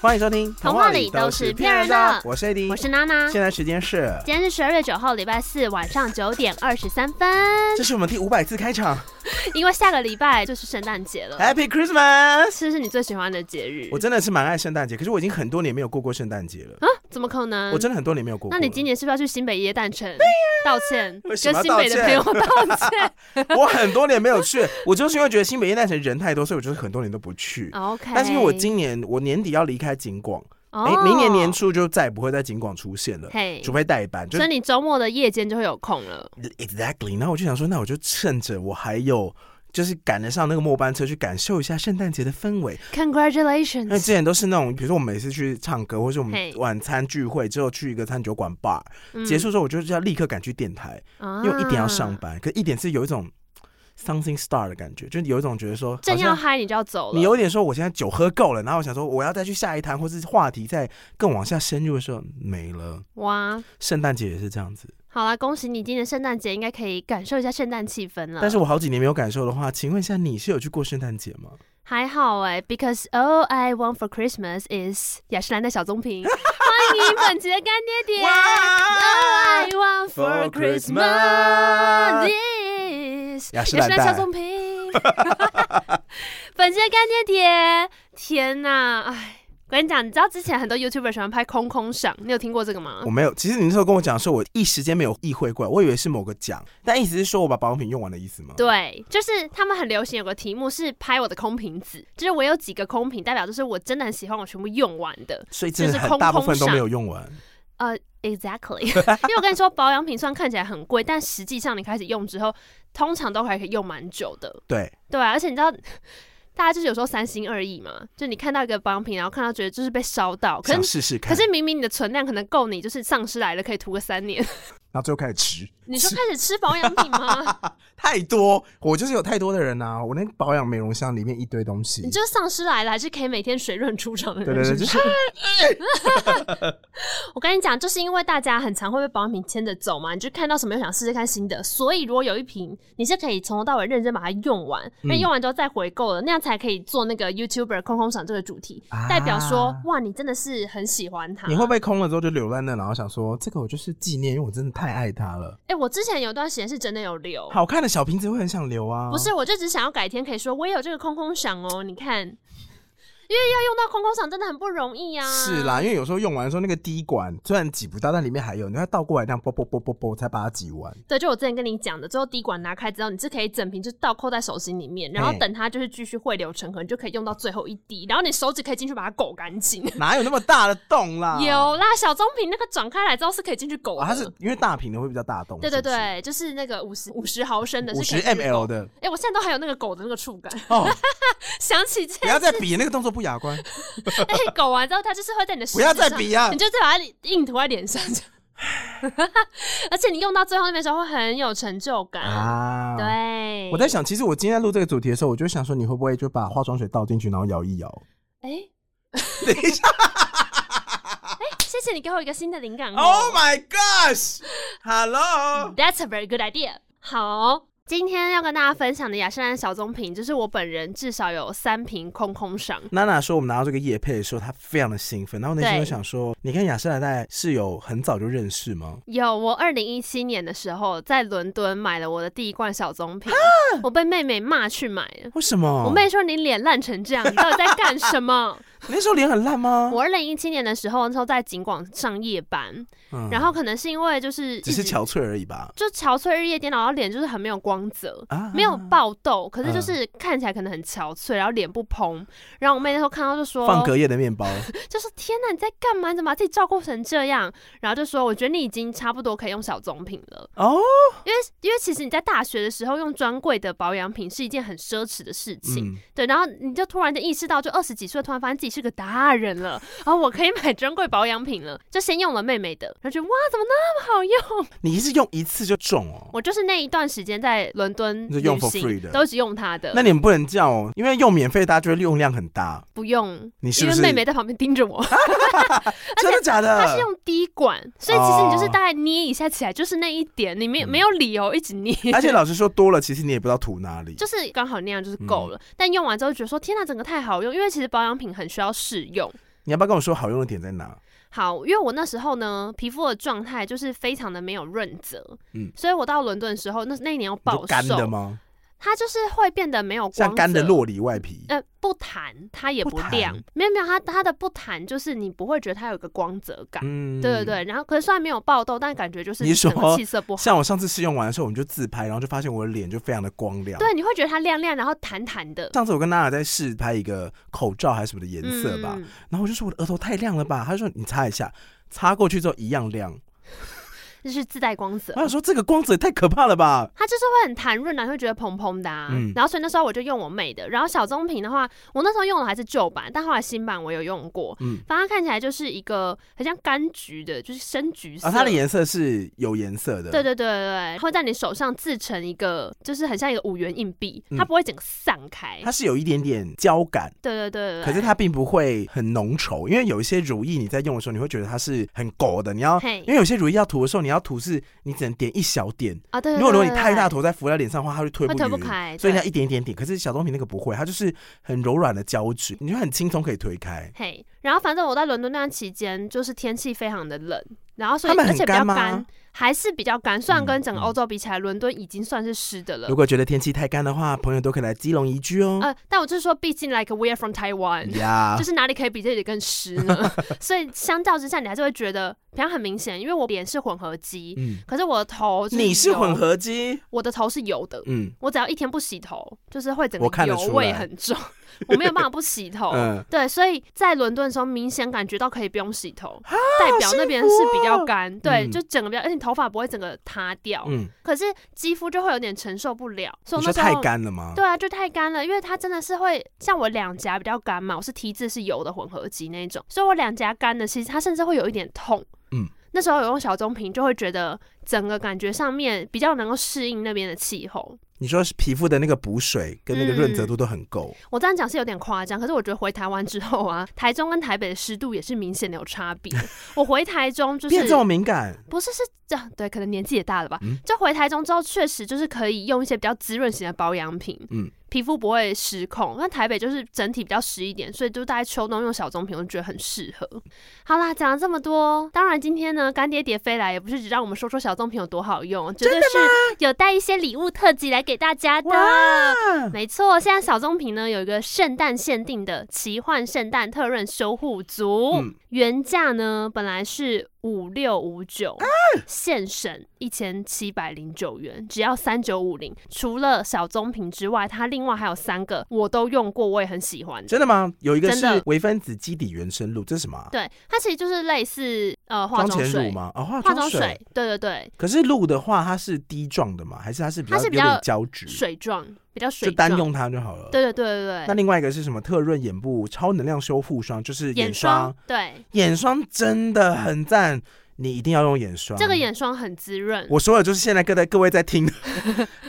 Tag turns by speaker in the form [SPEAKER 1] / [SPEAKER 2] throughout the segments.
[SPEAKER 1] 欢迎收听《
[SPEAKER 2] 童话里都是骗人的
[SPEAKER 1] 我是 AD，
[SPEAKER 2] 我是娜娜。
[SPEAKER 1] 现在时间是，
[SPEAKER 2] 今天是十二月九号，礼拜四晚上九点二十三分。
[SPEAKER 1] 这是我们第五百次开场
[SPEAKER 2] 因为下个礼拜就是圣诞节了，
[SPEAKER 1] ，Happy Christmas！
[SPEAKER 2] 是不是你最喜欢的节日？
[SPEAKER 1] 哎我真的是蛮爱圣诞节，可是我已经很多年没有过过圣诞节了，
[SPEAKER 2] 啊，怎么可能？
[SPEAKER 1] 我真的很多年没有过过
[SPEAKER 2] 那
[SPEAKER 1] 了。
[SPEAKER 2] 你今年是不是要去新北耶诞城道歉？
[SPEAKER 1] 为
[SPEAKER 2] 跟
[SPEAKER 1] 什么要
[SPEAKER 2] 新北的朋友 道歉
[SPEAKER 1] 我很多年没有去，我就是因为觉得新北夜诞城人太多，所以我就是很多年都不去。
[SPEAKER 2] ？OK。
[SPEAKER 1] 但是因为我今年我年底要离开景广，
[SPEAKER 2] 哦
[SPEAKER 1] 哎、明年年，初就再也不会在景广出现了，
[SPEAKER 2] 嘿，
[SPEAKER 1] 除非嗯代班。就
[SPEAKER 2] 所以你周末的夜间就会有空了。
[SPEAKER 1] exactly，然后我就想说，那我就趁着我还有。就是赶得上那个末班车，去感受一下圣诞节的氛围。因为
[SPEAKER 2] Congratulations！
[SPEAKER 1] 之前都是那种，比如说我们每次去唱歌，或是我
[SPEAKER 2] 嘿
[SPEAKER 1] 们晚餐聚会之后去一个餐酒馆 bar，、结哎束之后我就是要立刻赶去电台，
[SPEAKER 2] 嗯，
[SPEAKER 1] 因为我一点要上
[SPEAKER 2] 啊，
[SPEAKER 1] 班。可一点是有一种 something star 的感觉，就是有一种觉得说，
[SPEAKER 2] 正
[SPEAKER 1] 好
[SPEAKER 2] 要
[SPEAKER 1] 像
[SPEAKER 2] 嗨你就要走了。
[SPEAKER 1] 你有点说我现在酒喝够了，然后我想说我要再去下一摊，或是话题再更往下深入的时候没了。
[SPEAKER 2] 哇，
[SPEAKER 1] 圣诞节也是这样子，
[SPEAKER 2] 好啦，恭喜你今年圣诞节应该可以感受一下圣诞气氛了。
[SPEAKER 1] 但是我好几年没有感受的话，请问一下你是有去过圣诞节吗？
[SPEAKER 2] 还好哎、b e c a u s e all I want for Christmas is 雅诗兰黛小棕瓶。欢迎本集的干爹爹。All I want for Christmas is
[SPEAKER 1] 雅诗
[SPEAKER 2] 雅
[SPEAKER 1] 兰
[SPEAKER 2] 诗兰黛小
[SPEAKER 1] 黛
[SPEAKER 2] 棕瓶。 本集的干爹爹，天哪，哎。我跟你讲，你知道之前很多 YouTuber 喜欢拍空空赏，你有听过这个吗
[SPEAKER 1] 我？没有。其实你那时候跟我讲的时候，我一时间没有意会过来，我以为是某个奖，但意思是说我把保养品用完的意思吗？
[SPEAKER 2] 对，就是他们很流行有个题目是拍我的空瓶子，就是我有几个空瓶，代表就是我真的很喜欢，我全部用完的。
[SPEAKER 1] 所以真的
[SPEAKER 2] 就是
[SPEAKER 1] 很
[SPEAKER 2] 空
[SPEAKER 1] 大部分
[SPEAKER 2] 空
[SPEAKER 1] 都
[SPEAKER 2] 上
[SPEAKER 1] 没有用完。
[SPEAKER 2] 呃、e x a c t l y 因为我跟你说，保养品虽然看起来很贵，但实际上你开始用之后，通常都还可以用蛮久的。
[SPEAKER 1] 对，
[SPEAKER 2] 对啊，而且你知道，大家就是有时候三心二意嘛，就你看到一个保养品，然后看到觉得就是被烧到，可
[SPEAKER 1] 想
[SPEAKER 2] 是
[SPEAKER 1] 试试
[SPEAKER 2] 可
[SPEAKER 1] 看。
[SPEAKER 2] 是明明你的存量可能够你就是丧尸来了可以涂个三年，
[SPEAKER 1] 然后最后开始吃，
[SPEAKER 2] 你说开始吃保养品吗？
[SPEAKER 1] 太多，我就是有太多的人呐、我那保养美容箱里面一堆东西
[SPEAKER 2] 你。就是丧尸来了，还是可以每天水润出场的
[SPEAKER 1] 对
[SPEAKER 2] 人？
[SPEAKER 1] 对对，
[SPEAKER 2] 是不
[SPEAKER 1] 就是是
[SPEAKER 2] 我跟你讲，就是因为大家很常会被保养品牵着走嘛，你就看到什么又想试试看新的，所以如果有一瓶你是可以从头到尾认真把它用完，
[SPEAKER 1] 嗯
[SPEAKER 2] 那、用完之后再回购的，那样才可以做那个 YouTuber 空空赏这个主题，
[SPEAKER 1] 啊
[SPEAKER 2] 代表说哇，你真的是很喜欢它。
[SPEAKER 1] 你会不会空了之后就留在那，然后想说这个我就是纪念，因为我真的太爱它了。
[SPEAKER 2] 哎、我之前有段时间是真的有留，
[SPEAKER 1] 好看的小瓶子会很想留啊。
[SPEAKER 2] 哦不是，我就只想要改天可以说我也有这个空空赏哦，你看，因为要用到空空赏真的很不容易啊。
[SPEAKER 1] 是，啦，因为有时候用完的时候那个滴管虽然挤不到，但里面还有，你要倒过来这样啵啵啵啵啵才把它挤 完。
[SPEAKER 2] 对，就我之前跟你讲的，最后滴管拿开之后，你是可以整瓶就倒扣在手心里面，然后
[SPEAKER 1] 嘿
[SPEAKER 2] 等它就是继续汇流成河，你就可以用到最后一滴，然后你手指可以进去把它狗干 净。
[SPEAKER 1] 哪有那么大的洞啦？哦
[SPEAKER 2] 有啦，小棕瓶那个转开来之后是可以进去狗的，
[SPEAKER 1] 啊啊，它是因为大瓶的会比较大洞。
[SPEAKER 2] 对对对，就是那个五十五十毫升的，
[SPEAKER 1] 五
[SPEAKER 2] 是
[SPEAKER 1] 十
[SPEAKER 2] 可以进去狗
[SPEAKER 1] ml。的
[SPEAKER 2] 哎、我现在都还有那个狗的那个触感，
[SPEAKER 1] 哦，
[SPEAKER 2] 想起这
[SPEAKER 1] 不要再比那个动作不雅观，
[SPEAKER 2] 哎、狗完之后，它就是会在你的手
[SPEAKER 1] 不要再比啊
[SPEAKER 2] 你！就再把它硬涂在脸上，这样 而且你用到最后那边的时候会很有成就感。
[SPEAKER 1] 啊，
[SPEAKER 2] 对，
[SPEAKER 1] 我在想，其实我今天在录这个主题的时候，我就想说，你会不会就把化妆水倒进去，然后摇一摇？
[SPEAKER 2] 哎、
[SPEAKER 1] 等一下
[SPEAKER 2] 谢谢你给我一个新的灵感哦。
[SPEAKER 1] ，Oh my gosh，Hello，
[SPEAKER 2] That's a very good idea。好，今天要跟大家分享的雅诗兰黛小棕瓶，就是我本人至少有三瓶空空赏。
[SPEAKER 1] 娜娜说，我们拿到这个叶配的时候，她非常的兴奋，然后我内心就
[SPEAKER 2] 对
[SPEAKER 1] 想说，你跟雅诗兰黛是有很早就认识吗？
[SPEAKER 2] 有，我二零一七年的时候在伦敦买了我的第一罐小棕瓶，我被妹妹骂去买了。
[SPEAKER 1] 为什么？
[SPEAKER 2] 我妹说你脸烂成这样，你到底在干什么？
[SPEAKER 1] 你那时候脸很烂吗？
[SPEAKER 2] 我二零一七年的时候，那时候在景广上夜班，
[SPEAKER 1] 嗯
[SPEAKER 2] 然后可能是因为就是一
[SPEAKER 1] 只是
[SPEAKER 2] 直
[SPEAKER 1] 憔悴而已吧。
[SPEAKER 2] 就憔悴日夜颠倒，然后脸就是很没有光泽。
[SPEAKER 1] 啊
[SPEAKER 2] 没有爆痘，可是
[SPEAKER 1] 嗯
[SPEAKER 2] 就是看起来可能很憔悴，然后脸不嘭。然后我妹那时候看到就说，
[SPEAKER 1] 放隔夜的 面包，
[SPEAKER 2] 就说天哪，你在干嘛？你怎么把自己照顾成这样？然后就说，我觉得你已经差不多可以用小棕瓶了，
[SPEAKER 1] 哦，
[SPEAKER 2] 因为因为其实你在大学的时候用专柜的保养品是一件很奢侈的事情，
[SPEAKER 1] 嗯，
[SPEAKER 2] 对。然后你就突然间意识到，就二十几岁突然发现自己是个大人了，然后我可以买专柜保养品了，就先用了妹妹的，然后觉得哇，怎么那么好用？
[SPEAKER 1] 你是用一次就中哦。
[SPEAKER 2] 我就是那一段时间在伦敦
[SPEAKER 1] 你是用
[SPEAKER 2] 旅
[SPEAKER 1] for
[SPEAKER 2] 行
[SPEAKER 1] free 的
[SPEAKER 2] 都是用它的，
[SPEAKER 1] 那你们不能叫哦，因为用免费大家觉得用量很大，
[SPEAKER 2] 不用，
[SPEAKER 1] 你是不
[SPEAKER 2] 因
[SPEAKER 1] 是
[SPEAKER 2] 为妹妹在旁边盯 着我，
[SPEAKER 1] 啊真的假的？
[SPEAKER 2] 她是用滴管，所以其实你就是
[SPEAKER 1] 哦
[SPEAKER 2] 大概捏一下起来，就是那一点，你没
[SPEAKER 1] 嗯
[SPEAKER 2] 没有理由一直捏。
[SPEAKER 1] 而且老实说，多了其实你也不知道涂哪里。
[SPEAKER 2] 就是
[SPEAKER 1] 嗯
[SPEAKER 2] 刚好那样就是够了，但用完之后觉得说天哪，整个太好用，因为其实保养品很需要试用，
[SPEAKER 1] 你要不要跟我说好用的点在哪？
[SPEAKER 2] 好，因为我那时候呢，皮肤的状态就是非常的没有润泽，
[SPEAKER 1] 嗯
[SPEAKER 2] 所以我到伦敦的时候，那那一年我
[SPEAKER 1] 你
[SPEAKER 2] 暴
[SPEAKER 1] 说干的
[SPEAKER 2] 瘦，
[SPEAKER 1] 吗？
[SPEAKER 2] 它就是会变得没有光
[SPEAKER 1] 像干的
[SPEAKER 2] 泽
[SPEAKER 1] 洛里外皮，
[SPEAKER 2] 呃，不弹它也
[SPEAKER 1] 不
[SPEAKER 2] 不亮
[SPEAKER 1] 弹，
[SPEAKER 2] 没有没有，它它的不弹就是你不会觉得它有一个光泽感，
[SPEAKER 1] 嗯
[SPEAKER 2] 啊对对。对。然后可是虽然没有爆痘，但感觉就是
[SPEAKER 1] 你
[SPEAKER 2] 整个
[SPEAKER 1] 说
[SPEAKER 2] 气色不好，
[SPEAKER 1] 像我上次试用完的时候，我们就自拍，然后就发现我的脸就非常的光亮。
[SPEAKER 2] 对，你会觉得它亮亮，然后弹弹的
[SPEAKER 1] 上次我跟娜娜在试拍一个口罩还是什么的颜色吧，
[SPEAKER 2] 嗯
[SPEAKER 1] 然后我就说我的额头太亮了吧，她就说你擦一下，擦过去之后一样亮。
[SPEAKER 2] 就是自带光泽
[SPEAKER 1] 我。想说这个光泽也太可怕了吧，
[SPEAKER 2] 它就是会很弹润啊，会觉得蓬蓬的啊。
[SPEAKER 1] 嗯
[SPEAKER 2] 然后所以那时候我就用我妹的，然后小棕瓶的话，我那时候用的还是旧版，但后来新版我有用过。
[SPEAKER 1] 嗯
[SPEAKER 2] 反正它看起来就是一个很像柑橘的，就是深橘色。
[SPEAKER 1] 啊，它的颜色是有颜色的，
[SPEAKER 2] 对对对对对，会在你手上制成一个，就是很像一个五元硬币，
[SPEAKER 1] 嗯
[SPEAKER 2] 它不会整个散开。
[SPEAKER 1] 它是有一点点胶感，
[SPEAKER 2] 对对对对对，
[SPEAKER 1] 可是它并不会很浓稠，因为有一些乳液你在用的时候，你会觉得它是很狗的，你要。
[SPEAKER 2] 嘿
[SPEAKER 1] 因为有些乳液要涂的时候，你要涂是你只能点一小点，
[SPEAKER 2] 啊，对对对
[SPEAKER 1] 如果如果你
[SPEAKER 2] 对
[SPEAKER 1] 太大
[SPEAKER 2] 对
[SPEAKER 1] 坨再浮在脸上的话，它就推
[SPEAKER 2] 会
[SPEAKER 1] 不
[SPEAKER 2] 推不
[SPEAKER 1] 匀
[SPEAKER 2] 开
[SPEAKER 1] 所以你
[SPEAKER 2] 对
[SPEAKER 1] 要一点一点点。可是小棕瓶那个不会，它就是很柔软的胶质，你就很轻松可以推开。
[SPEAKER 2] 嘿，然后反正我在伦敦那段期间，就是天气非常的冷，然后所以
[SPEAKER 1] 他们
[SPEAKER 2] 而
[SPEAKER 1] 很
[SPEAKER 2] 且比较
[SPEAKER 1] 干吗
[SPEAKER 2] 干，还是比较干。虽
[SPEAKER 1] 嗯
[SPEAKER 2] 然跟整个
[SPEAKER 1] 嗯
[SPEAKER 2] 欧洲比起来，伦敦已经算是湿的了
[SPEAKER 1] 如。果觉得天气太干的话，朋友都可以来基隆宜居哦。
[SPEAKER 2] 呃，但我就是说，毕竟 like we are from Taiwan，、
[SPEAKER 1] 呀
[SPEAKER 2] 呃就，是哪里可以比这里更湿呢？ 所以相较之下，你还是会觉得，比方很明显，因为我脸是混合肌，
[SPEAKER 1] 嗯，
[SPEAKER 2] 可是我的头是
[SPEAKER 1] 你是
[SPEAKER 2] 油
[SPEAKER 1] 混，合肌，
[SPEAKER 2] 我的头是油的。
[SPEAKER 1] 嗯
[SPEAKER 2] 我只要一天不洗头，就是会整
[SPEAKER 1] 我
[SPEAKER 2] 个
[SPEAKER 1] 看得
[SPEAKER 2] 油
[SPEAKER 1] 出
[SPEAKER 2] 味
[SPEAKER 1] 来
[SPEAKER 2] 很重， 我没有办法不洗头。
[SPEAKER 1] 嗯，
[SPEAKER 2] 对，所以在伦敦的时候，明显感觉到可以不用洗头，代表那边是比较干，对，
[SPEAKER 1] 嗯
[SPEAKER 2] 就整个比较，而且你头发不会整个塌掉，
[SPEAKER 1] 嗯，
[SPEAKER 2] 可是肌肤就会有点承受不了，所以
[SPEAKER 1] 你
[SPEAKER 2] 我
[SPEAKER 1] 说
[SPEAKER 2] 那时
[SPEAKER 1] 太
[SPEAKER 2] 候。
[SPEAKER 1] 干了吗？
[SPEAKER 2] 对啊，就太干了，因为它真的是会像我两颊比较干嘛，我是 T 字是油的混合肌那一种，所以我两颊干的，其实它甚至会有一点痛。
[SPEAKER 1] 嗯，
[SPEAKER 2] 那时候有用小棕瓶，就会觉得整个感觉上面比较能够适应那边的气候。
[SPEAKER 1] 你说是皮肤的那个补水跟那个润
[SPEAKER 2] 嗯
[SPEAKER 1] 泽度都很够，
[SPEAKER 2] 我这样讲是有点夸张，可是我觉得回台湾之后啊，台中跟台北的湿度也是明显的有差别。我回台中就是
[SPEAKER 1] 变这么敏感，
[SPEAKER 2] 不是是这样，对，可能年纪也大了吧。
[SPEAKER 1] 嗯
[SPEAKER 2] 就回台中之后，确实就是可以用一些比较滋润型的保养品，
[SPEAKER 1] 嗯
[SPEAKER 2] 皮肤不会失控。那台北就是整体比较湿一点，所以就大概秋冬用小棕瓶，我觉得很适合。好啦，讲了这么多，当然今天呢，干爹爹飞来也不是只让我们说说小棕瓶有多好用，绝对是有带一些礼物特辑来给大家的。没错，现在小棕瓶呢有一个圣诞限定的奇幻圣诞特润修护组，
[SPEAKER 1] 嗯
[SPEAKER 2] 原价呢本来是五六五九，
[SPEAKER 1] 哎
[SPEAKER 2] 现省一千七百零九元，只要三九五零。除了小棕瓶之外，它另外还有三个我都用过，我也很喜欢
[SPEAKER 1] 真的吗？有一个
[SPEAKER 2] 真
[SPEAKER 1] 是
[SPEAKER 2] 的
[SPEAKER 1] 微分子基底原生露，这是什么啊？
[SPEAKER 2] 对，它其实就是类似呃化
[SPEAKER 1] 妆
[SPEAKER 2] 妆
[SPEAKER 1] 前乳
[SPEAKER 2] 水，
[SPEAKER 1] 吗？哦，化
[SPEAKER 2] 化
[SPEAKER 1] 妆
[SPEAKER 2] 妆水，对对对，
[SPEAKER 1] 可是露的话，它是滴状的吗？还是它是比较
[SPEAKER 2] 它是比
[SPEAKER 1] 有
[SPEAKER 2] 较
[SPEAKER 1] 点胶质？
[SPEAKER 2] 水状比较水
[SPEAKER 1] 就单
[SPEAKER 2] 状，
[SPEAKER 1] 用它就好了。
[SPEAKER 2] 对对对对
[SPEAKER 1] 那
[SPEAKER 2] 对，
[SPEAKER 1] 另外一个是什么？特润眼部超能量修护霜，就是眼
[SPEAKER 2] 霜
[SPEAKER 1] 霜。
[SPEAKER 2] 对，
[SPEAKER 1] 眼霜真的很赞，你一定要用眼霜。
[SPEAKER 2] 这个，眼霜很滋润，
[SPEAKER 1] 我说的就是现在各在各位在听 的，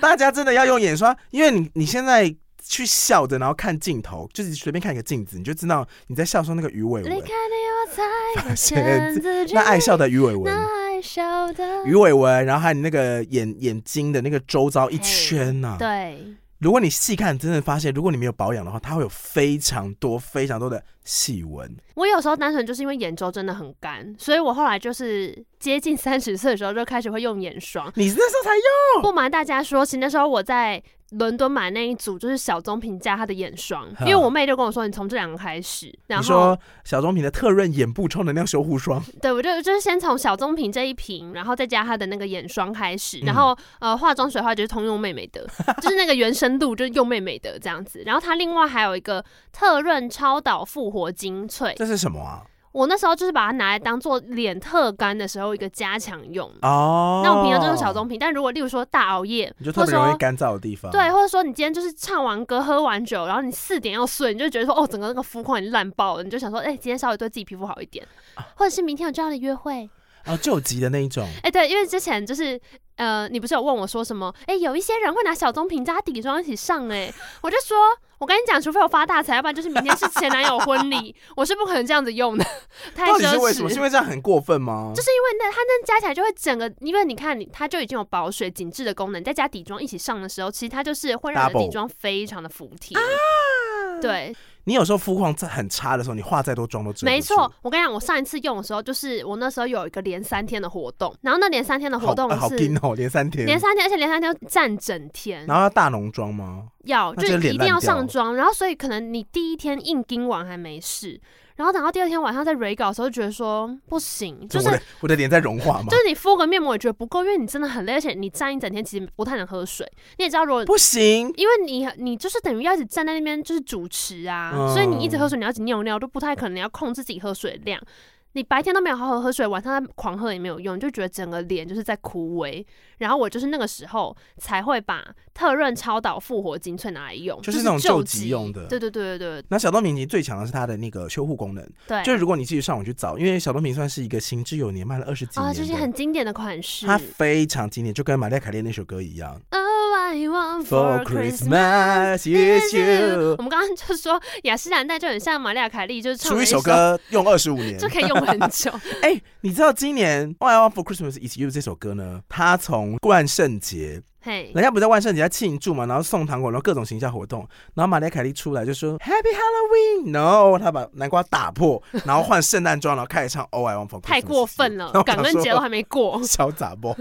[SPEAKER 1] 大家真的要用眼霜，因为你你现在去笑着，然后看镜头，就是随便看一个镜子，你就知道你在笑的时候那个鱼尾
[SPEAKER 2] 离
[SPEAKER 1] 纹
[SPEAKER 2] 开，你我才发
[SPEAKER 1] 现
[SPEAKER 2] 现自己
[SPEAKER 1] 那爱笑的鱼尾纹，
[SPEAKER 2] 那爱笑的
[SPEAKER 1] 鱼尾纹，然后还有你那个眼眼睛的那个周遭一圈呐、啊。
[SPEAKER 2] 对，
[SPEAKER 1] 如果你细看，真的发现，如果你没有保养的话，它会有非常多非常多的细纹。
[SPEAKER 2] 我有时候单纯就是因为眼周真的很干，所以我后来就是接近 三十岁的时候就开始会用眼霜。
[SPEAKER 1] 你那时候才用。
[SPEAKER 2] 不瞒大家说，其实那时候我在伦敦买那一组就是小棕瓶加它的眼霜，因
[SPEAKER 1] 哈
[SPEAKER 2] 为我妹就跟我说你从这两个开始，然
[SPEAKER 1] 你
[SPEAKER 2] 后
[SPEAKER 1] 说小棕瓶的特润眼部超能量修护霜，
[SPEAKER 2] 对我就就是先从小棕瓶这一瓶，然后再加它的那个眼霜开始，
[SPEAKER 1] 嗯
[SPEAKER 2] 然后、呃化妆水的话就是通用妹妹的， 就是那个原生露就是用妹妹的这样子，然后它另外还有一个特润超导复活精粹，
[SPEAKER 1] 这是什么啊？
[SPEAKER 2] 我那时候就是把它拿来当做脸特干的时候一个加强用。
[SPEAKER 1] 哦，
[SPEAKER 2] 那我平常就用小，棕瓶，但如果例如说大熬夜
[SPEAKER 1] 你就，特
[SPEAKER 2] 或
[SPEAKER 1] 别
[SPEAKER 2] 者
[SPEAKER 1] 容易
[SPEAKER 2] 说
[SPEAKER 1] 干燥的地方。
[SPEAKER 2] 对，，或者说你今天就是唱完歌、喝完酒，然后你四点要睡，你就觉得说哦，整个那个肤况已经烂爆了，你就想说，哎、今天稍微对自己皮肤好一点，
[SPEAKER 1] 啊
[SPEAKER 2] 或者是明天有这样的约会，
[SPEAKER 1] 哦，救急的那一种。
[SPEAKER 2] 哎、对，因为之前就是。呃，你不是有问我说什么？哎、有一些人会拿小棕瓶加底妆一起上、哎，我就说，我跟你讲，除非我发大财，要不然就是明天是前男友婚礼，我是不可能这样子用的，太
[SPEAKER 1] 到底
[SPEAKER 2] 奢
[SPEAKER 1] 是为
[SPEAKER 2] 侈
[SPEAKER 1] 什么？是因为这样很过分吗？
[SPEAKER 2] 就是因为那它那加起来就会整个，因为你看你它就已经有保水紧致的功能，再加底妆一起上的时候，其实它就是会让你的
[SPEAKER 1] Double
[SPEAKER 2] 底妆非常的服帖。对，
[SPEAKER 1] 你有时候肤况在很差的时候，你化再多妆都遮不住
[SPEAKER 2] 没错，，我跟你讲，我上一次用的时候，就是我那时候有一个连三天的活动，然后那连三天的
[SPEAKER 1] 好
[SPEAKER 2] 活动
[SPEAKER 1] 啊好
[SPEAKER 2] 是
[SPEAKER 1] 硬哦，连三天，
[SPEAKER 2] 连三天，而且连三天站整天，
[SPEAKER 1] 然后要大浓妆吗？
[SPEAKER 2] 要
[SPEAKER 1] 那
[SPEAKER 2] 就
[SPEAKER 1] 就是脸
[SPEAKER 2] 一定要
[SPEAKER 1] 烂掉
[SPEAKER 2] 上妆，然后所以可能你第一天硬盯完还没事，然后等到第二天晚上在 re 稿的时候，觉得说不行，就是
[SPEAKER 1] 我的我的脸在融化吗
[SPEAKER 2] 就？是你敷个面膜也觉得不够，因为你真的很累，而且你站一整天其实不太能喝水。你也知道，如果
[SPEAKER 1] 不行，
[SPEAKER 2] 因为你你就是等于要一直站在那边就是主持啊，
[SPEAKER 1] 嗯
[SPEAKER 2] 所以你一直喝水，你要一直尿尿都不太可能，你要控制自己喝水量。你白天都没有好好喝水，晚上再狂喝也没有用，你就觉得整个脸就是在枯萎。然后我就是那个时候才会把特润超导复活精粹拿来用，
[SPEAKER 1] 就是是那种
[SPEAKER 2] 救
[SPEAKER 1] 救急用的
[SPEAKER 2] 对对对对对
[SPEAKER 1] 那小豆敏其实最强的是它的那个修护功能，
[SPEAKER 2] 对，
[SPEAKER 1] 就是如果你继续上网去找，因为小豆敏算是一个行之有年，卖了二十几
[SPEAKER 2] 啊，
[SPEAKER 1] 年
[SPEAKER 2] 这是
[SPEAKER 1] 的
[SPEAKER 2] 很经典的款式。
[SPEAKER 1] 它非常经典，就跟玛丽亚凯莉那首歌一样。
[SPEAKER 2] All I want
[SPEAKER 1] For Christmas is you，
[SPEAKER 2] 我们刚刚就说雅诗兰黛就很像玛丽亚凯莉，就是唱
[SPEAKER 1] 出
[SPEAKER 2] 了
[SPEAKER 1] 一
[SPEAKER 2] 一
[SPEAKER 1] 首，歌用二十五年
[SPEAKER 2] 就。可以用很久。
[SPEAKER 1] 哎、你知道今年《All I Want for Christmas Is You》这首歌呢？它从万圣节，
[SPEAKER 2] 嘿，
[SPEAKER 1] 人家不是在万圣节在庆祝嘛，然后送糖果，然后各种形象活动，然后玛丽亚凯莉出来就说 Happy Halloween，No，她把南瓜打破，然后换圣诞装，然后开始唱《All I Want for Christmas》。
[SPEAKER 2] 太过分了
[SPEAKER 1] 然后，我
[SPEAKER 2] 感恩节都还没 过
[SPEAKER 1] 想说，小杂 包。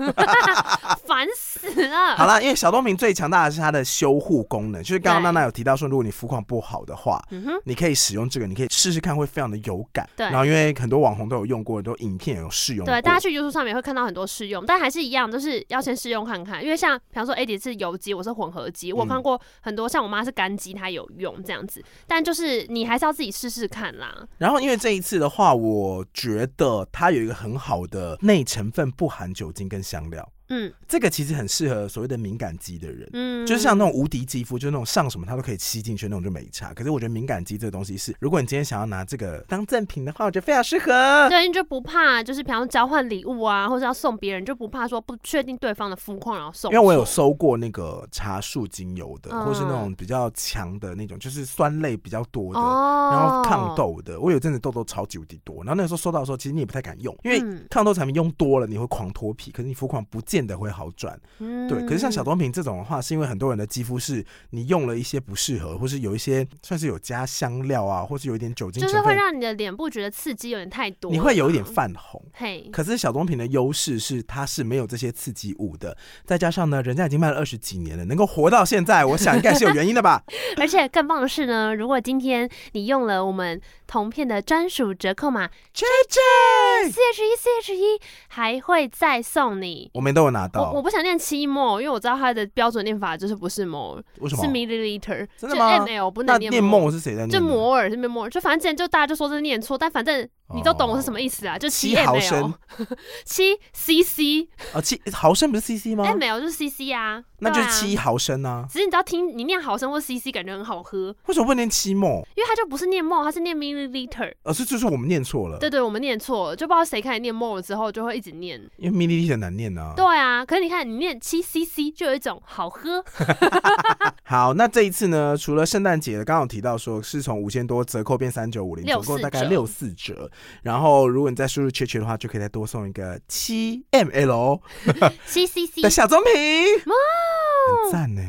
[SPEAKER 2] 烦死了。
[SPEAKER 1] 好啦，因为小东明最强大的是它的修护功能，就是刚刚
[SPEAKER 2] 对
[SPEAKER 1] 娜娜有提到说，如果你肤况不好的话，
[SPEAKER 2] 嗯哼，
[SPEAKER 1] 你可以使用这个，你可以试试看，会非常的有感。
[SPEAKER 2] 对
[SPEAKER 1] 然后因为很多网红都有用过，很多影片有试用过。
[SPEAKER 2] 对，啊大家去 YouTube 上面会看到很多试用，但还是一样，就是要先试用看看。因为像比方说 A 姐是油肌，我是混合肌，我有看
[SPEAKER 1] 嗯
[SPEAKER 2] 过很多像我妈是干肌，她有用这样子，但就是你还是要自己试试看啦。
[SPEAKER 1] 然后因为这一次的话，我觉得它有一个很好的内成分不含酒精跟香料，
[SPEAKER 2] 嗯
[SPEAKER 1] 这个其实很适合所谓的敏感肌的人。
[SPEAKER 2] 嗯，
[SPEAKER 1] 就是像那种无敌肌肤，就是那种上什么它都可以吸进去那种就没差。可是我觉得敏感肌这个东西是，如果你今天想要拿这个当赠品的话，我觉得非常适合。
[SPEAKER 2] 对，你就不怕，就是比方说交换礼物啊，或者要送别人，就不怕说不确定对方的肤况，然后送错。
[SPEAKER 1] 因为我有收过那个茶树精油的，
[SPEAKER 2] 嗯
[SPEAKER 1] 或是那种比较强的那种，就是酸类比较多的，
[SPEAKER 2] 哦，
[SPEAKER 1] 然后抗，痘的。我有一阵子痘痘超级无敌多，然后那时候收到的时候，其实你也不太敢用，因为
[SPEAKER 2] 嗯
[SPEAKER 1] 抗痘产品用多了你会狂脱皮，可是你肤况不见得会好转。
[SPEAKER 2] 嗯
[SPEAKER 1] 对，可是像小棕瓶这种的话，是因为很多人的肌肤是你用了一些不适合，或是有一些算是有加香料啊，或是有一点酒精
[SPEAKER 2] 就是
[SPEAKER 1] 成
[SPEAKER 2] 会
[SPEAKER 1] 分，
[SPEAKER 2] 让你的脸部觉得刺激有点太多，
[SPEAKER 1] 你会有一点，泛红。
[SPEAKER 2] 嘿，
[SPEAKER 1] 可是小棕瓶的优势是它是没有这些刺激物的，再加上呢，人家已经卖了二十几年了，能够活到现在，我想应该是有原因的吧。
[SPEAKER 2] 而且更棒的是呢，如果今天你用了我们同片的专属折扣码
[SPEAKER 1] J
[SPEAKER 2] 四
[SPEAKER 1] J，
[SPEAKER 2] 十一四十一，还会再送你。
[SPEAKER 1] 我们都有拿
[SPEAKER 2] 我我
[SPEAKER 1] 到，
[SPEAKER 2] 不想念七 m 因为我知道它的标准念法就是不是 m
[SPEAKER 1] 为什
[SPEAKER 2] 是
[SPEAKER 1] 么？
[SPEAKER 2] milliliter，
[SPEAKER 1] 真
[SPEAKER 2] 就
[SPEAKER 1] 的
[SPEAKER 2] 哎
[SPEAKER 1] 吗
[SPEAKER 2] ml 不
[SPEAKER 1] 那
[SPEAKER 2] 能
[SPEAKER 1] 念
[SPEAKER 2] 梦。
[SPEAKER 1] 梦是谁在念的？
[SPEAKER 2] 就摩尔是没摩尔，就反正之前就大家就说这念错，但反正你都懂我是什么意思啊，就
[SPEAKER 1] 七
[SPEAKER 2] m
[SPEAKER 1] 毫
[SPEAKER 2] l
[SPEAKER 1] 升
[SPEAKER 2] 七 cc
[SPEAKER 1] 啊，七毫升不是 CC 吗？
[SPEAKER 2] m l 就是 cc 啊，
[SPEAKER 1] 那就
[SPEAKER 2] 哎
[SPEAKER 1] 是
[SPEAKER 2] 对啊。
[SPEAKER 1] 七毫升啊。
[SPEAKER 2] 只是你只要听你念毫升或 cc，感觉很好喝，
[SPEAKER 1] 为什么不念七梦？
[SPEAKER 2] 因为它就不是念 m 它是念 milliliter。
[SPEAKER 1] 而是就是我们念错了，
[SPEAKER 2] 对对，我们念错了，就不知道谁开始念 m 之后就会一直念。
[SPEAKER 1] 因为 milliliter 难念啊。
[SPEAKER 2] 对啊，可是你看你念七 cc 就有一种好喝，
[SPEAKER 1] 好，那这一次呢，除了圣诞节的，刚刚有提到说是从五千多折扣变三九五零，
[SPEAKER 2] 六
[SPEAKER 1] 总
[SPEAKER 2] 四
[SPEAKER 1] 共大概
[SPEAKER 2] 折
[SPEAKER 1] 六四折。然后如果你再输入缺缺的话，就可以再多送一个七 ml
[SPEAKER 2] 七 cc
[SPEAKER 1] 的小棕瓶，
[SPEAKER 2] 哇哦
[SPEAKER 1] 很赞呢。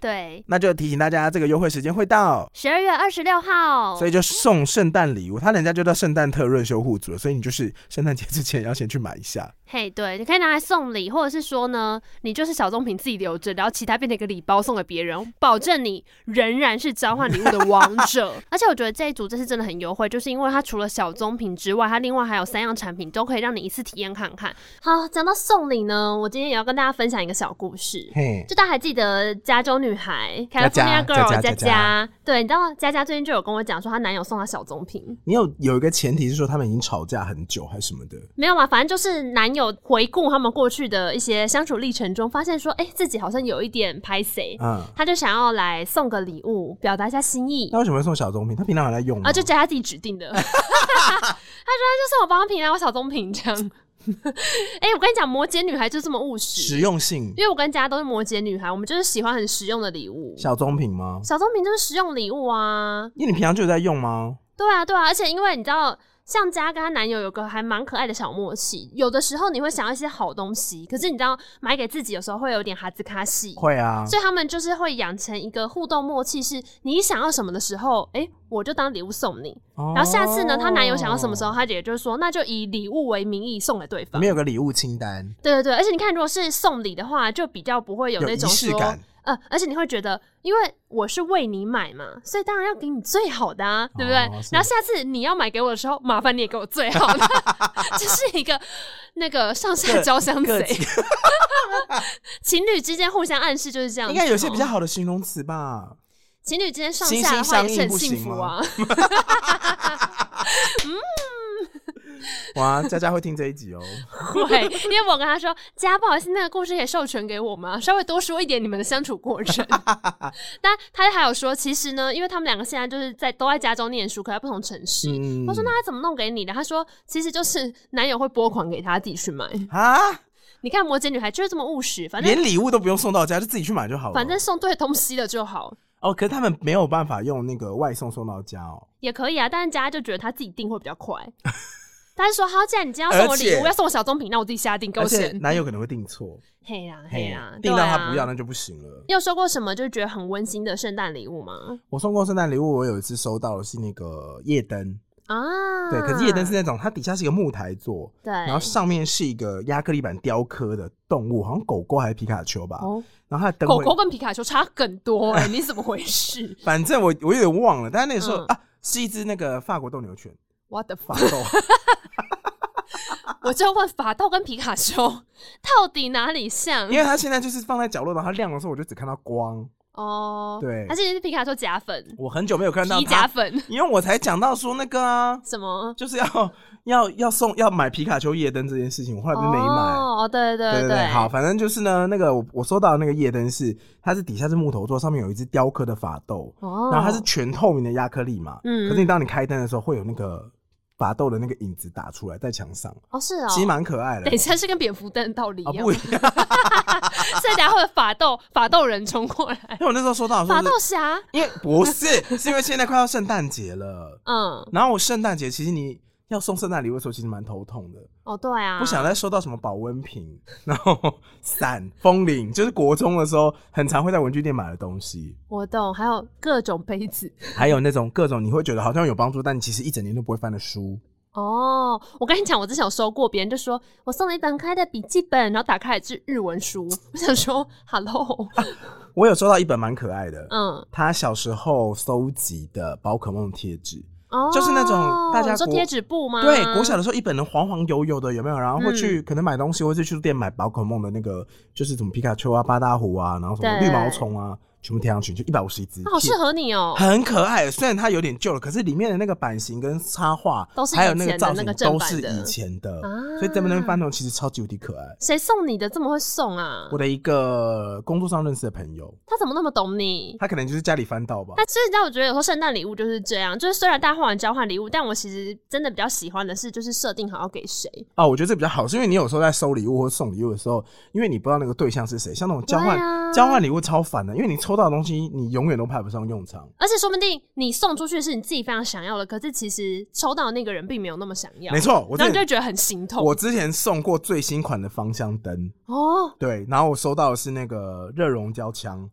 [SPEAKER 2] 对，
[SPEAKER 1] 那就提醒大家，这个优惠时间会到。
[SPEAKER 2] 十二月二十六号，
[SPEAKER 1] 所以就送圣诞礼物，他人家就叫圣诞特润修护组了，所以你就是圣诞节之前要先去买一下。
[SPEAKER 2] 嘿对，你可以拿来送礼，或者是说呢，你就是小棕瓶自己留着，然后其他变成一个礼包送给别人，保证你仍然是交换礼物的王者。 而且我觉得这一组这次真的很优惠，就是因为它除了小棕瓶之外，它另外还有三样产品都可以让你一次体验看看。好，讲到送礼呢，我今天也要跟大家分享一个小故事。
[SPEAKER 1] 嘿，
[SPEAKER 2] 就大家还记得加州女孩
[SPEAKER 1] 佳佳佳
[SPEAKER 2] California Girl
[SPEAKER 1] 佳佳
[SPEAKER 2] 佳佳，对，你知道佳佳最近就有跟我讲说，她男友送她小棕瓶，
[SPEAKER 1] 你有有一个前提是说他们已经吵架很久还是什么的，
[SPEAKER 2] 没有嘛，反正就是男友回顾他们过去的一些相处历程中，发现说，哎、自己好像有一点拍谁，
[SPEAKER 1] 嗯，
[SPEAKER 2] 他就想要来送个礼物，表达一下心意
[SPEAKER 1] 那。为什么会送小棕瓶？他平常有在用吗？
[SPEAKER 2] 啊，就加他自己指定的。他 说他就送我保养品啊，我小棕瓶这样。 哎、我跟你讲，摩羯女孩就这么务实，
[SPEAKER 1] 实用性
[SPEAKER 2] 因为我跟佳都是摩羯女孩，我们就是喜欢很实用的礼物。
[SPEAKER 1] 小棕瓶吗？
[SPEAKER 2] 小棕瓶就是实用礼物啊，
[SPEAKER 1] 因为你平常就有在用吗？
[SPEAKER 2] 对啊，对啊，而且因为你知道。像佳跟她男友有个还蛮可爱的小默契，有的时候你会想要一些好东西，可是你知道买给自己有时候会有点哈兹卡西，
[SPEAKER 1] 会啊，
[SPEAKER 2] 所以他们就是会养成一个互动默契，是你想要什么的时候，哎、我就当礼物送你。
[SPEAKER 1] 哦
[SPEAKER 2] 然后下次呢，她男友想要什么时候，她姐就说，那就以礼物为名义送给对
[SPEAKER 1] 里
[SPEAKER 2] 方
[SPEAKER 1] 面。有个礼物清单，
[SPEAKER 2] 对对对，而且你看，如果是送礼的话，就比较不会有
[SPEAKER 1] 有
[SPEAKER 2] 那
[SPEAKER 1] 仪
[SPEAKER 2] 种
[SPEAKER 1] 式
[SPEAKER 2] 说，
[SPEAKER 1] 感，
[SPEAKER 2] 呃，而且你会觉得，因为我是为你买嘛，所以当然要给你最好的啊，对不对？
[SPEAKER 1] 哦是
[SPEAKER 2] 然后下次你要买给我的时候，麻烦你也给我最好的， 这是一个那个上下
[SPEAKER 1] 各
[SPEAKER 2] 交相
[SPEAKER 1] 各
[SPEAKER 2] 贼，情侣之间互相暗示就是这样子哦。
[SPEAKER 1] 应该有些比较好的形容词吧？
[SPEAKER 2] 情侣之间上
[SPEAKER 1] 心
[SPEAKER 2] 下的
[SPEAKER 1] 心
[SPEAKER 2] 话
[SPEAKER 1] 相
[SPEAKER 2] 也是
[SPEAKER 1] 印
[SPEAKER 2] 很
[SPEAKER 1] 不
[SPEAKER 2] 幸
[SPEAKER 1] 行
[SPEAKER 2] 福
[SPEAKER 1] 吗
[SPEAKER 2] 啊。
[SPEAKER 1] 哇，佳佳会听这一集 哦。
[SPEAKER 2] 啊会，因为我跟他说，家不好意思，那个故事可以授权给我吗？稍微多说一点你们的相处过 程。但他还有说，其实呢，因为他们两个现在就是在都在加州念书，可在不同城市。
[SPEAKER 1] 嗯，
[SPEAKER 2] 我说那他怎么弄给你的？他说其实就是 男友会拨款给他自己去买。
[SPEAKER 1] 啊，
[SPEAKER 2] 你看摩羯女孩就是这么务实，反正
[SPEAKER 1] 连礼物都不用送到家，就自己去买就好了。
[SPEAKER 2] 反正送对东西了就好，
[SPEAKER 1] 哦，可是他们没有办法用那个外送送到家哦。
[SPEAKER 2] 也可以啊。但是佳就觉得他自己订会比较快。 他就说：“好，既然你今天要送我礼
[SPEAKER 1] 而
[SPEAKER 2] 物，
[SPEAKER 1] 且
[SPEAKER 2] 要送我小棕瓶，那我自己下定，给
[SPEAKER 1] 而
[SPEAKER 2] 我
[SPEAKER 1] 且
[SPEAKER 2] 钱。
[SPEAKER 1] 男友可能会订错，”
[SPEAKER 2] 嘿啦， 嘿啦，
[SPEAKER 1] 订到
[SPEAKER 2] 对啊
[SPEAKER 1] 他不要，那就不行了。
[SPEAKER 2] 你有收过什么就觉得很温馨的圣诞礼物吗？
[SPEAKER 1] 我送过圣诞礼物，我有一次收到的是那个夜灯，
[SPEAKER 2] 啊，
[SPEAKER 1] 对，可是夜灯是那种它底下是一个木台座，
[SPEAKER 2] 对，
[SPEAKER 1] 然后上面是一个亚克力板雕刻的动物，好像狗狗还是皮卡丘吧，
[SPEAKER 2] 哦，
[SPEAKER 1] 然后它的灯
[SPEAKER 2] 狗
[SPEAKER 1] 会，
[SPEAKER 2] 狗跟皮卡丘差更 多哎、你怎么回事
[SPEAKER 1] 反正我我有点忘了，但是那个时候、
[SPEAKER 2] 嗯
[SPEAKER 1] 啊，是一只那个法国斗牛犬，
[SPEAKER 2] ？What the
[SPEAKER 1] 法
[SPEAKER 2] fuck！
[SPEAKER 1] 斗，
[SPEAKER 2] 我就问法斗跟皮卡丘到底哪里像
[SPEAKER 1] 因？为它现在就是放在角落，然后它亮的时候我就只看到光，
[SPEAKER 2] 哦，
[SPEAKER 1] 对
[SPEAKER 2] 还是皮卡丘假粉、
[SPEAKER 1] 我很久没有看到
[SPEAKER 2] 皮假
[SPEAKER 1] 它，
[SPEAKER 2] 粉
[SPEAKER 1] 因为我才讲到说那个啊，
[SPEAKER 2] 什么？
[SPEAKER 1] 就是要要要送要买皮卡丘夜灯这件事情，我后来不是没买。
[SPEAKER 2] 哦，对对
[SPEAKER 1] 对对，好，，反正就是呢，那个我我收到的那个夜灯是，它是底下是木头做，上面有一只雕刻的法斗，
[SPEAKER 2] 哦，
[SPEAKER 1] 然后它是全透明的亚克力嘛，
[SPEAKER 2] 嗯
[SPEAKER 1] 可是你当你开灯的时候，会有那个法斗的那个影子打出来在墙上，
[SPEAKER 2] 哦是哦，
[SPEAKER 1] 其实蛮可爱的
[SPEAKER 2] 等一。下是跟蝙蝠灯道理一
[SPEAKER 1] 啊，
[SPEAKER 2] 样，
[SPEAKER 1] 不一样，
[SPEAKER 2] 所以等一下会有法斗法斗人冲过来，
[SPEAKER 1] 因为我那时候收到的时
[SPEAKER 2] 法
[SPEAKER 1] 候是，
[SPEAKER 2] 斗侠，
[SPEAKER 1] 因为不是，是因为现在快要圣诞节了，
[SPEAKER 2] 嗯，
[SPEAKER 1] 然后我圣诞节其实你要送圣诞礼物的时候，其实蛮头痛的，
[SPEAKER 2] 哦对啊，
[SPEAKER 1] 不想再收到什么保温瓶，然后 伞、风铃，就是国中的时候很常会在文具店买的东西。
[SPEAKER 2] 我懂，还有各种杯子。
[SPEAKER 1] 还有那种各种你会觉得好像有帮助，但你其实一整年都不会翻的书。
[SPEAKER 2] 哦，我跟你讲，我之前有收过，别人就说我送了一本开的笔记本，然后打开来是日文书， 我想说，hello，
[SPEAKER 1] 我有收到一本蛮可爱的，
[SPEAKER 2] 嗯，
[SPEAKER 1] 他小时候搜集的宝可梦贴纸，
[SPEAKER 2] 哦，
[SPEAKER 1] 就是那种大家
[SPEAKER 2] 你说
[SPEAKER 1] 国
[SPEAKER 2] 贴纸布吗？
[SPEAKER 1] 对，国小的时候一本能黄黄油油的，有没有？然后会
[SPEAKER 2] 嗯
[SPEAKER 1] 去、可能买东西，或者去书店买宝可梦的那个，就是什么皮卡丘啊、八大狐啊，然后什么
[SPEAKER 2] 对
[SPEAKER 1] 绿毛虫啊，全部贴上去，就一百五十一只，
[SPEAKER 2] 那好适合你哦，
[SPEAKER 1] 很可爱。虽然它有点旧了，可是里面的那个版型跟插画，
[SPEAKER 2] 都是以
[SPEAKER 1] 还有那
[SPEAKER 2] 前
[SPEAKER 1] 个
[SPEAKER 2] 的
[SPEAKER 1] 造
[SPEAKER 2] 那
[SPEAKER 1] 型
[SPEAKER 2] 个正
[SPEAKER 1] 都
[SPEAKER 2] 版
[SPEAKER 1] 是
[SPEAKER 2] 的
[SPEAKER 1] 以前的，
[SPEAKER 2] 啊
[SPEAKER 1] 所以这边翻动其实超级无敌可爱。
[SPEAKER 2] 谁送你的这么会送啊
[SPEAKER 1] 我？的一个工作上认识的朋友，
[SPEAKER 2] 他怎么那么懂你？
[SPEAKER 1] 他可能就是家里翻到吧。
[SPEAKER 2] 但是你知道，我觉得有时候圣诞礼物就是这样，就是虽然大家换完交换礼物，但我其实真的比较喜欢的是，就是设定好要给谁。
[SPEAKER 1] 哦，我觉得这比较好，是因为你有时候在收礼物或送礼物的时候，因为你不知道那个对象是谁，像那种交换、
[SPEAKER 2] 对啊
[SPEAKER 1] 交换礼物超烦的，因为你抽到的东西你永远都派不上用场。
[SPEAKER 2] 而且说不定你送出去是你自己非常想要的，可是其实抽到的那个人并没有那么想要，
[SPEAKER 1] 没，错，我
[SPEAKER 2] 然
[SPEAKER 1] 之
[SPEAKER 2] 后你就
[SPEAKER 1] 前
[SPEAKER 2] 会觉得很心痛。
[SPEAKER 1] 我之前送过最新款的芳香灯，
[SPEAKER 2] 哦，
[SPEAKER 1] 对，然后我收到的是那个热熔胶枪，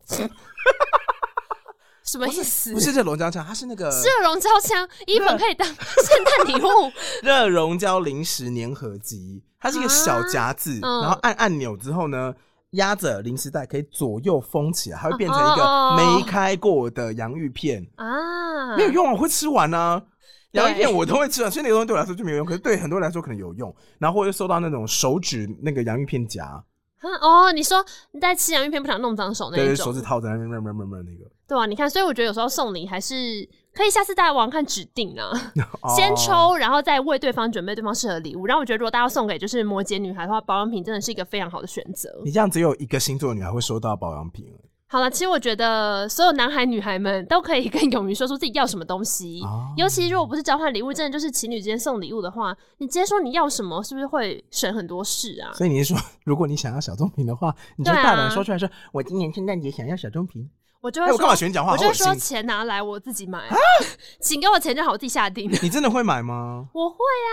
[SPEAKER 2] 什么意思？
[SPEAKER 1] 不是热熔胶枪，它是那呃个
[SPEAKER 2] 热熔胶枪，一本可以当圣诞礼 物，
[SPEAKER 1] 热熔胶零食粘合机，它是一个小夹子，
[SPEAKER 2] 啊嗯
[SPEAKER 1] 然后按按钮之后呢，压着零食袋可以左右封起来，它会变成一
[SPEAKER 2] 哦
[SPEAKER 1] 个
[SPEAKER 2] 哦哦
[SPEAKER 1] 没开过的洋芋片，
[SPEAKER 2] 啊，
[SPEAKER 1] 没有用啊，我会吃完啊。
[SPEAKER 2] 对
[SPEAKER 1] 洋芋片我都会吃完，所以那个东西对我来说就没有用，可是对很多人来说可能有用。然后我又收到那种手指那个洋芋片夹，
[SPEAKER 2] 啊哦，你说你在吃洋芋片不想弄脏手那
[SPEAKER 1] 对
[SPEAKER 2] 一
[SPEAKER 1] 对，手
[SPEAKER 2] 种，
[SPEAKER 1] 指套在那边，那边那个。
[SPEAKER 2] 对啊，你看，所以我觉得有时候送礼还是可以下次大家网看指定啊，
[SPEAKER 1] 哦
[SPEAKER 2] 先，抽，然后再为对方准备对方适合的礼物。然后我觉得如果大家要送给就是摩羯女孩的话，保养品真的是一个非常好的选择。
[SPEAKER 1] 你这样只有一个星座的女孩会收到保养品
[SPEAKER 2] 好了，其实我觉得所有男孩女孩们都可以更勇于说出自己要什么东西，
[SPEAKER 1] 啊。
[SPEAKER 2] 尤其如果不是交换礼物，真的就是情侣之间送礼物的话，你直接说你要什么，是不是会省很多事啊？
[SPEAKER 1] 所以你是说，如果你想要小棕瓶的话，你就
[SPEAKER 2] 对啊
[SPEAKER 1] 大胆说出来说，我今年圣诞节想要小棕瓶。
[SPEAKER 2] 我就
[SPEAKER 1] 哎、
[SPEAKER 2] 会
[SPEAKER 1] 我干嘛
[SPEAKER 2] 说，
[SPEAKER 1] 学你讲话？
[SPEAKER 2] 啊我
[SPEAKER 1] 好
[SPEAKER 2] 就
[SPEAKER 1] 恶
[SPEAKER 2] 会
[SPEAKER 1] 心啊
[SPEAKER 2] 说！钱拿来我自己买，啊请给我钱就好，我自己下定。
[SPEAKER 1] 你真的会买吗？
[SPEAKER 2] 我会啊，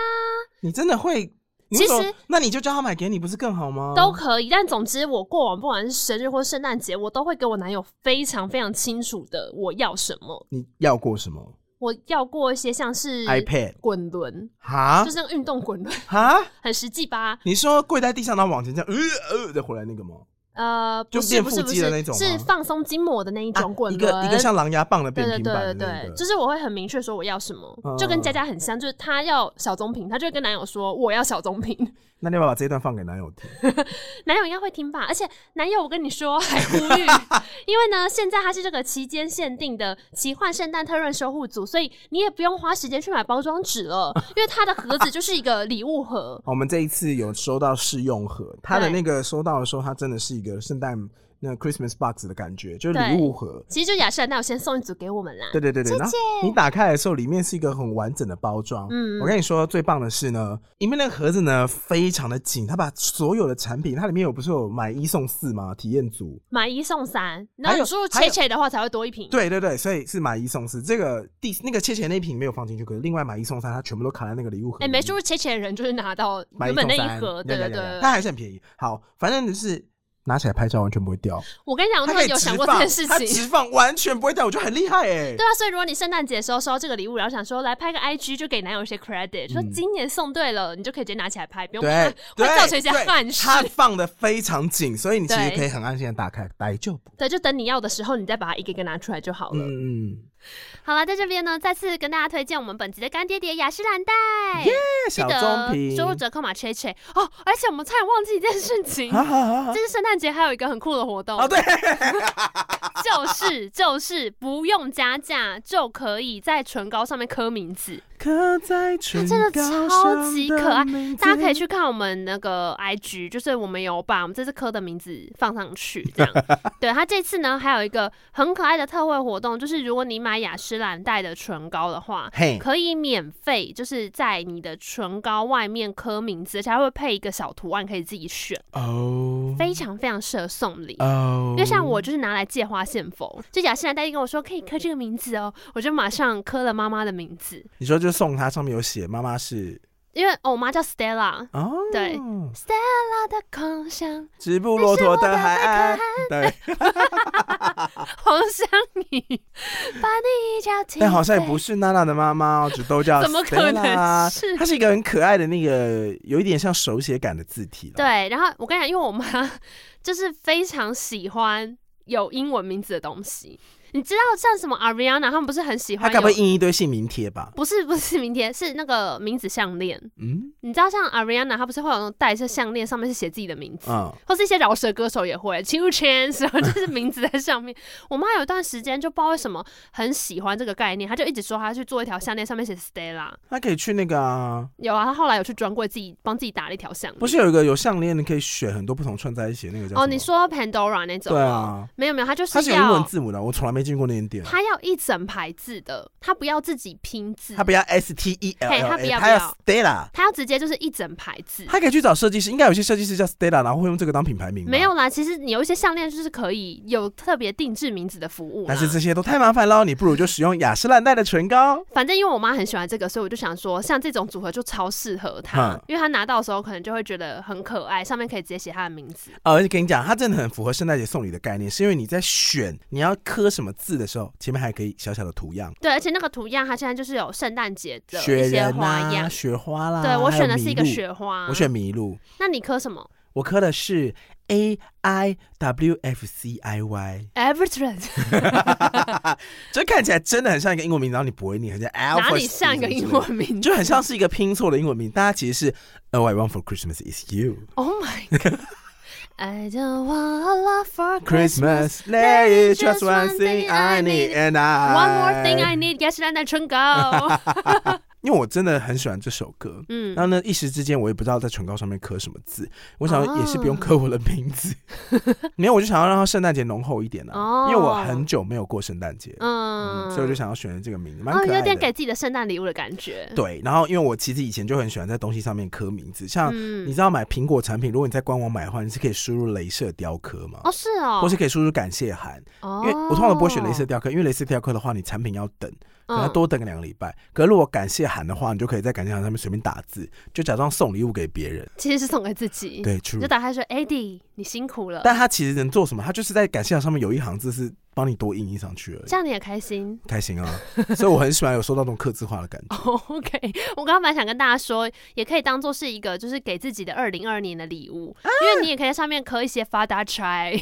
[SPEAKER 1] 你真的会？你
[SPEAKER 2] 其
[SPEAKER 1] 为什么
[SPEAKER 2] 实
[SPEAKER 1] 那你就叫他买给你，不是更好吗？
[SPEAKER 2] 都可以。但总之，我过往不管是生日或圣诞节，我都会给我男友非常非常清楚的我要什么。
[SPEAKER 1] 你要过什么
[SPEAKER 2] 我要过一些像是
[SPEAKER 1] iPad？啊
[SPEAKER 2] 滚轮，
[SPEAKER 1] 哈
[SPEAKER 2] 就是那个运动滚轮，
[SPEAKER 1] 哈，
[SPEAKER 2] 很实际吧？
[SPEAKER 1] 你说跪在地上，然后往前这样，呃呃，再回来那个吗？
[SPEAKER 2] 呃，
[SPEAKER 1] 就
[SPEAKER 2] 不是
[SPEAKER 1] 练
[SPEAKER 2] 不
[SPEAKER 1] 腹
[SPEAKER 2] 是不
[SPEAKER 1] 肌的那
[SPEAKER 2] 是，
[SPEAKER 1] 种
[SPEAKER 2] 是
[SPEAKER 1] 吗
[SPEAKER 2] 放松筋膜的那一种
[SPEAKER 1] 啊
[SPEAKER 2] 滚
[SPEAKER 1] 一
[SPEAKER 2] 轮、
[SPEAKER 1] 个一个像狼牙棒的
[SPEAKER 2] 对
[SPEAKER 1] 变
[SPEAKER 2] 对
[SPEAKER 1] 平板的
[SPEAKER 2] 对对
[SPEAKER 1] 那
[SPEAKER 2] 对，
[SPEAKER 1] 个，
[SPEAKER 2] 就是我会很明确说我要什么，
[SPEAKER 1] 嗯
[SPEAKER 2] 就跟佳佳很像，就是她要小棕瓶，她就会跟男友说我要小棕瓶，
[SPEAKER 1] 那你要不要把这一段放给男友听？
[SPEAKER 2] 男友应该会听吧？而且男友，我跟 你说还呼吁，因为呢，现在它是这个期间限定的奇幻圣诞特润修护组，所以你也不用花时间去买包装纸
[SPEAKER 1] 。
[SPEAKER 2] 了，因为它的盒子就是一个礼物盒
[SPEAKER 1] 我们这一次有收到试用盒，它的
[SPEAKER 2] 对
[SPEAKER 1] 那个收到的时候，它真的是一个圣诞那个 Christmas box 的感觉，就是
[SPEAKER 2] 对
[SPEAKER 1] 礼物盒。
[SPEAKER 2] 其实就雅诗兰黛有先送一组给我们啦，
[SPEAKER 1] 对对对对，然后你打开的时候，里面是一个很完整的包装。
[SPEAKER 2] 嗯
[SPEAKER 1] 我跟你说，最棒的是呢，里面那个盒子呢非常的紧，它把所有的产品，它里面有不是有买一送四吗？体验组，
[SPEAKER 2] 买一送三，
[SPEAKER 1] 还
[SPEAKER 2] 然后
[SPEAKER 1] 有
[SPEAKER 2] 你输入
[SPEAKER 1] 还有
[SPEAKER 2] “切切”的话才会多一瓶。
[SPEAKER 1] 对对对，所以是买一送四。这个第那个切切那一瓶没有放进去，可是另外买一送三，它全部都卡在那个礼物盒里
[SPEAKER 2] 哎、
[SPEAKER 1] 面。
[SPEAKER 2] 没输入切切的人就是拿到
[SPEAKER 1] 买
[SPEAKER 2] 原本
[SPEAKER 1] 送
[SPEAKER 2] 那
[SPEAKER 1] 三
[SPEAKER 2] 一盒，对
[SPEAKER 1] 呀
[SPEAKER 2] 对
[SPEAKER 1] 呀呀
[SPEAKER 2] 对。
[SPEAKER 1] 呀它还是很便宜。好，反正就是拿起来拍照完全不会掉，
[SPEAKER 2] 我跟你讲，我
[SPEAKER 1] 它
[SPEAKER 2] 那
[SPEAKER 1] 可
[SPEAKER 2] 时
[SPEAKER 1] 以
[SPEAKER 2] 候有想
[SPEAKER 1] 直
[SPEAKER 2] 过这
[SPEAKER 1] 放，
[SPEAKER 2] 件事
[SPEAKER 1] 它
[SPEAKER 2] 情，
[SPEAKER 1] 直放完全不会掉，我觉得很厉害哎、
[SPEAKER 2] 对啊，所以如果你圣诞节的时候收到这个礼物，然后想说哎来拍个 IG，就给男友一些 credit，、说今年送对了，你就可以直接拿起来拍，不用怕
[SPEAKER 1] 嗯对对，
[SPEAKER 2] 会造成一些
[SPEAKER 1] 对
[SPEAKER 2] 憾事。
[SPEAKER 1] 它放的非常紧，所以你其实
[SPEAKER 2] 对
[SPEAKER 1] 可以很安心的打开，逮就不。
[SPEAKER 2] 对，就等你要的时候，你再把它一个一个拿出来就好了。
[SPEAKER 1] 嗯嗯，
[SPEAKER 2] 好了，在这边呢，再次跟大家推荐我们本集的干爹爹雅诗兰黛，
[SPEAKER 1] 那
[SPEAKER 2] 记
[SPEAKER 1] 哎小棕
[SPEAKER 2] 得
[SPEAKER 1] 瓶，
[SPEAKER 2] 输入折扣码 c h e c h 哦。而且我们差点忘记一件事情，
[SPEAKER 1] 啊啊啊啊
[SPEAKER 2] 这！是圣诞节还有一个很酷的活动
[SPEAKER 1] 啊对，
[SPEAKER 2] 就是就是不用加价就可以在唇膏上面刻名字，
[SPEAKER 1] 刻在唇
[SPEAKER 2] 真的
[SPEAKER 1] 膏
[SPEAKER 2] 超级
[SPEAKER 1] 上的
[SPEAKER 2] 可爱
[SPEAKER 1] 名
[SPEAKER 2] 大家
[SPEAKER 1] 字
[SPEAKER 2] 可以去看我们那个 IG，就是我们有把我们这次科的名字放上去，这 样。对他这次呢，还有一个很可爱的特惠活动，就是如果你买雅诗兰黛的唇膏的话。
[SPEAKER 1] 嘿。
[SPEAKER 2] 可以免费，就是在你的唇膏外面刻名字，而且还会配一个小图案，可以自己选，
[SPEAKER 1] 哦
[SPEAKER 2] 非常非常适合送礼。
[SPEAKER 1] 哦，
[SPEAKER 2] 因为像我就是拿来借花献佛，就雅诗兰黛一跟我说可以刻这个名字哦，我就马上刻了妈妈的名字，
[SPEAKER 1] 你说就送他，上面有写妈妈是
[SPEAKER 2] 因为、哦我妈叫 Stella，
[SPEAKER 1] 哦，
[SPEAKER 2] 对，她的空想
[SPEAKER 1] 直布骆驼的海 岸，对，
[SPEAKER 2] 黄香你，把你一脚踢
[SPEAKER 1] 但好像也
[SPEAKER 2] 飞
[SPEAKER 1] 不是娜娜的妈妈哦，只都叫
[SPEAKER 2] 怎么可
[SPEAKER 1] Stella 啊
[SPEAKER 2] 能是
[SPEAKER 1] 它是一个很可爱的那个，有一点像手写感的字体了。
[SPEAKER 2] 对，然后我跟你讲，因为我妈就是非常喜欢有英文名字的东西，你知道像什么 Ariana，他们不是很喜
[SPEAKER 1] 它
[SPEAKER 2] 欢
[SPEAKER 1] 该
[SPEAKER 2] 有
[SPEAKER 1] 不会印一堆姓名贴吧？
[SPEAKER 2] 不是不是名贴，是那个名字项链。
[SPEAKER 1] 嗯
[SPEAKER 2] 你知道像 Ariana，她不是会有那种戴一些项链，上面是写自己的名字，
[SPEAKER 1] 嗯，
[SPEAKER 2] 或是一些饶舌歌手也会 Two Chains，然后就是名字在上面。 我妈有一段时间就不知道为什么很喜欢这个概念，她就一直说她去做一条项链，上面写 Stella。
[SPEAKER 1] 它可以去那个啊，
[SPEAKER 2] 有啊，她后来有去专柜自己帮自己打了一条项链。
[SPEAKER 1] 不是有一个有项链，你可以选很多不同串在一起的那个叫
[SPEAKER 2] 哦，
[SPEAKER 1] 什
[SPEAKER 2] 你
[SPEAKER 1] 么
[SPEAKER 2] 说 Pandora 那种？
[SPEAKER 1] 对。啊，
[SPEAKER 2] 没有没有，他就
[SPEAKER 1] 它是
[SPEAKER 2] 是
[SPEAKER 1] 有英文
[SPEAKER 2] 要
[SPEAKER 1] 字母的，我从来没进过那间店。
[SPEAKER 2] 他要一整排字的，他不要自己拼字，
[SPEAKER 1] 它不要 S T E L
[SPEAKER 2] 嘿
[SPEAKER 1] L，
[SPEAKER 2] 它不
[SPEAKER 1] A，
[SPEAKER 2] 要
[SPEAKER 1] 它要 Stella，
[SPEAKER 2] 他要直接就是一整排字。
[SPEAKER 1] 它可以去找设计师，应该有些设计师叫 Stella，然后会用这个当品牌名。
[SPEAKER 2] 没有，啦，其实你有一些项链就是可以有特别定制名字的服务啦
[SPEAKER 1] 但是这些都太麻烦喽，你不如就使用雅诗兰黛的唇膏。
[SPEAKER 2] 反正因为我妈很喜欢这个，所以我就想说，像这种组合就超适合她
[SPEAKER 1] 嗯，
[SPEAKER 2] 因为她拿到的时候可能就会觉得很可爱，上面可以直接写她的名字。
[SPEAKER 1] 哦，而且跟你讲，它真的很符合圣诞节送礼的概念，是因为你在选你要刻什么字的时候，前面还可以小小的图样，
[SPEAKER 2] 对，而且那个图样，它现在就是有圣诞节的
[SPEAKER 1] 雪
[SPEAKER 2] 一些
[SPEAKER 1] 人
[SPEAKER 2] 花
[SPEAKER 1] 啊、
[SPEAKER 2] 样。
[SPEAKER 1] 雪花啦。
[SPEAKER 2] 对我
[SPEAKER 1] 还有
[SPEAKER 2] 选的是一个
[SPEAKER 1] 麋鹿，
[SPEAKER 2] 雪花，
[SPEAKER 1] 我选。麋鹿，
[SPEAKER 2] 那你刻什么
[SPEAKER 1] 我刻的是 A I W F C I Y，
[SPEAKER 2] ？Everton
[SPEAKER 1] 这看起来真的很像一个英文名，然后你不会念，很像 Alpha，
[SPEAKER 2] 哪里像一个英？文名字？
[SPEAKER 1] 就很像是一个拼错的英文名，大家其实是 All I want for Christmas is you,
[SPEAKER 2] Oh my god. I don't want a lot for
[SPEAKER 1] Christmas.
[SPEAKER 2] Christmas.
[SPEAKER 1] There is just one thing I need, and I
[SPEAKER 2] One more thing I need. Yes, 兰黛唇膏。
[SPEAKER 1] 因为我真的很喜欢这首歌。
[SPEAKER 2] 嗯
[SPEAKER 1] 然，后呢，一时之间我也不知道在唇膏上面刻什么字，我想也是不用刻我的名字， 没有，我就想要让它圣诞节浓厚一点
[SPEAKER 2] 哦
[SPEAKER 1] 啊，因为我很久没有过圣诞节了，嗯，
[SPEAKER 2] 嗯，
[SPEAKER 1] 所以我就想要选了这个名字，蛮
[SPEAKER 2] 哦，
[SPEAKER 1] 可
[SPEAKER 2] 有
[SPEAKER 1] 爱
[SPEAKER 2] 点
[SPEAKER 1] 的
[SPEAKER 2] 给。自己的圣诞礼物的感觉。
[SPEAKER 1] 对，然后因为我其实以前就很喜欢在东西上面刻名字，像
[SPEAKER 2] 嗯
[SPEAKER 1] 啊你知道买苹果产品，如果你在官网买的话，你是可以输入镭射雕刻嘛，
[SPEAKER 2] 哦，是哦，
[SPEAKER 1] 或是可以输入感谢函，
[SPEAKER 2] 哦，
[SPEAKER 1] 因为我通常都不会选镭射雕刻，因为镭射雕刻的话，你产品要等，可能要
[SPEAKER 2] 嗯，
[SPEAKER 1] 多等个两个礼拜。可是如果感谢函的话，你就可以在感谢函上面随便打字，就假装送礼物给别人。
[SPEAKER 2] 其实是送给自己，
[SPEAKER 1] 对
[SPEAKER 2] 就
[SPEAKER 1] ，true。
[SPEAKER 2] 打开说，Eddie，你辛苦了，
[SPEAKER 1] 但他其实能做什么？他就是在感谢函上面有一行字是帮你多印印上去而已
[SPEAKER 2] 这，样你也开心。
[SPEAKER 1] 开心啊！所以我很喜欢有收到那种刻字化的感觉。
[SPEAKER 2] 哦 OK，我刚刚蛮想跟大家说，也可以当做是一个就是给自己的二零二年的礼物，
[SPEAKER 1] 啊
[SPEAKER 2] 因为你也可以在上面刻一些发达 try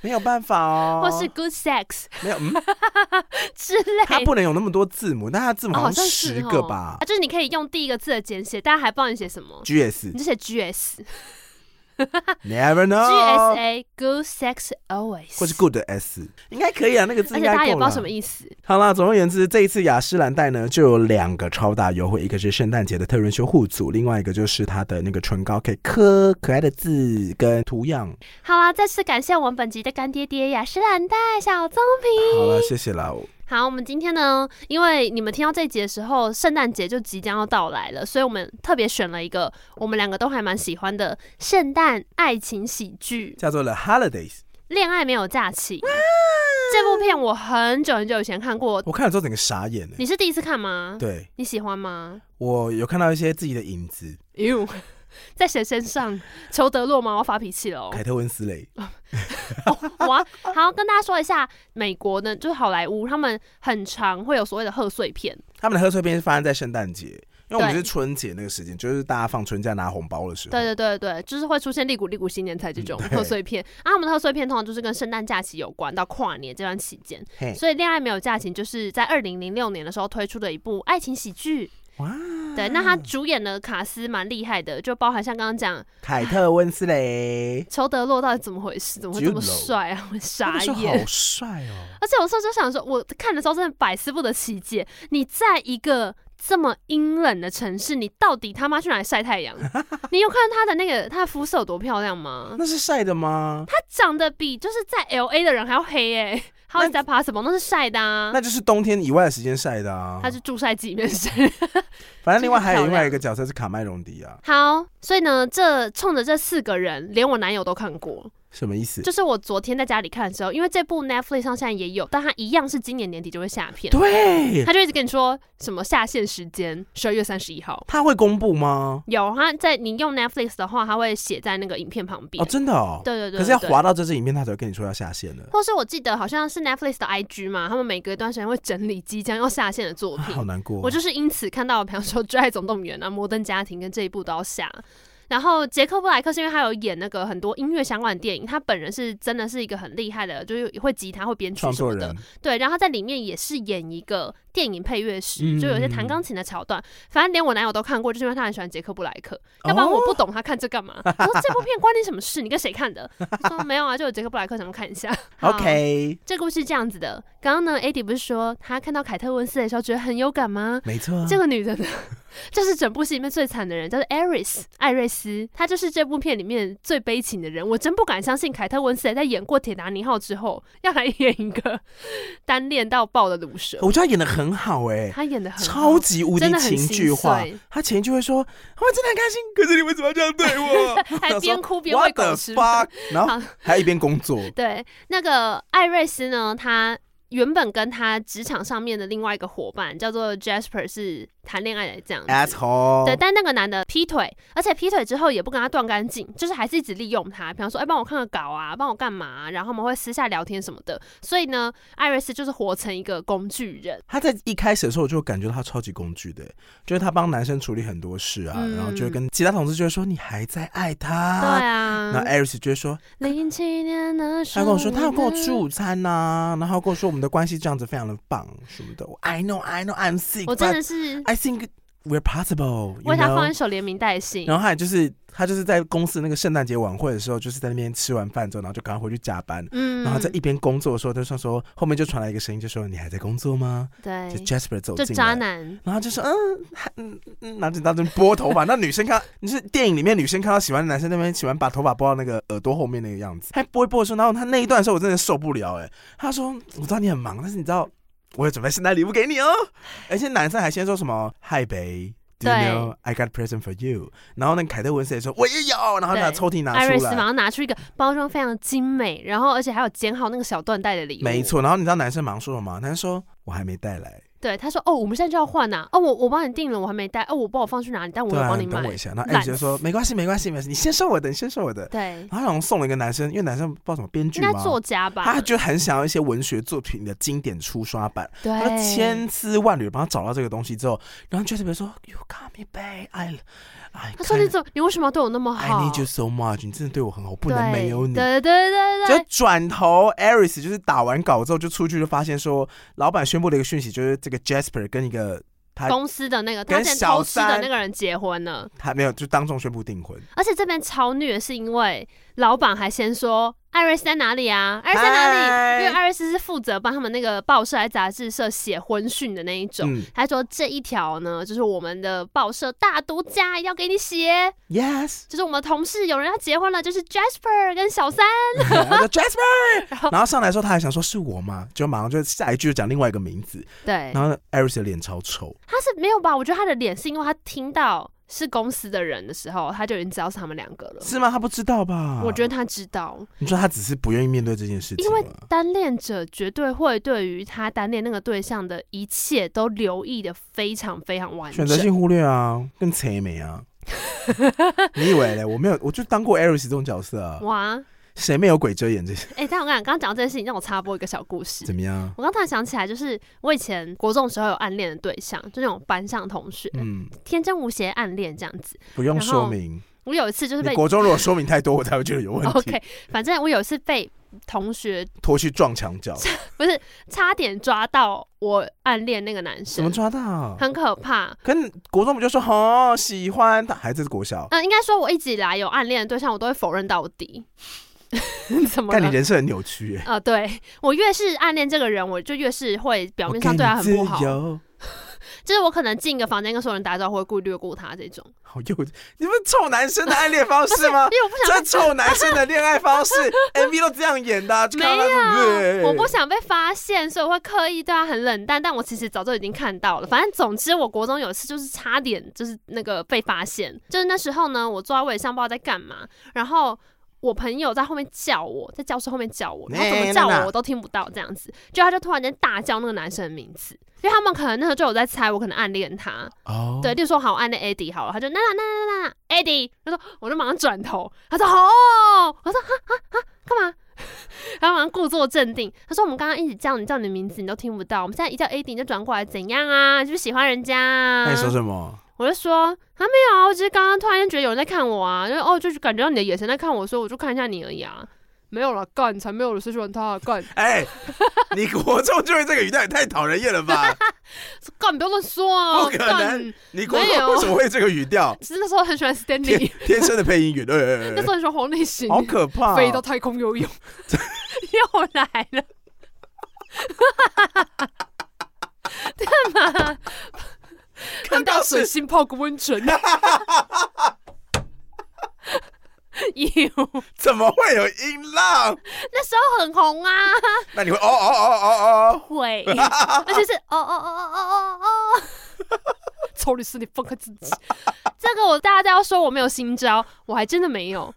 [SPEAKER 1] 没有办法哦，
[SPEAKER 2] 或是 good sex
[SPEAKER 1] 没有，嗯，
[SPEAKER 2] 之类
[SPEAKER 1] 他
[SPEAKER 2] 的。
[SPEAKER 1] 不能有那么多字母，但他字母
[SPEAKER 2] 哦
[SPEAKER 1] 好
[SPEAKER 2] 好像
[SPEAKER 1] 像
[SPEAKER 2] 是
[SPEAKER 1] 十
[SPEAKER 2] 哦
[SPEAKER 1] 个吧
[SPEAKER 2] 啊，就是你可以用第一个字的简写，大家还不知道你写什么，
[SPEAKER 1] ？GS
[SPEAKER 2] 你就写 GS、
[SPEAKER 1] Never Know，
[SPEAKER 2] GSA Good Sex Always，
[SPEAKER 1] 哦或是 Good 的 S，应该可以啊，那个字
[SPEAKER 2] 而
[SPEAKER 1] 应
[SPEAKER 2] 且
[SPEAKER 1] 该
[SPEAKER 2] 大家也
[SPEAKER 1] 够
[SPEAKER 2] 不知道
[SPEAKER 1] 了
[SPEAKER 2] 什。么意思。
[SPEAKER 1] 好啦，总而言之，这一次雅诗兰黛呢就有两个超大优惠，一个是圣诞节的特润修护组，另外一个就是它的那个唇膏可以刻可爱的字跟图样。
[SPEAKER 2] 好啦，再次感谢我们本集的干爹爹雅诗兰黛小棕瓶。
[SPEAKER 1] 好了，谢谢啦。我
[SPEAKER 2] 好，我们今天呢，因为你们听到这一集的时候，圣诞节就即将要到来了，所以我们特别选了一个我们两个都还蛮喜欢的圣诞爱情喜剧
[SPEAKER 1] 叫做 The Holidays，
[SPEAKER 2] 《恋爱没有假期》。这部片我很久很久以前看过，
[SPEAKER 1] 我看了之后整个傻眼呢、
[SPEAKER 2] 你是第一次看吗？
[SPEAKER 1] 对
[SPEAKER 2] 你喜欢吗？
[SPEAKER 1] 我有看到一些自己的影子，
[SPEAKER 2] 哟， 在谁身上？裘德洛吗？我要发脾气了、哦。
[SPEAKER 1] 凯特温斯雷。
[SPEAKER 2] 哇，好，跟大家说一下，美国呢，就是好莱坞，他们很常会有所谓的贺岁片，
[SPEAKER 1] 他们的贺岁片是发生在圣诞节，因为我们
[SPEAKER 2] 对
[SPEAKER 1] 是春节那个时间，就是大家放春假拿红包的时候。
[SPEAKER 2] 对对对对，就是会出现利古利古新年才这种
[SPEAKER 1] 嗯对
[SPEAKER 2] 贺岁片。啊，他们的贺岁片通常就是跟圣诞假期有关，到跨年这段期间。
[SPEAKER 1] 嘿
[SPEAKER 2] 所以《恋爱没有假期》就是在二零零六年的时候推出的一部爱情喜剧。
[SPEAKER 1] 哇，
[SPEAKER 2] 对，那
[SPEAKER 1] 嗯
[SPEAKER 2] 他主演的卡斯蛮厉害的，就包含像刚刚讲
[SPEAKER 1] 凯特温斯雷，
[SPEAKER 2] 裘德洛到底怎么回事，怎么会这么
[SPEAKER 1] Jude Law
[SPEAKER 2] 帅啊？我 傻
[SPEAKER 1] 他说
[SPEAKER 2] 眼
[SPEAKER 1] 好。帅哦。
[SPEAKER 2] 而且我那时候就想说，我看的时候真的百思不得其解，你在一个这么阴冷的城市，你到底他妈去哪里晒太阳？ 你有看到他的那个他的肤色有多漂亮吗？
[SPEAKER 1] 那是晒的吗？
[SPEAKER 2] 他长得比就是在 L A 的人还要黑哎、还有你在 Possible 那是晒的啊
[SPEAKER 1] 那，就是冬天以外的时间晒的啊。
[SPEAKER 2] 他是助晒剂里面晒。
[SPEAKER 1] 反正另外还有
[SPEAKER 2] 就是漂亮
[SPEAKER 1] 另外一个角色是卡麦隆迪啊，
[SPEAKER 2] 好，所以呢，这冲着这四个人，连我男友都看过。
[SPEAKER 1] 什么意思？
[SPEAKER 2] 就是我昨天在家里看的时候，因为这部 Netflix 上现在也有，但它一样是今年年底就会下片，
[SPEAKER 1] 对，
[SPEAKER 2] 他就一直跟你说什么下线时间十二月三十一号。
[SPEAKER 1] 他会公布吗？
[SPEAKER 2] 有，它在你用 Netflix 的话，它会写在那个影片旁边。
[SPEAKER 1] 哦，真的哦。
[SPEAKER 2] 对对对对
[SPEAKER 1] 可是要
[SPEAKER 2] 对
[SPEAKER 1] 滑到这支影片，他才会跟你说要下线了，
[SPEAKER 2] 或是我记得好像是 Netflix 的 IG 嘛，他们每隔一段时间会整理即将要下线的作
[SPEAKER 1] 啊
[SPEAKER 2] 品。
[SPEAKER 1] 好难过。
[SPEAKER 2] 我就是因此看到，比方说《追爱总动员》啊，《摩登家庭》跟这一部都要下。然后杰克布莱克是因为他有演那个很多音乐相关的电影，他本人是真的是一个很厉害的，就是会吉他、会编曲
[SPEAKER 1] 创
[SPEAKER 2] 什
[SPEAKER 1] 作
[SPEAKER 2] 么的
[SPEAKER 1] 人。，
[SPEAKER 2] 对，然后他在里面也是演一个电影配乐师，
[SPEAKER 1] 嗯
[SPEAKER 2] 就有一些弹钢琴的桥段。反正连我男友都看过，就是因为他很喜欢杰克布莱克，要不然
[SPEAKER 1] 哦
[SPEAKER 2] 我不懂他看这干嘛。我说这部片关你什么事？你跟谁看的？他说没有啊，就有杰克布莱克想看一下。好
[SPEAKER 1] OK，
[SPEAKER 2] 这故事是这样子的，刚刚呢，AD 不是说他看到凯特温斯的时候觉得很有感吗？
[SPEAKER 1] 没错啊。
[SPEAKER 2] 这个女的呢， 就是整部戏里面最惨的人，叫做 Iris 艾瑞斯，她就是这部片里面最悲情的人。我真不敢相信凯特温斯莱在演过《铁达尼号》之后，要来演一个单恋到爆的毒蛇。
[SPEAKER 1] 我觉得他演的很好哎，
[SPEAKER 2] 她演的很好
[SPEAKER 1] 超级无敌
[SPEAKER 2] 真的很
[SPEAKER 1] 情绪化
[SPEAKER 2] 心碎。
[SPEAKER 1] 他前一句会说：“我真的很开心，可是你为什么要这样对 我？”
[SPEAKER 2] 还边哭边喂狗吃
[SPEAKER 1] What the fuck？然后还一边工作。
[SPEAKER 2] 对，那个艾瑞斯呢，她原本跟她职场上面的另外一个伙伴叫做 Jasper 是谈恋爱的这样子。
[SPEAKER 1] asshole，
[SPEAKER 2] 对，但那个男的劈腿，而且劈腿之后也不跟他断干净，就是还是一直利用他，比方说，哎、帮我看个稿啊，帮我干嘛啊、然后他们会私下聊天什么的。所以呢，艾瑞斯就是活成一个工具人。
[SPEAKER 1] 他在一开始的时候，我就感觉到他超级工具的，就是他帮男生处理很多事啊，
[SPEAKER 2] 嗯
[SPEAKER 1] 然后就会跟其他同事就会说你还在爱
[SPEAKER 2] 对
[SPEAKER 1] 他。那
[SPEAKER 2] 啊，
[SPEAKER 1] 艾瑞斯就会说，
[SPEAKER 2] 零七年的时
[SPEAKER 1] 他
[SPEAKER 2] 候，
[SPEAKER 1] 跟我说他要跟我吃午餐
[SPEAKER 2] 嗯
[SPEAKER 1] 呐、然后跟我说我们的关系这样子非常的棒什么的。我 I know, I know, I'm sick,
[SPEAKER 2] 我真
[SPEAKER 1] but
[SPEAKER 2] 的是
[SPEAKER 1] I think where possible，
[SPEAKER 2] 为他放一
[SPEAKER 1] you know？
[SPEAKER 2] 首联名带信
[SPEAKER 1] 然，后还就是他就是在公司那个圣诞节晚会的时候，就是在那边吃完饭之后，然后就赶快回去加班。
[SPEAKER 2] 嗯
[SPEAKER 1] 然后在一边工作的时候，就说说后面就传来一个声音，就说你还在工作吗？就
[SPEAKER 2] 对，
[SPEAKER 1] Jasper 走
[SPEAKER 2] 就
[SPEAKER 1] 进
[SPEAKER 2] 渣
[SPEAKER 1] 来，
[SPEAKER 2] 男，
[SPEAKER 1] 然后就说嗯还嗯嗯，拿着当针拨头发。那女生看，你是电影里面女生看到喜欢的男生那边喜欢把头发拨到那个耳朵后面那个样子，还拨一拨的时候，然后他那一段的时候我真的受不了哎、他说我知道你很忙，但是你知道我有准备圣诞礼物给你哦，而且男生还先说什么嗨呗。Do you
[SPEAKER 2] 对
[SPEAKER 1] know I got a present for you？然后那个凯特温斯也说我也有，然后
[SPEAKER 2] 对
[SPEAKER 1] 拿抽屉拿
[SPEAKER 2] 艾
[SPEAKER 1] 出
[SPEAKER 2] 瑞斯马
[SPEAKER 1] 来，
[SPEAKER 2] 上拿出一个包装非常精美，然后而且还有剪好那个小缎带的礼物，
[SPEAKER 1] 没，错。然后你知道男生忙说什么吗？男生说我还没带来，
[SPEAKER 2] 对，他说哦，我们现在就要换呐，哦，我我帮你订了，我还没带，哦，我不知道我放去哪里，但我
[SPEAKER 1] 对
[SPEAKER 2] 有
[SPEAKER 1] 啊，
[SPEAKER 2] 帮
[SPEAKER 1] 你
[SPEAKER 2] 买
[SPEAKER 1] 等我，一下。然后艾
[SPEAKER 2] 懒
[SPEAKER 1] e 就说没关系，没关系，没关系，你先收我的，你先收我的。
[SPEAKER 2] 对，
[SPEAKER 1] 然后他好像送了一个男生，因为男生不知道什么编剧
[SPEAKER 2] 应
[SPEAKER 1] 嘛
[SPEAKER 2] 该，作家吧
[SPEAKER 1] 他，就很想要一些文学作品的经典初刷版，他就千
[SPEAKER 2] 对，
[SPEAKER 1] 丝万缕地帮他找到这个东西之后，然后 Jasper 说：“You got me, babe. I, I,
[SPEAKER 2] 他说你
[SPEAKER 1] kinda-
[SPEAKER 2] 怎么，你为什么要对我那么
[SPEAKER 1] I
[SPEAKER 2] 好
[SPEAKER 1] need you so much. 哎你真的对我很好，我不
[SPEAKER 2] 对
[SPEAKER 1] 能没有你。”
[SPEAKER 2] 对对对
[SPEAKER 1] 就
[SPEAKER 2] 对对，
[SPEAKER 1] 转头，Aris 就是打完稿之后就出去，就发现说，老板宣布了一个讯息，就是这个 Jasper 跟一个他
[SPEAKER 2] 公司的那个他
[SPEAKER 1] 啊跟
[SPEAKER 2] 之前
[SPEAKER 1] 小
[SPEAKER 2] 偷吃的
[SPEAKER 1] 三
[SPEAKER 2] 那个人结婚了，
[SPEAKER 1] 他没有，就当众宣布订婚。
[SPEAKER 2] 而且这边超虐，是因为老板还先说艾瑞斯在哪里啊？艾瑞斯在哪
[SPEAKER 1] 嗨
[SPEAKER 2] 里？因为艾瑞斯是负责帮他们那个报社还杂志社写婚讯的那一种。
[SPEAKER 1] 嗯
[SPEAKER 2] 他说这一条呢，就是我们的报社大独家，要给你写。
[SPEAKER 1] ，Yes，
[SPEAKER 2] 就是我们的同事有人要结婚了，就是 Jasper 跟小三。
[SPEAKER 1] 他说 Jasper，
[SPEAKER 2] 然后
[SPEAKER 1] 然后上来的时候他还想说是我吗？就马上就下一句就讲另外一个名字，
[SPEAKER 2] 对，
[SPEAKER 1] 然后 Iris 的脸超臭，
[SPEAKER 2] 他是没有吧？我觉得他的脸是因为他听到是公司的人的时候，他就已经知道是他们两个了。
[SPEAKER 1] 是吗？他不知道吧？
[SPEAKER 2] 我觉
[SPEAKER 1] 得
[SPEAKER 2] 得他知道，
[SPEAKER 1] 你说他只是不愿意面对这件事情
[SPEAKER 2] 因为
[SPEAKER 1] 吗
[SPEAKER 2] 单恋者绝对会对于他单恋那个对象的一切都留意的非常非常完
[SPEAKER 1] 选
[SPEAKER 2] 整。
[SPEAKER 1] 择性忽略啊，更催眉 啊。你以为嘞？我没有，我就当过 Iris 这种角色啊，
[SPEAKER 2] 哇，
[SPEAKER 1] 谁没有鬼遮眼这些？
[SPEAKER 2] 哎、但我跟你讲，刚刚讲到这件事情，让我插播一个小故事
[SPEAKER 1] 怎。么样？
[SPEAKER 2] 我刚突然想起来，就是我以前国中的时候有暗恋的对象，就那种班上同学，
[SPEAKER 1] 嗯，
[SPEAKER 2] 天真无邪暗恋这样子。
[SPEAKER 1] 不用
[SPEAKER 2] 然后
[SPEAKER 1] 说明。
[SPEAKER 2] 我有一次就是
[SPEAKER 1] 你
[SPEAKER 2] 被
[SPEAKER 1] 国中如果说明太多，我才会觉得有问题
[SPEAKER 2] OK，反正我有一次被同学
[SPEAKER 1] 拖去撞墙角，
[SPEAKER 2] 差点抓到我暗恋那个男
[SPEAKER 1] 怎么
[SPEAKER 2] 生，
[SPEAKER 1] 抓到？
[SPEAKER 2] 很可怕。
[SPEAKER 1] 可是国中不就说哦喜欢，他还在国小，
[SPEAKER 2] 嗯，应该说我一直以来有暗恋的对象，我都会否认到底。 怎么
[SPEAKER 1] 但你
[SPEAKER 2] 了？
[SPEAKER 1] 人设很扭曲耶。
[SPEAKER 2] 啊、对我越是暗恋这个人，我就越是会表面上对他很
[SPEAKER 1] 我
[SPEAKER 2] 不好
[SPEAKER 1] 给你自，由
[SPEAKER 2] 就是我可能进一个房间跟所有人打招呼，会故意略过他这种，
[SPEAKER 1] 好幼稚！你们臭男生的暗恋方式吗
[SPEAKER 2] 因？为我不想
[SPEAKER 1] 这
[SPEAKER 2] 被
[SPEAKER 1] 臭男生的恋爱方式 ，MV 都这样演的啊、就
[SPEAKER 2] 没
[SPEAKER 1] 看到他是
[SPEAKER 2] 有，我不想被发现，所以我会刻意对他很冷淡，但我其实早就已经看到了。反正总之，我国中有一次就是差点就是那个被发现，就是那时候呢，我坐在位上不知道在干嘛，然后。我朋友在后面叫我，在教室后面叫我，然后怎么叫
[SPEAKER 1] 哎娜娜
[SPEAKER 2] 我我都听不到，这样子，就他就突然间大叫那个男生的名字，因为他们可能那时候就有在猜我可能暗恋他，
[SPEAKER 1] 哦
[SPEAKER 2] 对，，例如说好，我按那 Eddie 好了，他就那那那那那 Eddie，他说我就马上转头，他说哦，我说哈哈哈，干嘛？ 他马上故作镇定，他说我们刚刚一直叫你叫你的名字，你都听不到，我们现在一叫 Eddie 你就转过来，怎样啊？是不是喜欢人家、啊
[SPEAKER 1] 那你？说什么？
[SPEAKER 2] 我就说啊没有啊，我只是刚刚突然间觉得有人在看我啊，就哦就是感觉到你的眼神在看我，所以我就看一下你而已啊。没有了，干才没有了，谁喜欢他、啊？干
[SPEAKER 1] 哎，你国中就会这个语调也太讨人厌了 吧？
[SPEAKER 2] 干，不要乱说啊！
[SPEAKER 1] 不可
[SPEAKER 2] 干
[SPEAKER 1] 能，你国中
[SPEAKER 2] 没有
[SPEAKER 1] 为什么会这个语 调？
[SPEAKER 2] 其实那时候很喜欢
[SPEAKER 1] 天
[SPEAKER 2] Stanley，
[SPEAKER 1] 天生的配音员，哎哎
[SPEAKER 2] 那时候很喜欢黄立行
[SPEAKER 1] 哎，好可怕、
[SPEAKER 2] 飞到太空游泳，哦 又来了。干
[SPEAKER 1] 看
[SPEAKER 2] 嘛？看
[SPEAKER 1] 到
[SPEAKER 2] 到
[SPEAKER 1] 水
[SPEAKER 2] 水星泡个温 泉。哟，
[SPEAKER 1] 怎么会有音浪？
[SPEAKER 2] 那时候很红啊，
[SPEAKER 1] 那你会哦哦哦哦
[SPEAKER 2] 会， 而且是哦哦哦哦哦哦哦，丑女是你放开自己。这个我大家都要说我没有新招，我还真的没有，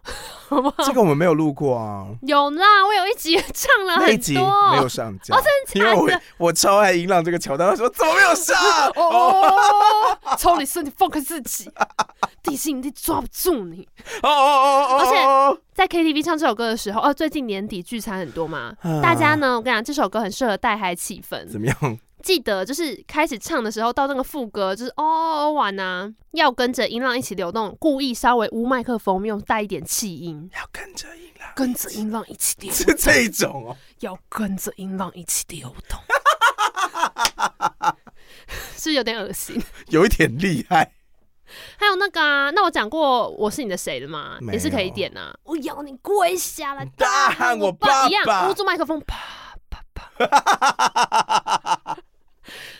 [SPEAKER 2] 好不
[SPEAKER 1] 哦，这
[SPEAKER 2] 好？
[SPEAKER 1] 个我们没有录过啊，
[SPEAKER 2] 有啦，我有一集唱了
[SPEAKER 1] 那一
[SPEAKER 2] 啊很
[SPEAKER 1] 集
[SPEAKER 2] 多，哦
[SPEAKER 1] 没有上架，
[SPEAKER 2] 真
[SPEAKER 1] 因
[SPEAKER 2] 的
[SPEAKER 1] 为
[SPEAKER 2] 假的
[SPEAKER 1] 我？我超爱音浪这个桥段，他说怎么没有 上？哦
[SPEAKER 2] 哦，抽你身体放开自 己，地心引力抓不住你。
[SPEAKER 1] 哦哦哦哦，
[SPEAKER 2] 而在 KTV 唱这首歌的时候，哦，最近年底聚餐很多嘛，
[SPEAKER 1] 啊
[SPEAKER 2] 大家呢，我跟你讲，这首歌很适合带嗨气氛。
[SPEAKER 1] 怎么样？
[SPEAKER 2] 记得就是开始唱的时候，到那个副歌就是哦哦哦哇呐，要跟着音浪一起流动，故意稍微捂麦克风，用带一点气音，
[SPEAKER 1] 要跟着音浪，
[SPEAKER 2] 跟着音浪一起流
[SPEAKER 1] 是 这一种哦。
[SPEAKER 2] 要跟着音浪一起流动。是不是有点恶心？
[SPEAKER 1] 有一点厉害。
[SPEAKER 2] 还有那个啊，那我讲过我是你的谁的吗？
[SPEAKER 1] 没有
[SPEAKER 2] 也是可以点啊。我要你跪下来，
[SPEAKER 1] 大喊我爸爸
[SPEAKER 2] 一样，捂住麦克风，啪啪啪。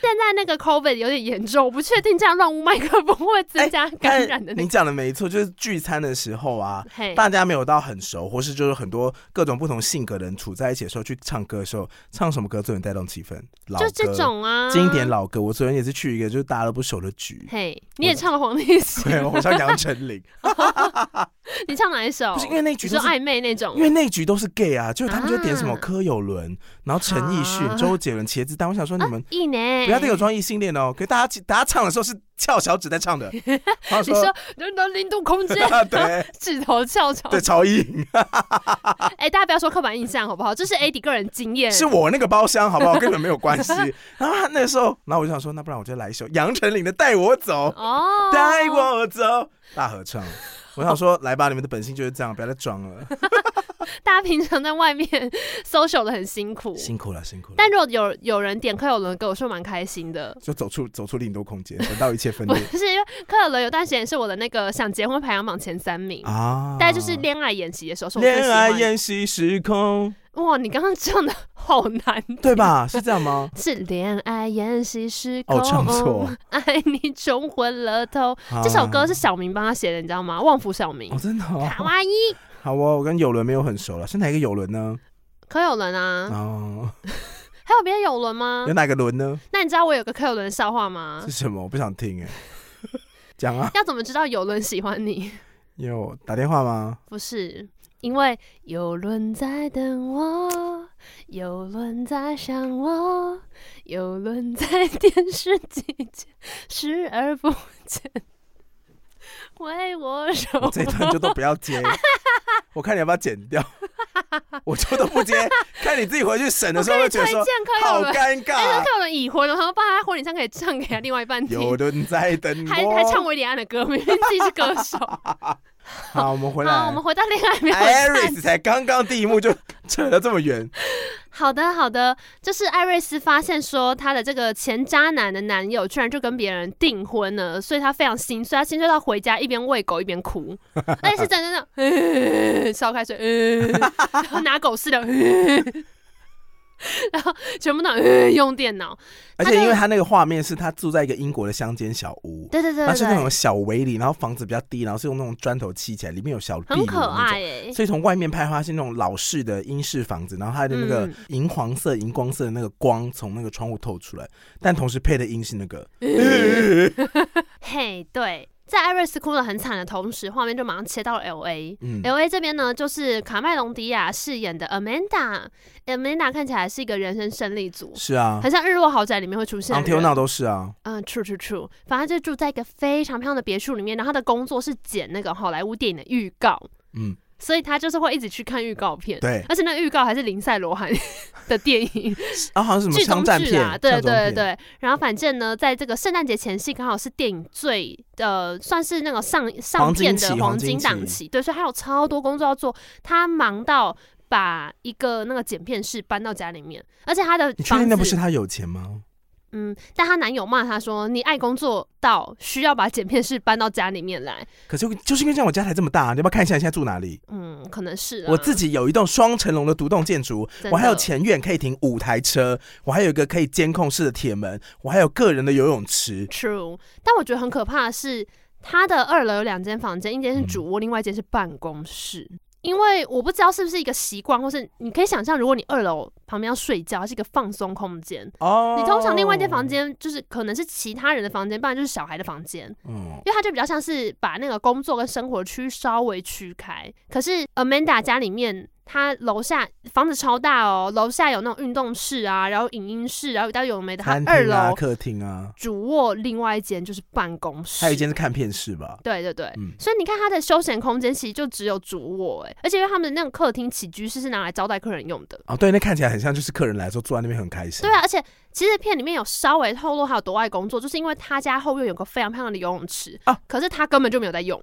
[SPEAKER 2] 现在那个 COVID 有点严重，我不确定这样乱捂麦克风会不会增加 感染的那
[SPEAKER 1] 哎你
[SPEAKER 2] 个。
[SPEAKER 1] 讲的没错，就是聚餐的时候啊，
[SPEAKER 2] 嘿，
[SPEAKER 1] 大家没有到很熟，或是就是很多各种不同性格的人处在一起的时候，去唱歌的时候，唱什么歌最能带动气氛？老歌，
[SPEAKER 2] 就这种啊，
[SPEAKER 1] 经典。老歌。我昨天也是去一个就是大家都不熟的局，
[SPEAKER 2] 嘿，你也唱了黄 立行，
[SPEAKER 1] 对，我唱杨丞 琳，
[SPEAKER 2] 你唱哪一首
[SPEAKER 1] 不是？因为那
[SPEAKER 2] 你
[SPEAKER 1] 局
[SPEAKER 2] 说
[SPEAKER 1] 都是。
[SPEAKER 2] 暧昧那种
[SPEAKER 1] 因？为那局都是 gay 啊，就他们就点什么
[SPEAKER 2] 啊
[SPEAKER 1] 柯有伦，然后陈奕迅、
[SPEAKER 2] 啊
[SPEAKER 1] 周杰伦、茄子蛋。我想说你们
[SPEAKER 2] 一年
[SPEAKER 1] 不要再有装异性恋哦。可是大家大家唱的时候是翘小指在唱 的，然后，
[SPEAKER 2] 你说人的零度 空间
[SPEAKER 1] 对
[SPEAKER 2] 指头 翘翘。
[SPEAKER 1] 对超 硬，
[SPEAKER 2] 哎、大家不要说刻板印象好不好？这是 AD 个人经验。
[SPEAKER 1] 是我那个包厢好不好？跟你们没有关 系。然后他那时候，然后我就想说，那不然我就来一首杨丞琳的《带我走》，
[SPEAKER 2] 哦，
[SPEAKER 1] 带我走大合唱。我想说，来吧，你们的本性就是这样，不要再装 了，
[SPEAKER 2] 大家平常在外面 social 的很辛苦，
[SPEAKER 1] 辛苦了，辛苦了。
[SPEAKER 2] 但如果有有人点柯有伦的歌，我是蛮开心的。
[SPEAKER 1] 就走出走出另一多空间，等到一切分
[SPEAKER 2] 不
[SPEAKER 1] 裂
[SPEAKER 2] 是因为柯有伦有段时间是我的那个想结婚排行榜前三名，
[SPEAKER 1] 啊！
[SPEAKER 2] 大概就是恋爱演习的时候是我最喜
[SPEAKER 1] 恋爱
[SPEAKER 2] 欢的。
[SPEAKER 1] 演习时空，
[SPEAKER 2] 哇，你刚刚唱的好难，
[SPEAKER 1] 对？吧？是这样吗？
[SPEAKER 2] 是恋爱演习时空，
[SPEAKER 1] 哦唱错，
[SPEAKER 2] 爱你冲昏了头。 这首歌是小明帮他写的，你知道吗？旺福小明
[SPEAKER 1] 啊哦，，真的哦
[SPEAKER 2] 卡哇伊，
[SPEAKER 1] 好哦，我跟友伦没有很熟了，是哪一个友伦呢？
[SPEAKER 2] 柯有伦啊，
[SPEAKER 1] 哦，
[SPEAKER 2] 还有别的有伦吗
[SPEAKER 1] 有？哪个伦呢？
[SPEAKER 2] 那你知道我有个柯有伦的笑话吗
[SPEAKER 1] 是？什么？我不想听 哎，讲啊，
[SPEAKER 2] 要怎么知道有伦喜欢你？
[SPEAKER 1] 有打电话吗？
[SPEAKER 2] 不是，因为有伦在等我，有伦在想我，有伦在电视机前视而不见，为我守
[SPEAKER 1] 我这一段就都不要 接，我看你要不要剪掉， 我就都不接，看你自己回去审的时候会觉
[SPEAKER 2] 推
[SPEAKER 1] 得说
[SPEAKER 2] 荐柯有
[SPEAKER 1] 好
[SPEAKER 2] 伦。
[SPEAKER 1] 尴
[SPEAKER 2] 哎，
[SPEAKER 1] 尬。啊
[SPEAKER 2] 柯有伦已婚了，然后把他婚礼上可以唱给他另外一半听，
[SPEAKER 1] 有人在等
[SPEAKER 2] 还还唱
[SPEAKER 1] 我。
[SPEAKER 2] 维里安的歌，明明自己是歌手。
[SPEAKER 1] 好，我们 回
[SPEAKER 2] 好，我
[SPEAKER 1] 来
[SPEAKER 2] 们。回到恋爱没有
[SPEAKER 1] 艾
[SPEAKER 2] 战
[SPEAKER 1] 瑞斯才刚刚第一幕就扯得这么远，
[SPEAKER 2] 好的，好的，就是艾瑞斯发现说她的这个前渣男的男友居然就跟别人订婚了，所以她非常心碎，她心碎到回家一边喂狗一边 哭，而且是真的 那种呃烧开水，呃，然后拿狗饲料，呃， 然后全部都呃用电脑，
[SPEAKER 1] 而
[SPEAKER 2] 他
[SPEAKER 1] 且
[SPEAKER 2] 就
[SPEAKER 1] 因为他那个画面是他住在一个英国的乡间小屋，
[SPEAKER 2] 对对对
[SPEAKER 1] 它
[SPEAKER 2] 对
[SPEAKER 1] 啊是那种
[SPEAKER 2] 对，
[SPEAKER 1] 小围篱，然后房子比较低，然后是用那种砖头砌起来，里面有小壁炉
[SPEAKER 2] 很可
[SPEAKER 1] 那
[SPEAKER 2] 爱欸
[SPEAKER 1] 种。
[SPEAKER 2] 诶、
[SPEAKER 1] 所以从外面拍的话是那种老式的英式房子，然后它的那个
[SPEAKER 2] 嗯
[SPEAKER 1] 银黄色、荧光色的那个光从那个窗户透出来，但同时配的音是那个，
[SPEAKER 2] 嘿，对，在艾瑞斯哭得很惨的同时，画面就马上切到了 L A。
[SPEAKER 1] 嗯，
[SPEAKER 2] L A 这边呢，就是卡麦隆迪亚饰演的 Amanda。Amanda 看起来是一个人生胜利组，
[SPEAKER 1] 是啊
[SPEAKER 2] 很像日落豪宅里面会出现的
[SPEAKER 1] ，Until
[SPEAKER 2] 人。
[SPEAKER 1] Now 都是啊，
[SPEAKER 2] 嗯，true true true，反正就住在一个非常漂亮的别墅里面，然后他的工作是剪那个好莱坞电影的预告，
[SPEAKER 1] 嗯，
[SPEAKER 2] 所以他就是会一直去看预告片，
[SPEAKER 1] 对，
[SPEAKER 2] 而且那预告还是林赛罗韩 的电影
[SPEAKER 1] 啊，好像是什么
[SPEAKER 2] 剧
[SPEAKER 1] 枪
[SPEAKER 2] 中
[SPEAKER 1] 战
[SPEAKER 2] 剧
[SPEAKER 1] 片
[SPEAKER 2] 啊，，对
[SPEAKER 1] 枪战
[SPEAKER 2] 对
[SPEAKER 1] 片，
[SPEAKER 2] 对。然后反正呢，在这个圣诞节前夕，刚好是电影最呃算是那种上上
[SPEAKER 1] 黄金
[SPEAKER 2] 片
[SPEAKER 1] 期
[SPEAKER 2] 的
[SPEAKER 1] 黄
[SPEAKER 2] 黄金
[SPEAKER 1] 金
[SPEAKER 2] 档
[SPEAKER 1] 期
[SPEAKER 2] 期，对，所以他有超多工作要做，他忙到把一个那个剪片室搬到家里面，而且他的
[SPEAKER 1] 你确
[SPEAKER 2] 房
[SPEAKER 1] 定
[SPEAKER 2] 子
[SPEAKER 1] 那不是他有钱吗？
[SPEAKER 2] 嗯，但她男友骂她说：“你爱工作到需要把剪片室搬到家里面来。
[SPEAKER 1] 可是就是因为这样，我家才这么大，你要不要看一下你现在住哪里？”
[SPEAKER 2] 嗯，可能是、啊、
[SPEAKER 1] 我自己有一栋双层楼的独栋建筑，
[SPEAKER 2] 真
[SPEAKER 1] 我还有
[SPEAKER 2] 的
[SPEAKER 1] 前院可以停五台车，我还有一个可以监控式的铁门，我还有个人的游泳池。
[SPEAKER 2] true，但我觉得很可怕的是，她的二楼有两间房间，一间是
[SPEAKER 1] 嗯
[SPEAKER 2] 主卧，另外一间是办公室。因为我不知道是不是一个习惯，或是你可以想象，如果你二楼旁边要睡觉，它是一个放松空间。
[SPEAKER 1] 哦
[SPEAKER 2] 你通常另外一间房，间就是可能是其他人的房间，不然就是小孩的房间。
[SPEAKER 1] 嗯，
[SPEAKER 2] 因为他就比较像是把那个工作跟生活区稍微区开。可是 Amanda 家里面，她楼下房子超大哦，楼下有那种运动室啊，然后影音室，然后有到有没的。她
[SPEAKER 1] 餐
[SPEAKER 2] 二
[SPEAKER 1] 厅啊，
[SPEAKER 2] 楼
[SPEAKER 1] 客厅啊，
[SPEAKER 2] 主卧另外一间就是哎办公室，
[SPEAKER 1] 还有一间是看片室吧？
[SPEAKER 2] 对对对。
[SPEAKER 1] 嗯
[SPEAKER 2] 所以你看，她的休闲空间其实就只有主卧哎，而且因为他们那种客厅起居室是拿来招待客人用的。
[SPEAKER 1] 哦，对，那看起来很像就是客人来的时候坐在那边很开心。
[SPEAKER 2] 对啊，而且其实片里面有稍微透露她有多爱工作，就是因为她家后院有个非常漂亮的游泳池
[SPEAKER 1] 啊
[SPEAKER 2] 可是她根本就没有在用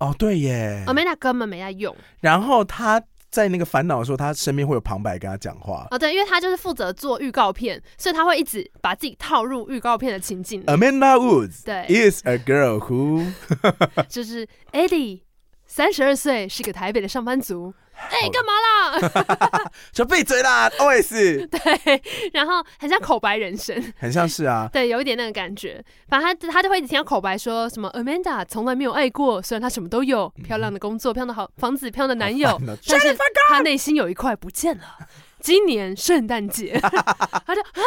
[SPEAKER 1] 哦，对耶。
[SPEAKER 2] ，Amanda 根本没在用。
[SPEAKER 1] 然后他在那个烦恼的时候，他身边会有旁白跟他讲话。
[SPEAKER 2] 哦，对，因为他就是负责做预告片，所以他会一直把自己套入预告片的情境。
[SPEAKER 1] Amanda Woods
[SPEAKER 2] 对，
[SPEAKER 1] is a girl who
[SPEAKER 2] 就是 Eddie，三十二岁，是个台北的上班族。哎、干嘛啦？
[SPEAKER 1] 就闭嘴啦，OS
[SPEAKER 2] 对，然后很像口白人生，
[SPEAKER 1] 很像是啊，
[SPEAKER 2] 对，有一点那个感觉。反正他他就会一直听到口白说什么 Amanda 从来没有爱过，虽然她什么都有，漂亮的工作，漂亮的好房子，漂亮的男
[SPEAKER 1] 哦
[SPEAKER 2] 友，但是他内心有一块不见了。今年圣诞节， 他就啊，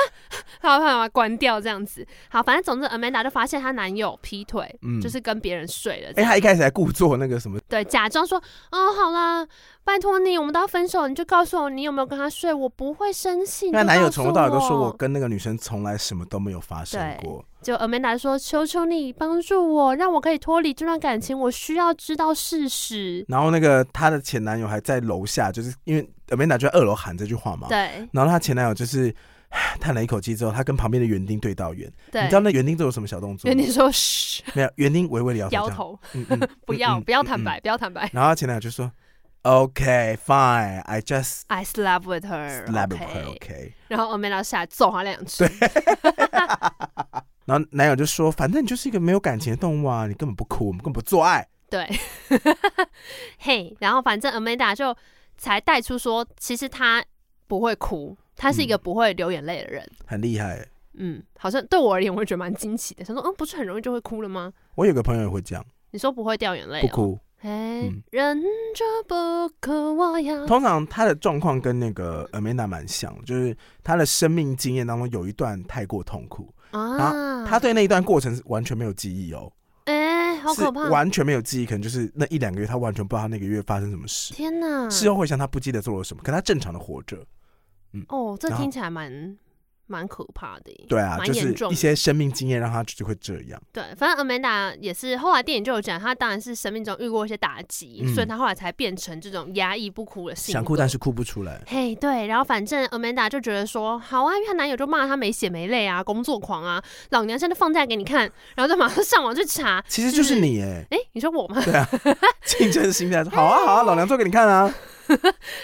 [SPEAKER 2] 他把它关掉这样子。好，反正总之，Amanda 就发现她男友劈腿，
[SPEAKER 1] 嗯
[SPEAKER 2] 就是跟别人睡了这
[SPEAKER 1] 哎、
[SPEAKER 2] 样。
[SPEAKER 1] 他一开始还故作那个什么，
[SPEAKER 2] 对，假装说，哦，好啦，拜托你，我们都要分手，你就告诉我你有没有跟他睡，我不会生气。你
[SPEAKER 1] 因为
[SPEAKER 2] 就
[SPEAKER 1] 男友
[SPEAKER 2] 告
[SPEAKER 1] 从
[SPEAKER 2] 诉
[SPEAKER 1] 头到尾都说
[SPEAKER 2] 我
[SPEAKER 1] 我跟那个女生从来什么都没有发生
[SPEAKER 2] 对
[SPEAKER 1] 过，
[SPEAKER 2] 就 Amanda 说：“求求你帮助我，让我可以脱离这段感情，我需要知道事实。
[SPEAKER 1] 然后那个她的前男友还在楼下，就是因为 Amanda 就在二楼喊这句话嘛，
[SPEAKER 2] 对
[SPEAKER 1] 然后她前男友就是唉叹了一口气之后，他跟旁边的园丁对到眼，
[SPEAKER 2] 对，
[SPEAKER 1] 你知道那园丁都有什么小动作
[SPEAKER 2] 因为
[SPEAKER 1] 吗？
[SPEAKER 2] 你说 嘘，
[SPEAKER 1] 没有，园丁微微的摇头，
[SPEAKER 2] 摇
[SPEAKER 1] 这样
[SPEAKER 2] 头，
[SPEAKER 1] 嗯嗯
[SPEAKER 2] 不
[SPEAKER 1] 嗯
[SPEAKER 2] 要、
[SPEAKER 1] 嗯
[SPEAKER 2] 不要
[SPEAKER 1] 嗯
[SPEAKER 2] 坦白，不要坦白。
[SPEAKER 1] 嗯然后她前男友就说 OK fine I just
[SPEAKER 2] I slept with her,
[SPEAKER 1] lab
[SPEAKER 2] OK
[SPEAKER 1] OK。
[SPEAKER 2] 然后 Amanda 下来揍他两拳。
[SPEAKER 1] 然后男友就说：“反正你就是一个没有感情的动物啊，你根本不哭，我们根本不做爱。
[SPEAKER 2] 对， 嘿，然后反正 Amanda 就才带出说，其实她不会哭，她是一
[SPEAKER 1] 嗯
[SPEAKER 2] 个不会流眼泪的人。”
[SPEAKER 1] 很厉害。
[SPEAKER 2] 嗯好像对我而言，我会觉得蛮惊奇的。想说，嗯，不是很容易就会哭了吗？
[SPEAKER 1] 我有个朋友也会这样，
[SPEAKER 2] 你说不会掉眼泪、
[SPEAKER 1] 不
[SPEAKER 2] 哦？
[SPEAKER 1] 哭。
[SPEAKER 2] 哎
[SPEAKER 1] 嗯，
[SPEAKER 2] 忍着不哭，我要。
[SPEAKER 1] 通常他的状况跟那个 Amanda 蛮像，就是他的生命经验当中有一段太过痛苦，
[SPEAKER 2] 啊，
[SPEAKER 1] 他对那一段过程是完全没有记忆哦，
[SPEAKER 2] 哎、好
[SPEAKER 1] 是
[SPEAKER 2] 可怕！
[SPEAKER 1] 完全没有记忆，可能就是那一两个月，他完全不知道他那个月发生什么事。
[SPEAKER 2] 天哪，
[SPEAKER 1] 事后回想，他不记得做了什么，可他正常的活
[SPEAKER 2] 嗯
[SPEAKER 1] 着。
[SPEAKER 2] 哦，这
[SPEAKER 1] 然后
[SPEAKER 2] 听起来蛮蛮可怕的耶。
[SPEAKER 1] 对啊，
[SPEAKER 2] 蛮
[SPEAKER 1] 就是
[SPEAKER 2] 严重
[SPEAKER 1] 一
[SPEAKER 2] 的
[SPEAKER 1] 些生命经验让他就会这样。
[SPEAKER 2] 对，反正 Amanda 也是后来电影就有讲，她当然是生命中遇过一些打击，
[SPEAKER 1] 嗯
[SPEAKER 2] 所以她后来才变成这种压抑不哭的性格。
[SPEAKER 1] 想哭但是哭不出来。
[SPEAKER 2] 嘿对，然后反正 Amanda 就觉得说，好啊，因为她男友就骂她没血没泪啊，工作狂啊，老娘现在放假给你看，然后就马上上网去查，
[SPEAKER 1] 其实就是
[SPEAKER 2] 是
[SPEAKER 1] 你哎、
[SPEAKER 2] 哎、你说我吗？
[SPEAKER 1] 竞争心态，说好啊好啊，老娘做给你看啊。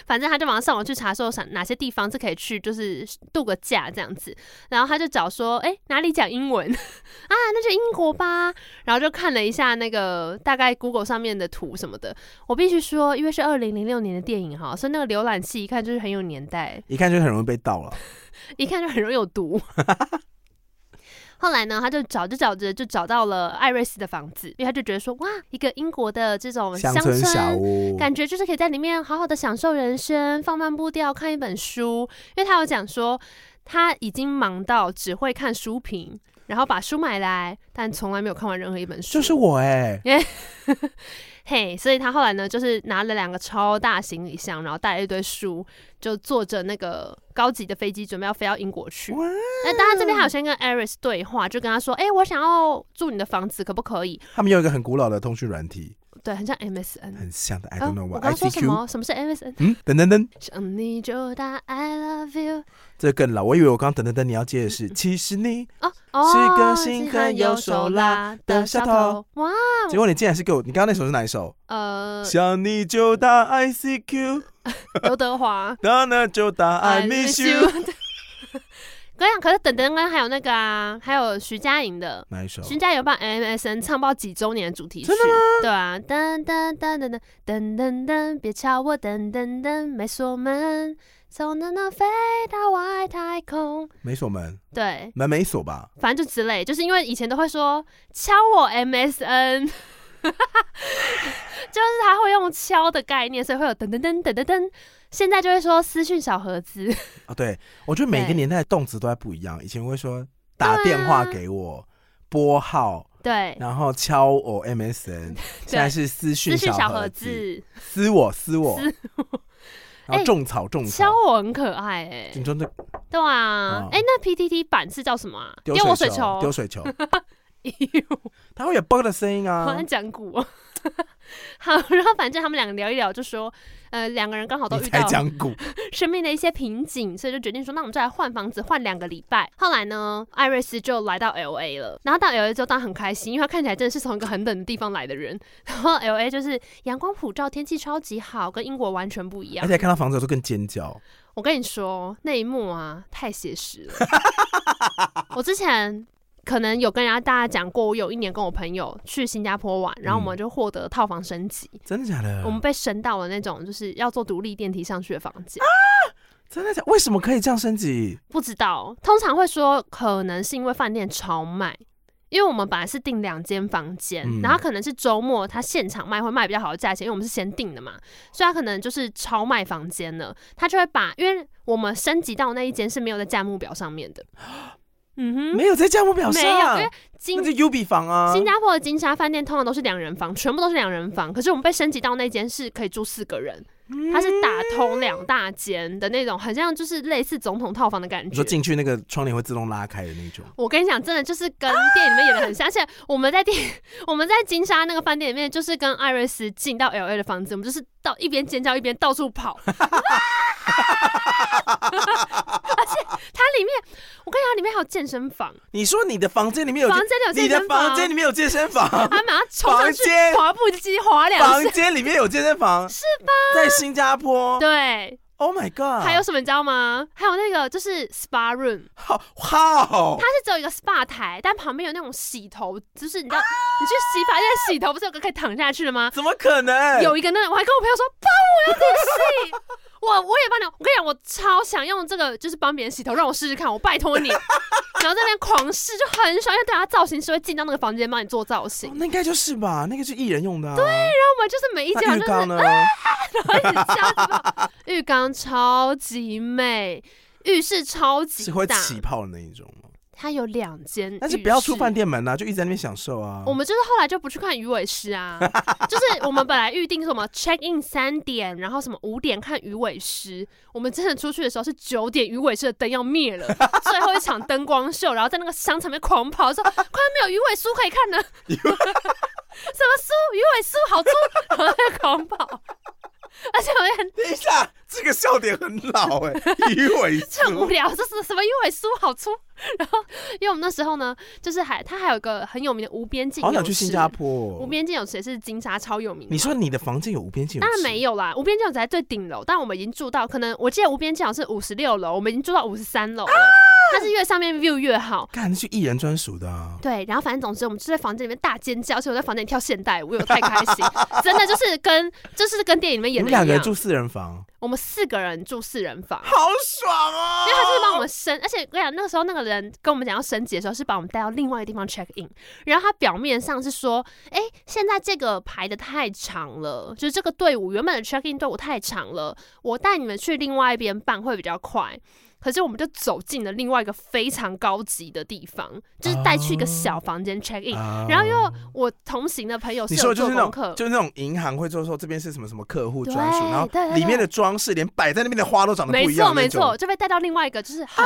[SPEAKER 2] 反正他就马上上网去查说哪些地方是可以去，就是度个假这样子。然后他就找说，哎、哪里讲英文 啊？那就英国吧。然后就看了一下那个大概 Google 上面的图什么的。我必须说，因为是二零零六年的电影哈，所以那个浏览器一看就是很有年代，
[SPEAKER 1] 一看就很容易被盗了。
[SPEAKER 2] 一看就很容易有毒。 后来呢，他就找着找着就找到了艾瑞斯的房子，因为他就觉得说，哇，一个英国的这种
[SPEAKER 1] 乡
[SPEAKER 2] 哦村
[SPEAKER 1] 村小屋，
[SPEAKER 2] 感觉就是可以在里面好好的享受人生，放慢步调，看一本书。因为他有讲说，他已经忙到只会看书评，然后把书买来，但从来没有看完任何一本书。
[SPEAKER 1] 就是我哎、
[SPEAKER 2] 嘿所以他后来呢，就是拿了两个超大行李箱，然后带了一堆书，就坐着那个高级的飞机，准备要飞到英国去
[SPEAKER 1] 哇。
[SPEAKER 2] 那当然这边还有先跟 Iris 对话，就跟他说：“哎、我想要住你的房子，可不可以
[SPEAKER 1] 他们有一个很古老的通讯软体，？”
[SPEAKER 2] 对，很像 MSN。
[SPEAKER 1] 很像的，I
[SPEAKER 2] 啊
[SPEAKER 1] don't know
[SPEAKER 2] 我
[SPEAKER 1] what、
[SPEAKER 2] 刚刚说什
[SPEAKER 1] ICQ。
[SPEAKER 2] 么？什么是 MSN？
[SPEAKER 1] 嗯，等等等，
[SPEAKER 2] 想你就打 I love you。
[SPEAKER 1] 这更老。我以为我刚刚等等等你要接的是，其实你，
[SPEAKER 2] 哦，
[SPEAKER 1] 是个
[SPEAKER 2] 哦
[SPEAKER 1] 心
[SPEAKER 2] 是
[SPEAKER 1] 狠又手辣的小偷。
[SPEAKER 2] 哇，
[SPEAKER 1] 结果你竟然是给我，你刚刚那首是哪一首？
[SPEAKER 2] 呃，
[SPEAKER 1] 想你就打 ICQ，
[SPEAKER 2] 刘德华
[SPEAKER 1] 打那就打 I miss you。。
[SPEAKER 2] 可以啊，可是等等啊，还有那个啊，还有徐佳莹的。
[SPEAKER 1] 哪一首？
[SPEAKER 2] 徐佳莹帮 MSN 唱爆几周年的主题曲，
[SPEAKER 1] 真的
[SPEAKER 2] 对啊，噔噔噔噔噔噔噔噔，别敲我噔噔噔，没锁门，总能能飞到外太空。
[SPEAKER 1] 没锁门，
[SPEAKER 2] 对，
[SPEAKER 1] 门没锁吧？
[SPEAKER 2] 反正就之类，就是因为以前都会说敲我 MSN，就是他会用敲的概念，所以会有噔噔噔噔噔噔。现在就会说私讯小盒子，
[SPEAKER 1] 啊，对，我觉得每个
[SPEAKER 2] 对
[SPEAKER 1] 年代的动词都还不一样。以前会说打电话给我，拨号，
[SPEAKER 2] 对，
[SPEAKER 1] 然后敲我 MSN，现在是私
[SPEAKER 2] 私
[SPEAKER 1] 讯
[SPEAKER 2] 讯小
[SPEAKER 1] 盒
[SPEAKER 2] 盒，子，
[SPEAKER 1] 私我私我，然后
[SPEAKER 2] 哎
[SPEAKER 1] 种草种
[SPEAKER 2] 敲
[SPEAKER 1] 草。
[SPEAKER 2] 我很可爱哎、
[SPEAKER 1] 你说那
[SPEAKER 2] 对啊，哎、那 PTT 版是叫什么啊？
[SPEAKER 1] 丢
[SPEAKER 2] 我水
[SPEAKER 1] 水
[SPEAKER 2] 球
[SPEAKER 1] 丢，水球，
[SPEAKER 2] 哎呦
[SPEAKER 1] 它会有嘣的声音
[SPEAKER 2] 好
[SPEAKER 1] 啊
[SPEAKER 2] 像！讲古哦。 好，然后反正他们两个聊一聊，就说，呃，两个人刚好都
[SPEAKER 1] 你
[SPEAKER 2] 遇
[SPEAKER 1] 才
[SPEAKER 2] 到
[SPEAKER 1] 讲古，
[SPEAKER 2] 生命的一些瓶颈，所以就决定说，那我们就来换房子，换两个礼拜。后来呢，艾瑞斯就来到 L A 了，然后到 L A 之后，当然很开心，因为他看起来真的是从一个很冷的地方来的人。然后 L A 就是阳光普照，天气超级好，跟英国完全不一样
[SPEAKER 1] 而。且看到房子的时候更尖叫。
[SPEAKER 2] 我跟你说，那一幕啊，太写实了。 我之前可能有跟大家讲过，我有一年跟我朋友去新加坡玩，然后我
[SPEAKER 1] 嗯
[SPEAKER 2] 们就获得套房升级，
[SPEAKER 1] 真的假的？
[SPEAKER 2] 我们被升到了那种就是要坐独立电梯上去的房间。
[SPEAKER 1] 真的假？为什么可以这样升级？
[SPEAKER 2] 不知道，通常会说可能是因为饭店超卖。因为我们本来是订两间房间，
[SPEAKER 1] 嗯
[SPEAKER 2] 然后可能是周末他现场卖会卖比较好的价钱，因为我们是先订的嘛，所以他可能就是超卖房间了，他就会把，因为我们升级到那一间是没有在价目表 上面的，嗯
[SPEAKER 1] 没有在价目表
[SPEAKER 2] 哼，
[SPEAKER 1] 上，
[SPEAKER 2] 没有，因为金
[SPEAKER 1] 那就 U 比房啊。
[SPEAKER 2] 新加坡的金沙饭店通常都是两人房，全部都是两人房。可是我们被升级到那间是可以住四个人，
[SPEAKER 1] 嗯
[SPEAKER 2] 它是打通两大间的那种，很像就是类似总统套房的感
[SPEAKER 1] 你
[SPEAKER 2] 觉
[SPEAKER 1] 说。进去那个窗帘会自动拉开的那种，
[SPEAKER 2] 我跟你讲，真的就是跟电影里面演的很像，
[SPEAKER 1] 啊
[SPEAKER 2] 而且我们在电 我们在金沙那个饭店里面，就是跟艾瑞斯进到 L A 的房子，我们就是到一边尖叫一边到处跑， 啊而且它里面，我跟你讲，它里面还有健身房，
[SPEAKER 1] 你说你的房间里面有
[SPEAKER 2] 房
[SPEAKER 1] 健，
[SPEAKER 2] 间里有健
[SPEAKER 1] 你的
[SPEAKER 2] 身
[SPEAKER 1] 房
[SPEAKER 2] 房，
[SPEAKER 1] 间里面有健身 房，
[SPEAKER 2] 他马上冲上去
[SPEAKER 1] 房间
[SPEAKER 2] 滑步机滑两
[SPEAKER 1] 房
[SPEAKER 2] 下，
[SPEAKER 1] 间里面有健身房，是吧？在新加坡
[SPEAKER 2] 对，
[SPEAKER 1] ，Oh my God，
[SPEAKER 2] 还有什么你知道吗？还有那个就是 spa room，
[SPEAKER 1] 好好
[SPEAKER 2] 它，是只有一个 spa 台，但旁边有那种洗头，就是
[SPEAKER 1] 啊
[SPEAKER 2] 你知道、你去洗发店洗头不是有个可以躺下去的吗？
[SPEAKER 1] 怎么可能？
[SPEAKER 2] 有一个那种，我还跟我朋友说，帮我要这个洗，我我也帮你，我跟你讲，我超想用这个，就是帮别人洗头，让我试试看，我拜托 你。然后在那边狂试，就很爽，因为大家造型师会进到那个房间帮你做造型
[SPEAKER 1] 哦，那应该就是吧，那个是艺人用的、啊。对，
[SPEAKER 2] 然后我们就是每一间
[SPEAKER 1] 那
[SPEAKER 2] 房
[SPEAKER 1] 浴
[SPEAKER 2] 就是啊
[SPEAKER 1] 缸呢？
[SPEAKER 2] 一直这样子跑，浴缸超级美，浴室超级
[SPEAKER 1] 是
[SPEAKER 2] 大，
[SPEAKER 1] 会起泡的那一种吗？
[SPEAKER 2] 它有两间，
[SPEAKER 1] 但是不要出饭。店门啊，就一直在那边享受啊。
[SPEAKER 2] 我们就是后来就不去看鱼尾狮 啊，就是我们本来预定什么 check in 三点，然后什么五点看鱼尾狮，我们真的出去的时候是九点，鱼尾狮的灯要灭了，最后一场灯光秀，然后在那个商场里面狂跑，说快没有鱼尾狮 可以看了，什么书鱼尾狮好粗，然后在狂跑，而且我也很
[SPEAKER 1] 等一下，这个笑点很老 哎、鱼尾
[SPEAKER 2] 这很无聊，这是什么鱼尾狮好粗，然后因为我们那时候呢，就是还它还有一个很有名的无边境，
[SPEAKER 1] 好想去新加。坡、
[SPEAKER 2] 无
[SPEAKER 1] 哦。
[SPEAKER 2] 边境泳池也是金沙超有名的。
[SPEAKER 1] 你说你的房间有无边境？
[SPEAKER 2] 当然没
[SPEAKER 1] 有。
[SPEAKER 2] 有啦，无边境泳池在最顶楼，但我们已经住到可能我记得无边境泳是五十六楼，我们已经住到五十三
[SPEAKER 1] 啊
[SPEAKER 2] 楼了。它是越上面 view 越好。
[SPEAKER 1] 干，那是艺人专属的、啊。
[SPEAKER 2] 对，然后反正总之我们就在房间里面大尖叫，而且我在房间里跳现代舞，因为我太开心，真的就是跟就是跟电影里面
[SPEAKER 1] 你
[SPEAKER 2] 演
[SPEAKER 1] 们
[SPEAKER 2] 的一样。
[SPEAKER 1] 两个人住四人房，
[SPEAKER 2] 我们四个人住四人房。
[SPEAKER 1] 好爽啊！
[SPEAKER 2] 因为他就是帮我们升，而且我跟你讲，那个时候那个人跟我们讲要升级的时候，是把我们带到另外一个地方 check in，然后他表面上是说，哎、现在这个排的太长了，就是这个队伍原本的 check in 队伍太长了，我带你们去另外一边办会比较快。可是我们就走进了另外一个非常高级的地方，就是带去一个小房间 check in，、
[SPEAKER 1] 啊
[SPEAKER 2] 然后又我同行的朋友
[SPEAKER 1] 哦
[SPEAKER 2] 是
[SPEAKER 1] 你说的
[SPEAKER 2] 有做
[SPEAKER 1] 就是那种
[SPEAKER 2] 功课，，
[SPEAKER 1] 就是那种银行会做说这边是什么什么客户
[SPEAKER 2] 对
[SPEAKER 1] 专属，然
[SPEAKER 2] 对对
[SPEAKER 1] 后
[SPEAKER 2] 对
[SPEAKER 1] 里面的装饰连摆在那边的花都长得
[SPEAKER 2] 没
[SPEAKER 1] 不一样
[SPEAKER 2] 错
[SPEAKER 1] 那
[SPEAKER 2] 没
[SPEAKER 1] 种啊
[SPEAKER 2] 错，，就被带到另外一个就是很、很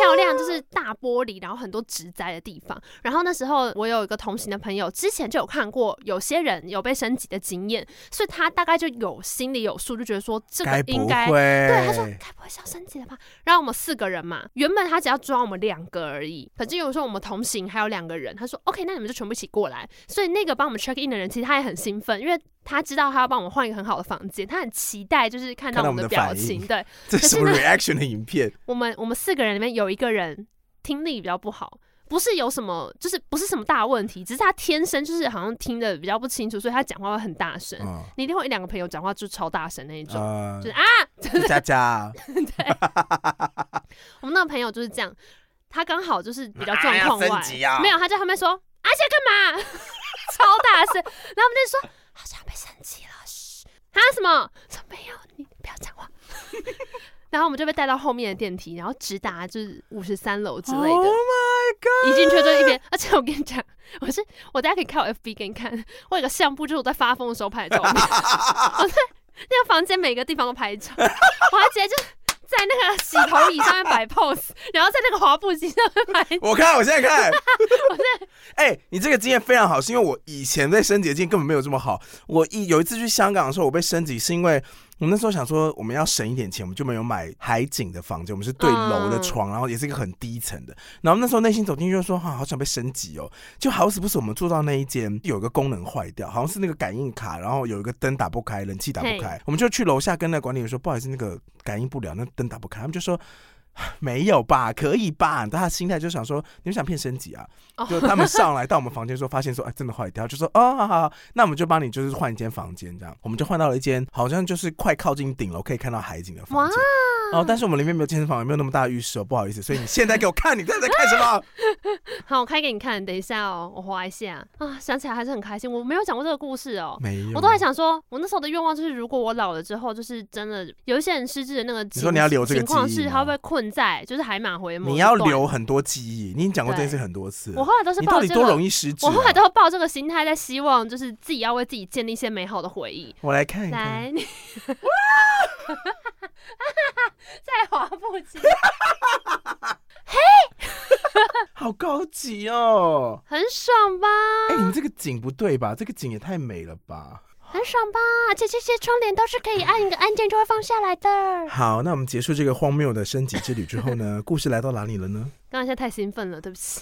[SPEAKER 2] 漂亮，就是大玻璃，然后很多植栽的地方。然后那时候我有一个同行的朋友，之前就有看过有些人有被升级的经验，所以他大概就有心里有数，就觉得说这个
[SPEAKER 1] 该
[SPEAKER 2] 应
[SPEAKER 1] 不
[SPEAKER 2] 该。
[SPEAKER 1] 会？
[SPEAKER 2] 对，他说该不会是要升级了吧？然后我们四个人嘛，原本他只要抓我们两个而已，可是有时候我们同行还有两个人，他说 OK，那你们就全部一起过来。所以那个帮我们 check in 的人，其实他也很兴奋，因为他知道他要帮我们换一个很好的房间，他很期待就是看到
[SPEAKER 1] 看到
[SPEAKER 2] 我
[SPEAKER 1] 我们
[SPEAKER 2] 们
[SPEAKER 1] 的
[SPEAKER 2] 表
[SPEAKER 1] 反应
[SPEAKER 2] 情。对
[SPEAKER 1] 这
[SPEAKER 2] 可
[SPEAKER 1] 是什
[SPEAKER 2] 是
[SPEAKER 1] 么
[SPEAKER 2] 呢
[SPEAKER 1] reaction 的影片？
[SPEAKER 2] 我们我们四个人里面有一个人听力比较不好。不是有什么，就是不是什么大问题，只是他天生就是好像听得比较不清楚，所以他讲话会很大声。
[SPEAKER 1] 啊
[SPEAKER 2] 你一定会有一两个朋友讲话就超大声那一种，
[SPEAKER 1] 啊
[SPEAKER 2] 就！是啊，
[SPEAKER 1] 就佳佳，
[SPEAKER 2] 我们那个朋友就是这样，他刚好就是比较状
[SPEAKER 1] 哎呀
[SPEAKER 2] 况外
[SPEAKER 1] 升，级啊
[SPEAKER 2] 没有，他在旁边说啊，现在干嘛？ 超大声，然后我们就说好像被升级了，嘘，啊什么？说没有，你不要讲话。 然后我们就被带到后面的电梯，然后直达就是五十三楼之类的。
[SPEAKER 1] Oh my god！
[SPEAKER 2] 一进去就一
[SPEAKER 1] 啊
[SPEAKER 2] 边， 而且我跟你讲，我是我大家可以看我 FB 给你看，我有个相簿，就是我在发疯的 时候拍的照片，我在那个房间每个地方都拍照，我还直接就是在那个洗头椅上面摆 pose，然后在那个滑步机上面摆，
[SPEAKER 1] 我看，我现在看， 哎、你这个经验非常好，是因为我以前对升级的经验根本没有这么好。我一有一次去香港的时候，我被升级，是因为我们那时候想说我们要省一点钱，我们就没有买海景的房间，我们是对楼的床，然后也是一个很低层的。然后那时候内心走进去就说，哈、好想被升级哦。就好死不死，我们住到那一间有一个功能坏掉，好像是那个感应卡，然后有一个灯打不开，冷气打不开，我们就去楼下跟那个管理员说，不好意思，那个感应不了，那灯打不开。他们就说。 没有吧，可以吧？但他心态就想说，你们想骗升级啊？
[SPEAKER 2] 哦
[SPEAKER 1] 就他们上来到我们房间说，发现说，哎，真的坏掉，就说，哦，好好，好那我们就帮你就是换一间房间，这样，我们就换到了一间好像就是快靠近顶楼可以看到海景的
[SPEAKER 2] 哇
[SPEAKER 1] 房间。哦，但是我们里面没有健身房，也没有那么大的浴室哦，不好意思，所以你现在给我看，你到底在看什 么？
[SPEAKER 2] 好，我开给你看，等一下哦，我滑一下啊，想起来还是很开心。我没有讲过这个故事哦，
[SPEAKER 1] 没有，啊
[SPEAKER 2] 我都在。想说，我那时候的愿望就是，如果我老了之后，就是真的有一些人失智的那个情，
[SPEAKER 1] 说你要留这个
[SPEAKER 2] 情况
[SPEAKER 1] 记忆
[SPEAKER 2] 是，
[SPEAKER 1] 吗
[SPEAKER 2] 他会被困在就是海马回眸。
[SPEAKER 1] 你要。留很多记忆，你已经讲过这件事
[SPEAKER 2] 对
[SPEAKER 1] 很多次了。
[SPEAKER 2] 我后来都是
[SPEAKER 1] 你
[SPEAKER 2] 抱
[SPEAKER 1] 到底
[SPEAKER 2] 这
[SPEAKER 1] 多
[SPEAKER 2] 个，
[SPEAKER 1] 容易失智、啊？
[SPEAKER 2] 我后来都抱这个心态，在希望就是自己要为自己建立一些美好的回忆。
[SPEAKER 1] 我来看一看。
[SPEAKER 2] 来，你 在滑步机，
[SPEAKER 1] 好高级哦！
[SPEAKER 2] 很爽吧？
[SPEAKER 1] 哎、
[SPEAKER 2] 啊
[SPEAKER 1] 你们这个景不对吧？这个景也太美了吧！
[SPEAKER 2] 很爽吧？而且这些窗帘都是可以按一个按键就会放下来的。
[SPEAKER 1] 好，那我们结束这个荒谬的升级之旅之后 呢？故事来到哪里了呢？
[SPEAKER 2] 刚刚一下太兴奋了，对不起。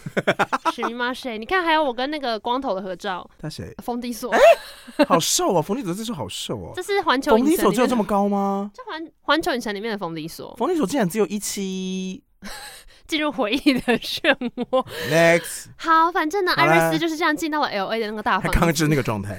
[SPEAKER 2] 史 密马谁？你看，还有我跟那个光头的合照，
[SPEAKER 1] 他 谁？
[SPEAKER 2] 封地
[SPEAKER 1] 哎
[SPEAKER 2] 所。
[SPEAKER 1] 好瘦哦，冯立佐这时候好瘦哦
[SPEAKER 2] 这。是环球
[SPEAKER 1] 冯
[SPEAKER 2] 影
[SPEAKER 1] 立
[SPEAKER 2] 城
[SPEAKER 1] 佐
[SPEAKER 2] 里
[SPEAKER 1] 只有
[SPEAKER 2] 面
[SPEAKER 1] 这
[SPEAKER 2] 的，
[SPEAKER 1] 么高吗？
[SPEAKER 2] 这环环球影城里面的封地所，
[SPEAKER 1] 冯立佐竟然只有一七。
[SPEAKER 2] 进入回忆的漩涡。
[SPEAKER 1] Next，
[SPEAKER 2] 好，反正呢，
[SPEAKER 1] 好
[SPEAKER 2] 艾
[SPEAKER 1] 啦
[SPEAKER 2] 瑞斯就是这样进到了 L A 的那个大
[SPEAKER 1] 他
[SPEAKER 2] 房
[SPEAKER 1] 刚刚
[SPEAKER 2] 子
[SPEAKER 1] 就是那个状 态。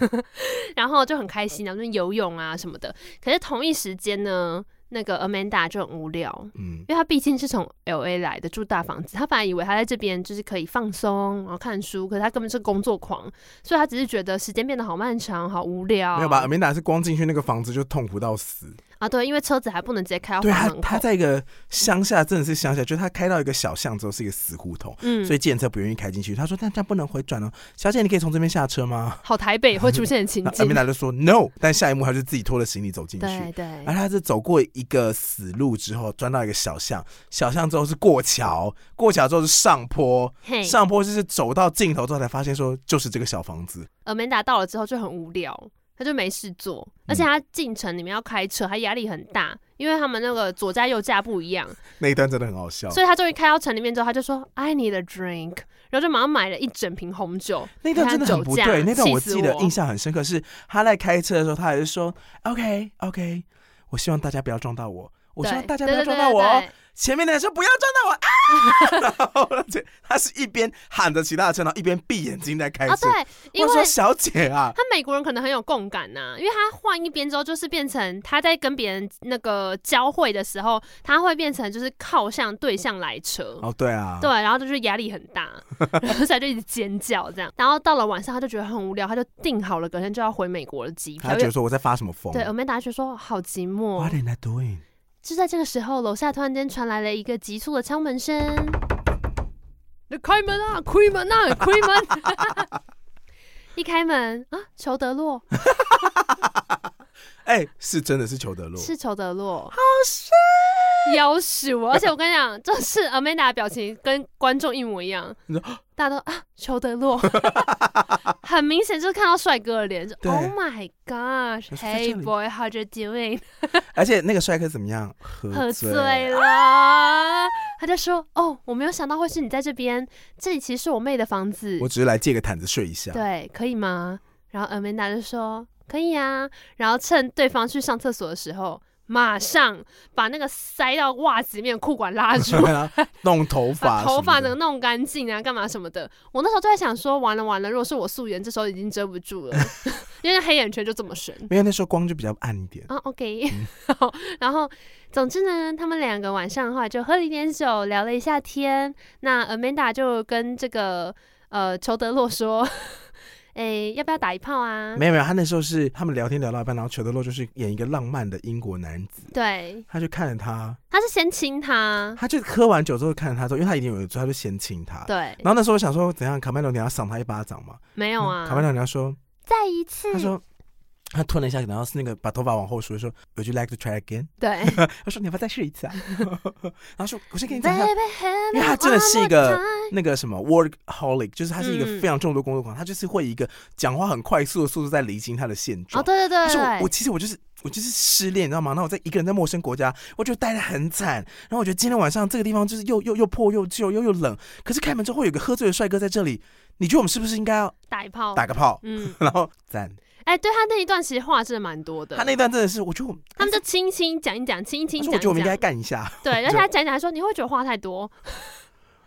[SPEAKER 2] 然后就很开心，然后就游泳啊什么的。可是同一时间呢，那个 Amanda 就很无聊，
[SPEAKER 1] 嗯，
[SPEAKER 2] 因为她毕竟是从 L A 来的，住大房子，她本来以为她在这边就是可以放松，然后看书，可是她根本是工作狂，所以她只是觉得时间变得好漫长，好无聊。
[SPEAKER 1] 没有吧？？梅达是光进去那个房子就痛苦到死。
[SPEAKER 2] 啊，对，因为车子还不能直接开到
[SPEAKER 1] 对
[SPEAKER 2] 房
[SPEAKER 1] 他，
[SPEAKER 2] 啊门
[SPEAKER 1] 他
[SPEAKER 2] 口。嗯
[SPEAKER 1] 在一个乡下，真的是乡下，就是他开到一个小巷之后是一个死胡同，
[SPEAKER 2] 嗯
[SPEAKER 1] 所，以建车不愿意开进去。他说：“但这样不能回转哦，小姐，你可以从这边下车吗？”
[SPEAKER 2] 好台北会出现的情
[SPEAKER 1] 那阿
[SPEAKER 2] 景
[SPEAKER 1] 米。达就说 no，但下一幕他就自己拖着行李走进去哎
[SPEAKER 2] 对。对
[SPEAKER 1] 而，他是走过一个死路之后，钻到一个小巷，小巷之后是过桥，过桥之后是上坡，
[SPEAKER 2] 嘿
[SPEAKER 1] 上坡就是走到尽头之后才发现说就是这个小房子。
[SPEAKER 2] ，Amanda 到了之后就很无聊，她就没事做，
[SPEAKER 1] 嗯
[SPEAKER 2] 而且她进城里面要开车，她压力很大，因为他们那个左驾右驾不一样，
[SPEAKER 1] 那一段真的很好笑，
[SPEAKER 2] 所以他终于开到城里面之后，他就说 I need a drink，然后就马上买了一整瓶红酒。
[SPEAKER 1] 那一段真的很不
[SPEAKER 2] 他酒
[SPEAKER 1] 对。
[SPEAKER 2] 驾
[SPEAKER 1] 那段我
[SPEAKER 2] 气死
[SPEAKER 1] 记得
[SPEAKER 2] 我
[SPEAKER 1] 印象很深刻，是他在开车的时候，他还是说 OK OK，我希望大家不要撞到我，我希望
[SPEAKER 2] 对
[SPEAKER 1] 大家不
[SPEAKER 2] 对
[SPEAKER 1] 要
[SPEAKER 2] 对
[SPEAKER 1] 撞到我
[SPEAKER 2] 对
[SPEAKER 1] 哦
[SPEAKER 2] 对。对
[SPEAKER 1] 前面的人说不要撞到我啊！然 后这他是一边喊着其他的车，然后一边闭眼睛在开
[SPEAKER 2] 啊，
[SPEAKER 1] 车。
[SPEAKER 2] 对，因
[SPEAKER 1] 我
[SPEAKER 2] 为
[SPEAKER 1] 说小姐啊，
[SPEAKER 2] 他美国人可能很有共感呐、因为他换一边之后，就是变成他在跟别人那个交汇的时候，他会变成就是靠向对向来车。
[SPEAKER 1] 哦对啊，
[SPEAKER 2] 对，然后就是压力很 大，然后所以就一直尖叫这样。然后到了晚上，他就觉得很无聊，他就订好了隔天就要回美国的机
[SPEAKER 1] 他
[SPEAKER 2] 票。
[SPEAKER 1] 觉得说我在发什么疯
[SPEAKER 2] 对，嗯我们达觉得说好寂寞哦
[SPEAKER 1] ？What。am I doing？
[SPEAKER 2] 就在这个时候，楼下突然间传来了一个急促的敲门声：“你开门啊，开门啊，开门！” 一开门啊，裘德洛
[SPEAKER 1] 哎，是真的是裘德洛，
[SPEAKER 2] 是裘德洛，好帅，要死我！而且我跟你讲，就是 Amanda 的表情跟观众一模一样
[SPEAKER 1] 你说，
[SPEAKER 2] 大家都啊，裘德洛， 很明显就是看到帅哥的脸就
[SPEAKER 1] 对
[SPEAKER 2] ，Oh my gosh，Hey
[SPEAKER 1] 这里
[SPEAKER 2] boy，how you doing？
[SPEAKER 1] 而且那个帅哥怎么样？喝
[SPEAKER 2] 喝
[SPEAKER 1] 醉
[SPEAKER 2] 醉了，他就说：“哦，我没有想到会是你在这边，这里其实是我妹的房子
[SPEAKER 1] 我，只是来借个毯子睡一下。
[SPEAKER 2] 对，可以吗？”然后 Amanda 就说：“可以啊。”然后趁对方去上厕所的时候，马上把那个塞到袜子里面的裤管拉 住。
[SPEAKER 1] 然后弄头发
[SPEAKER 2] 把
[SPEAKER 1] 什么的，
[SPEAKER 2] 头发能弄干净啊，干嘛什么的？我那时候就在想说，完了完了，如果是我素颜，这时候已经遮不 住了，因为黑眼圈就这么深。
[SPEAKER 1] 没有那时候光就比较暗一点。
[SPEAKER 2] 啊，OK，好， 然后总之呢，他们两个晚上的话就喝了一点酒，聊了一下天。那 Amanda 就跟这个呃裘德洛说， 诶，要不要打一炮啊？
[SPEAKER 1] 没有没有，他那时候是他们聊天聊到一半，然后裘德洛就是演一个浪漫的英国男子，
[SPEAKER 2] 对，
[SPEAKER 1] 他就看着他，
[SPEAKER 2] 他是先亲他，
[SPEAKER 1] 他就喝完酒之后看着他之后，因为他一定有一桌，他就先亲他。
[SPEAKER 2] 嗯对，
[SPEAKER 1] 然后嗯那时候我想说，怎样？卡麦隆你要赏他一巴掌嘛？
[SPEAKER 2] 没有啊
[SPEAKER 1] 卡，麦隆你要说，
[SPEAKER 2] 再一次
[SPEAKER 1] 他，说他吞了一下，然后是那个把头发往后梳，说 Would you like to try again？
[SPEAKER 2] 对
[SPEAKER 1] 他说你要不要再试一 次啊？然后说我 先给你讲一下，
[SPEAKER 2] ，Baby Have
[SPEAKER 1] 因为
[SPEAKER 2] it
[SPEAKER 1] 他真的是一
[SPEAKER 2] one more
[SPEAKER 1] 个
[SPEAKER 2] time
[SPEAKER 1] 那个什么 workaholic，就是他是一个
[SPEAKER 2] 嗯
[SPEAKER 1] 非常重度工作狂，他就是会以一个讲话很快速的速度在理清他的现状
[SPEAKER 2] 哦，。对对
[SPEAKER 1] 但
[SPEAKER 2] 对
[SPEAKER 1] 是我我
[SPEAKER 2] 对，
[SPEAKER 1] 其实我就是我就是失恋，你知道吗？那我在一个人在陌生国家，我觉得待得很惨。然后我觉得今天晚上这个地方就是又又又破又旧又又冷，可是开门之后会有个喝醉的帅哥在这里，你觉得我们是不是应该要
[SPEAKER 2] 打一炮，
[SPEAKER 1] 打个炮？
[SPEAKER 2] 嗯，
[SPEAKER 1] 然后赞，
[SPEAKER 2] 哎，对他那一段其实话真的蛮多的
[SPEAKER 1] 他，那段真的是，我觉得我
[SPEAKER 2] 他们就轻轻讲一讲，轻轻
[SPEAKER 1] 他说
[SPEAKER 2] 讲一
[SPEAKER 1] 我觉得我们应该
[SPEAKER 2] 讲，
[SPEAKER 1] 干一下，
[SPEAKER 2] 对，而且他讲一讲还说你会觉得话太多，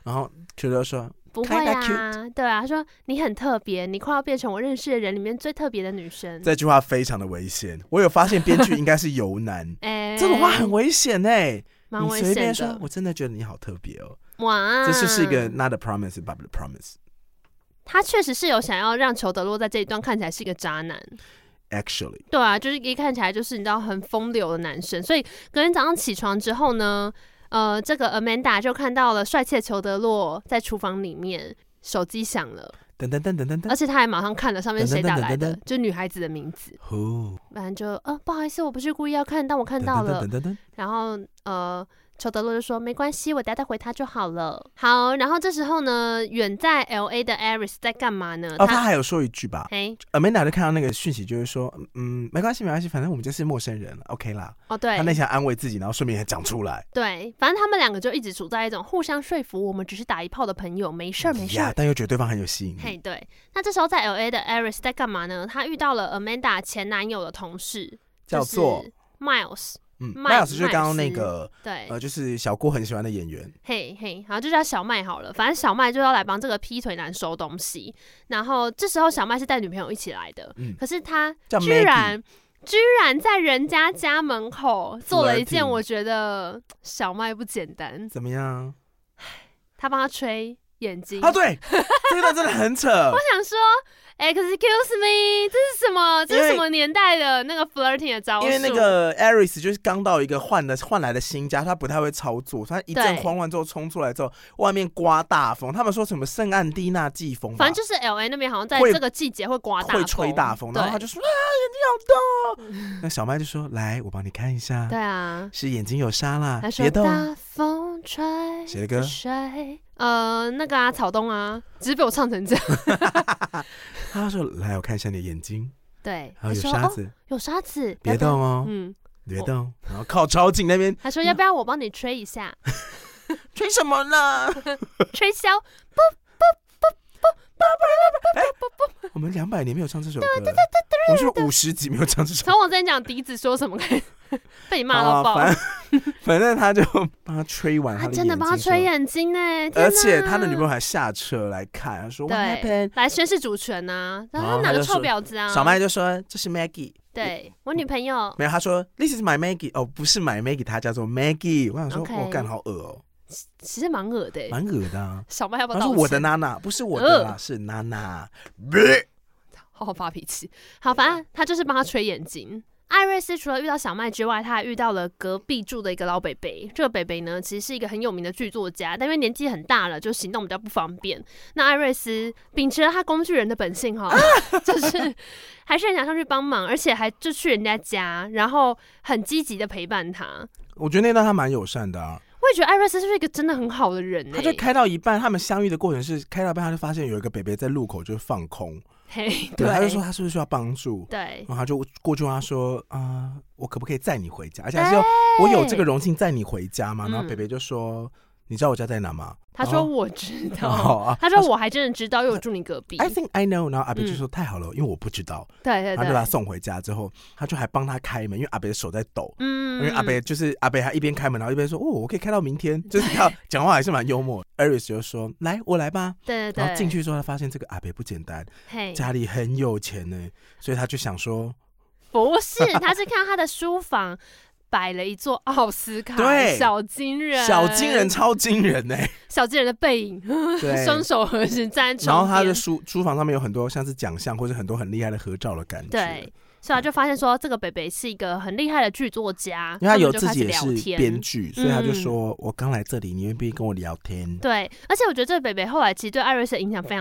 [SPEAKER 1] 然后觉得说
[SPEAKER 2] 不会
[SPEAKER 1] Kinda
[SPEAKER 2] 啊，对啊，他说你很特别，你快要变成我认识的人里面最特别的女生，，
[SPEAKER 1] 这句话非常的危险。我有发现编剧应该是由男
[SPEAKER 2] 哎，
[SPEAKER 1] 这种话很危险哎、
[SPEAKER 2] 蛮
[SPEAKER 1] 你
[SPEAKER 2] 危
[SPEAKER 1] 随
[SPEAKER 2] 险
[SPEAKER 1] 便说
[SPEAKER 2] 的，，嗯
[SPEAKER 1] 我真的觉得你好特别哦，
[SPEAKER 2] 哇，
[SPEAKER 1] 这就是一个 not a promise but a promise。
[SPEAKER 2] 他确实是有想要让裘德洛在这一段看起来是一个渣男，
[SPEAKER 1] Actually，
[SPEAKER 2] 对啊，就是一看起来就是你知道很风流的男生，所以隔天早上起床之后呢，呃，这个 Amanda 就看到了帅气的裘德洛在厨房里面，手机响了，
[SPEAKER 1] 等等等等等等
[SPEAKER 2] 而，且他还马上看了上面谁打来
[SPEAKER 1] 噔噔
[SPEAKER 2] 的
[SPEAKER 1] 噔噔，
[SPEAKER 2] 就女孩子的名字，
[SPEAKER 1] 呼，
[SPEAKER 2] 反正就呃不好意思，我不是故意要看，但我看到了
[SPEAKER 1] 等，等等
[SPEAKER 2] 然后呃，裘德洛就说没关系，我待待回他就好了。好，然后这时候呢，远在 L A 的 Iris 在干嘛呢？
[SPEAKER 1] 哦，他还有说一句吧呃
[SPEAKER 2] 哎
[SPEAKER 1] ，Amanda 就看到那个讯息，就是说，嗯，没关系，没关系，反正我们就是陌生人，OK 啦。
[SPEAKER 2] 哦对
[SPEAKER 1] 他，内心安慰自己，然后顺便也讲出来，
[SPEAKER 2] 对，反正他们两个就一直处在一种互相说服，我们只是打一炮的朋友，没事儿，没事
[SPEAKER 1] 呀
[SPEAKER 2] 儿。
[SPEAKER 1] 但又觉得对方很有吸引
[SPEAKER 2] 嘿，
[SPEAKER 1] 力。
[SPEAKER 2] 对。那这时候在 L A 的 Iris 在干嘛呢？她遇到了 Amanda 前男友的同事，
[SPEAKER 1] 叫做
[SPEAKER 2] 就是 Miles。
[SPEAKER 1] 嗯，
[SPEAKER 2] 麦
[SPEAKER 1] 麦老师就是刚刚那个
[SPEAKER 2] 对，
[SPEAKER 1] 呃，就是小郭很喜欢的演员，
[SPEAKER 2] 嘿嘿，好，就叫小麦好了。反正小麦就要来帮这个劈腿男收东西。然后这时候小麦是带女朋友一起来的，
[SPEAKER 1] 嗯
[SPEAKER 2] 可是他
[SPEAKER 1] 叫
[SPEAKER 2] 居
[SPEAKER 1] Maggie
[SPEAKER 2] 然居然在人家家门口做了一件
[SPEAKER 1] Flirting
[SPEAKER 2] 我觉得小麦不简单，
[SPEAKER 1] 怎么 样？
[SPEAKER 2] 他帮他吹眼睛。
[SPEAKER 1] 啊，对，这一段真的很 扯。
[SPEAKER 2] 我想说，Excuse me，这是什么？这
[SPEAKER 1] 因
[SPEAKER 2] 是
[SPEAKER 1] 为
[SPEAKER 2] 什么年代的那个 flirting 的招数？
[SPEAKER 1] 因为那个 Aris 就是刚到一个换的换来的新家，他不太会操作，他一阵
[SPEAKER 2] 对
[SPEAKER 1] 慌乱之后冲出来之后，外面刮大风，他们说什么圣安地纳季风吧，
[SPEAKER 2] 反正就是 L A 那边好像在
[SPEAKER 1] 会
[SPEAKER 2] 这个季节会刮大
[SPEAKER 1] 会吹大风，然后他
[SPEAKER 2] 对
[SPEAKER 1] 就说啊眼睛好痛 哦，那小麦就说来我帮你看一下，
[SPEAKER 2] 对啊，
[SPEAKER 1] 是眼睛有沙啦
[SPEAKER 2] 他，说
[SPEAKER 1] 别动啊，
[SPEAKER 2] 大风吹，
[SPEAKER 1] 谁的歌
[SPEAKER 2] 谁？呃，那个啊，草东啊，只是被我唱成这样。
[SPEAKER 1] 他说来我看一下你的眼睛，
[SPEAKER 2] 对，
[SPEAKER 1] 然
[SPEAKER 2] 他
[SPEAKER 1] 后有
[SPEAKER 2] 说
[SPEAKER 1] 沙
[SPEAKER 2] 哦，
[SPEAKER 1] 子，
[SPEAKER 2] 有沙子，
[SPEAKER 1] 别
[SPEAKER 2] 要不要
[SPEAKER 1] 动。哦，
[SPEAKER 2] 嗯，
[SPEAKER 1] 别
[SPEAKER 2] 我
[SPEAKER 1] 动，然后靠超近那边
[SPEAKER 2] 他说要不要我帮你吹一 下，
[SPEAKER 1] 吹什么呢？
[SPEAKER 2] 吹箫？
[SPEAKER 1] 我们两百年没有唱这首歌了，我们是五十集没有唱这首歌
[SPEAKER 2] 从我之前讲笛子说什么 开始，被你骂到
[SPEAKER 1] 啊
[SPEAKER 2] 爆。
[SPEAKER 1] 反 正反正他就帮他吹完他
[SPEAKER 2] 他
[SPEAKER 1] 的
[SPEAKER 2] 真的帮
[SPEAKER 1] 眼
[SPEAKER 2] 他
[SPEAKER 1] 睛
[SPEAKER 2] 吹
[SPEAKER 1] 之后
[SPEAKER 2] 眼睛呢，
[SPEAKER 1] 而且他的女朋
[SPEAKER 2] 友
[SPEAKER 1] 友还下车来看，他说 What
[SPEAKER 2] 对
[SPEAKER 1] happened？
[SPEAKER 2] 来宣誓主权呐、
[SPEAKER 1] 然
[SPEAKER 2] 然后
[SPEAKER 1] 后
[SPEAKER 2] 他
[SPEAKER 1] 他
[SPEAKER 2] 哪个
[SPEAKER 1] 就
[SPEAKER 2] 臭
[SPEAKER 1] 说
[SPEAKER 2] 婊子啊？
[SPEAKER 1] 小麦就说这是 Maggie，
[SPEAKER 2] 对我女朋友
[SPEAKER 1] 没有，他说 This is my Maggie，哦，不是 my Maggie，他叫做 Maggie。我想说，
[SPEAKER 2] OK
[SPEAKER 1] 我干好恶哦，
[SPEAKER 2] 其实蛮恶的欸、
[SPEAKER 1] 蛮恶的啊。
[SPEAKER 2] 小麦要不
[SPEAKER 1] 他
[SPEAKER 2] 要
[SPEAKER 1] 说
[SPEAKER 2] 道呃
[SPEAKER 1] 我的
[SPEAKER 2] 歉？
[SPEAKER 1] 娜娜，不是我的啦，是娜娜。bleh
[SPEAKER 2] 好好发脾气。好，反正他就是帮他吹眼睛。艾瑞斯除了遇到小麦之外，他还遇到了隔壁住的一个老北北。这个北北呢，其实是一个很有名的剧作家，但因为年纪很大了，就行动比较不方便。那艾瑞斯秉持了他工具人的本性哈， 就是 还是很想上去帮忙，而且还就去人家家，然后很积极的陪伴他。
[SPEAKER 1] 我觉得那段他蛮友善的啊。
[SPEAKER 2] 我也觉得艾瑞斯是一个真的很好的人、欸，
[SPEAKER 1] 他就开到一半，他们相遇的过程是开到一半，他就发现有一个北北在路口就放空，
[SPEAKER 2] 嘿，
[SPEAKER 1] 对，他就说哦他是不是需要帮助？
[SPEAKER 2] 对，
[SPEAKER 1] 然后他就过去问他说：“啊、我可不可以载你回家？而且还是要我有这个荣幸载你回家吗？”然后
[SPEAKER 2] 嗯
[SPEAKER 1] 北北就说：“你知道我家在哪吗？”
[SPEAKER 2] 他说我 知
[SPEAKER 1] 然
[SPEAKER 2] 道，
[SPEAKER 1] 后 啊，
[SPEAKER 2] 他说我还真的知道，因为我住你隔壁。
[SPEAKER 1] I think I know。然后阿北就
[SPEAKER 2] 嗯
[SPEAKER 1] 说：“太好了，因为我不知道。”
[SPEAKER 2] 对对
[SPEAKER 1] 然后哎就把他
[SPEAKER 2] 对，
[SPEAKER 1] 送回家之后，他就还帮他开门，因为阿北的手在抖。
[SPEAKER 2] 嗯，
[SPEAKER 1] 因为阿北就是阿北，还一边开门，然后一边说：“哦，我可以开到明 天。”就是他讲话还是蛮幽默。Aris 就说：“来，我来吧。”
[SPEAKER 2] 对对对，
[SPEAKER 1] 然后进去之后，他发现这个阿北不简单，
[SPEAKER 2] 嘿，
[SPEAKER 1] 家里很有钱呢，所以他就想说，
[SPEAKER 2] 不是，他是看到他的书房摆了一座奥斯卡，
[SPEAKER 1] 对
[SPEAKER 2] 小金人，
[SPEAKER 1] 小金人，超惊人 呢。
[SPEAKER 2] 小金人的背影，
[SPEAKER 1] 对，
[SPEAKER 2] 双手合十站在
[SPEAKER 1] 然后
[SPEAKER 2] 床
[SPEAKER 1] 他
[SPEAKER 2] 边
[SPEAKER 1] 的书书房上面有很多像是奖项或者很多很厉害的合照的感觉。
[SPEAKER 2] 对。所以他就发现说，这个北北是一个很厉害的剧作家，
[SPEAKER 1] 因为他有
[SPEAKER 2] 们就
[SPEAKER 1] 自
[SPEAKER 2] 开
[SPEAKER 1] 己
[SPEAKER 2] 始
[SPEAKER 1] 也
[SPEAKER 2] 聊
[SPEAKER 1] 是
[SPEAKER 2] 天
[SPEAKER 1] 编剧，所以他就
[SPEAKER 2] 嗯
[SPEAKER 1] 说：“我刚来这里，你愿不愿意跟我聊天
[SPEAKER 2] 对，而
[SPEAKER 1] 嗯
[SPEAKER 2] 且我觉得这个北北后来其实对艾瑞斯的影响非？”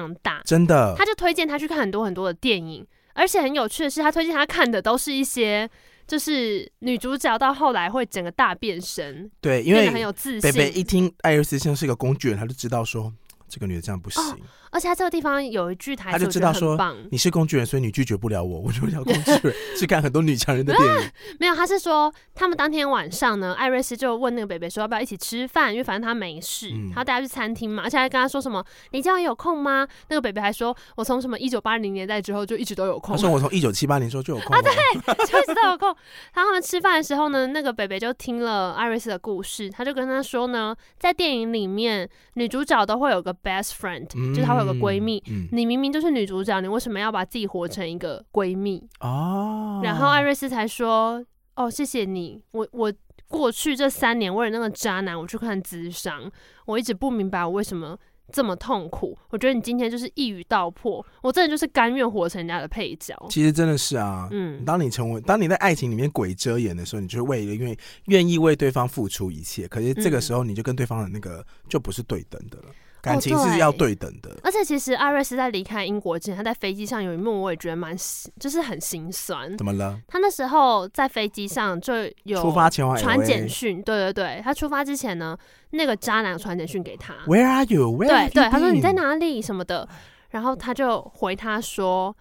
[SPEAKER 1] 真的，
[SPEAKER 2] 他就推荐他去看很多很多的电影，而且很有趣的是，他推荐他看的都是一些就是女主角到后来会整个大变身，
[SPEAKER 1] 对，因
[SPEAKER 2] 变得很
[SPEAKER 1] 为
[SPEAKER 2] 有自
[SPEAKER 1] 北
[SPEAKER 2] 信。
[SPEAKER 1] 北一听艾瑞斯先生是个工具人，他就知道说这个女的这样不行，
[SPEAKER 2] 哦而且他这个地方有一句台
[SPEAKER 1] 他
[SPEAKER 2] 词，
[SPEAKER 1] 就
[SPEAKER 2] 我觉
[SPEAKER 1] 知
[SPEAKER 2] 得
[SPEAKER 1] 道
[SPEAKER 2] 很
[SPEAKER 1] 说
[SPEAKER 2] 棒。
[SPEAKER 1] 你是工具人，所以你拒绝不了我，我就要工具 人。去看很多女强人的电影，
[SPEAKER 2] 没有，他是说他们当天晚上呢，艾瑞斯就问那个北北说要不要一起吃饭，因为反正他没事，
[SPEAKER 1] 嗯
[SPEAKER 2] 他带他去餐厅嘛，而且还跟他说什么你这样有空吗？那个北北还说我从什么一九八零年代之后就一直都有空
[SPEAKER 1] 他，说我从一九七八年时候就有
[SPEAKER 2] 哦
[SPEAKER 1] 空了，
[SPEAKER 2] 就一直都有空。然后他们吃饭的时候呢，那个北北就听了艾瑞斯的故事，他就跟他说呢，在电影里面女主角都会有个 best friend，、
[SPEAKER 1] 嗯
[SPEAKER 2] 就是她会有个闺蜜。，
[SPEAKER 1] 嗯，
[SPEAKER 2] 你明明就是女主角，你为什么要把自己活成一个闺蜜？
[SPEAKER 1] 哦，
[SPEAKER 2] 然后艾瑞斯才说：“哦，谢谢你，我我过去这三年为了那个渣男，我去看咨商，我一直不明白我为什么这么痛苦。我觉得你今天就是一语道破，我真的就是甘愿活成人家的配 角。
[SPEAKER 1] 其实真的是啊，
[SPEAKER 2] 嗯，
[SPEAKER 1] 当你成为，当你在爱情里面鬼遮眼的时候，你就是为了愿愿意为对方付出一切，可是这
[SPEAKER 2] 嗯
[SPEAKER 1] 个时候你就跟对方的那个就不是对等的了，感情
[SPEAKER 2] 哦对
[SPEAKER 1] 是要对等的。
[SPEAKER 2] 而且其实艾瑞斯在离开英国之前，他在飞机上有一幕，我也觉得蛮心就是很心酸。
[SPEAKER 1] 怎么了？
[SPEAKER 2] 他那时候在飞机上就有
[SPEAKER 1] 出发哎前往 LA
[SPEAKER 2] 传简讯，对对对，他出发之前呢，那个渣男传简讯给他，
[SPEAKER 1] Where are you? Where
[SPEAKER 2] 对
[SPEAKER 1] have
[SPEAKER 2] 对，
[SPEAKER 1] you
[SPEAKER 2] 他说你在
[SPEAKER 1] been？
[SPEAKER 2] 哪里什么的，然后他就回他说，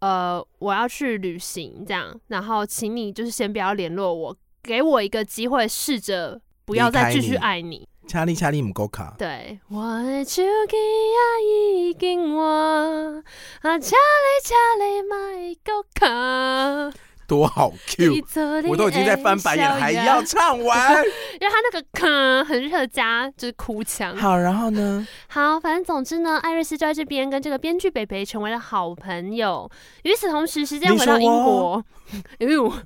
[SPEAKER 2] 呃，我要去旅行这样，然后请你就是先不要联络我，给我一个机会，试着不要再继续
[SPEAKER 1] 离开
[SPEAKER 2] 爱你。
[SPEAKER 1] 查理查理姆够卡。
[SPEAKER 2] 对，我的手机啊已经换，啊，车里车里买个 卡，
[SPEAKER 1] 多好 Q，我都已经在翻白眼，还要，唱 完。
[SPEAKER 2] 因为他那个卡很适合加就是哭腔。
[SPEAKER 1] 好，然后 呢？
[SPEAKER 2] 好，反正总之呢，艾瑞斯就在这边跟这个编剧北北成为了好朋友。与此同时，时间
[SPEAKER 1] 你
[SPEAKER 2] 回到
[SPEAKER 1] 说
[SPEAKER 2] 英 国
[SPEAKER 1] 我，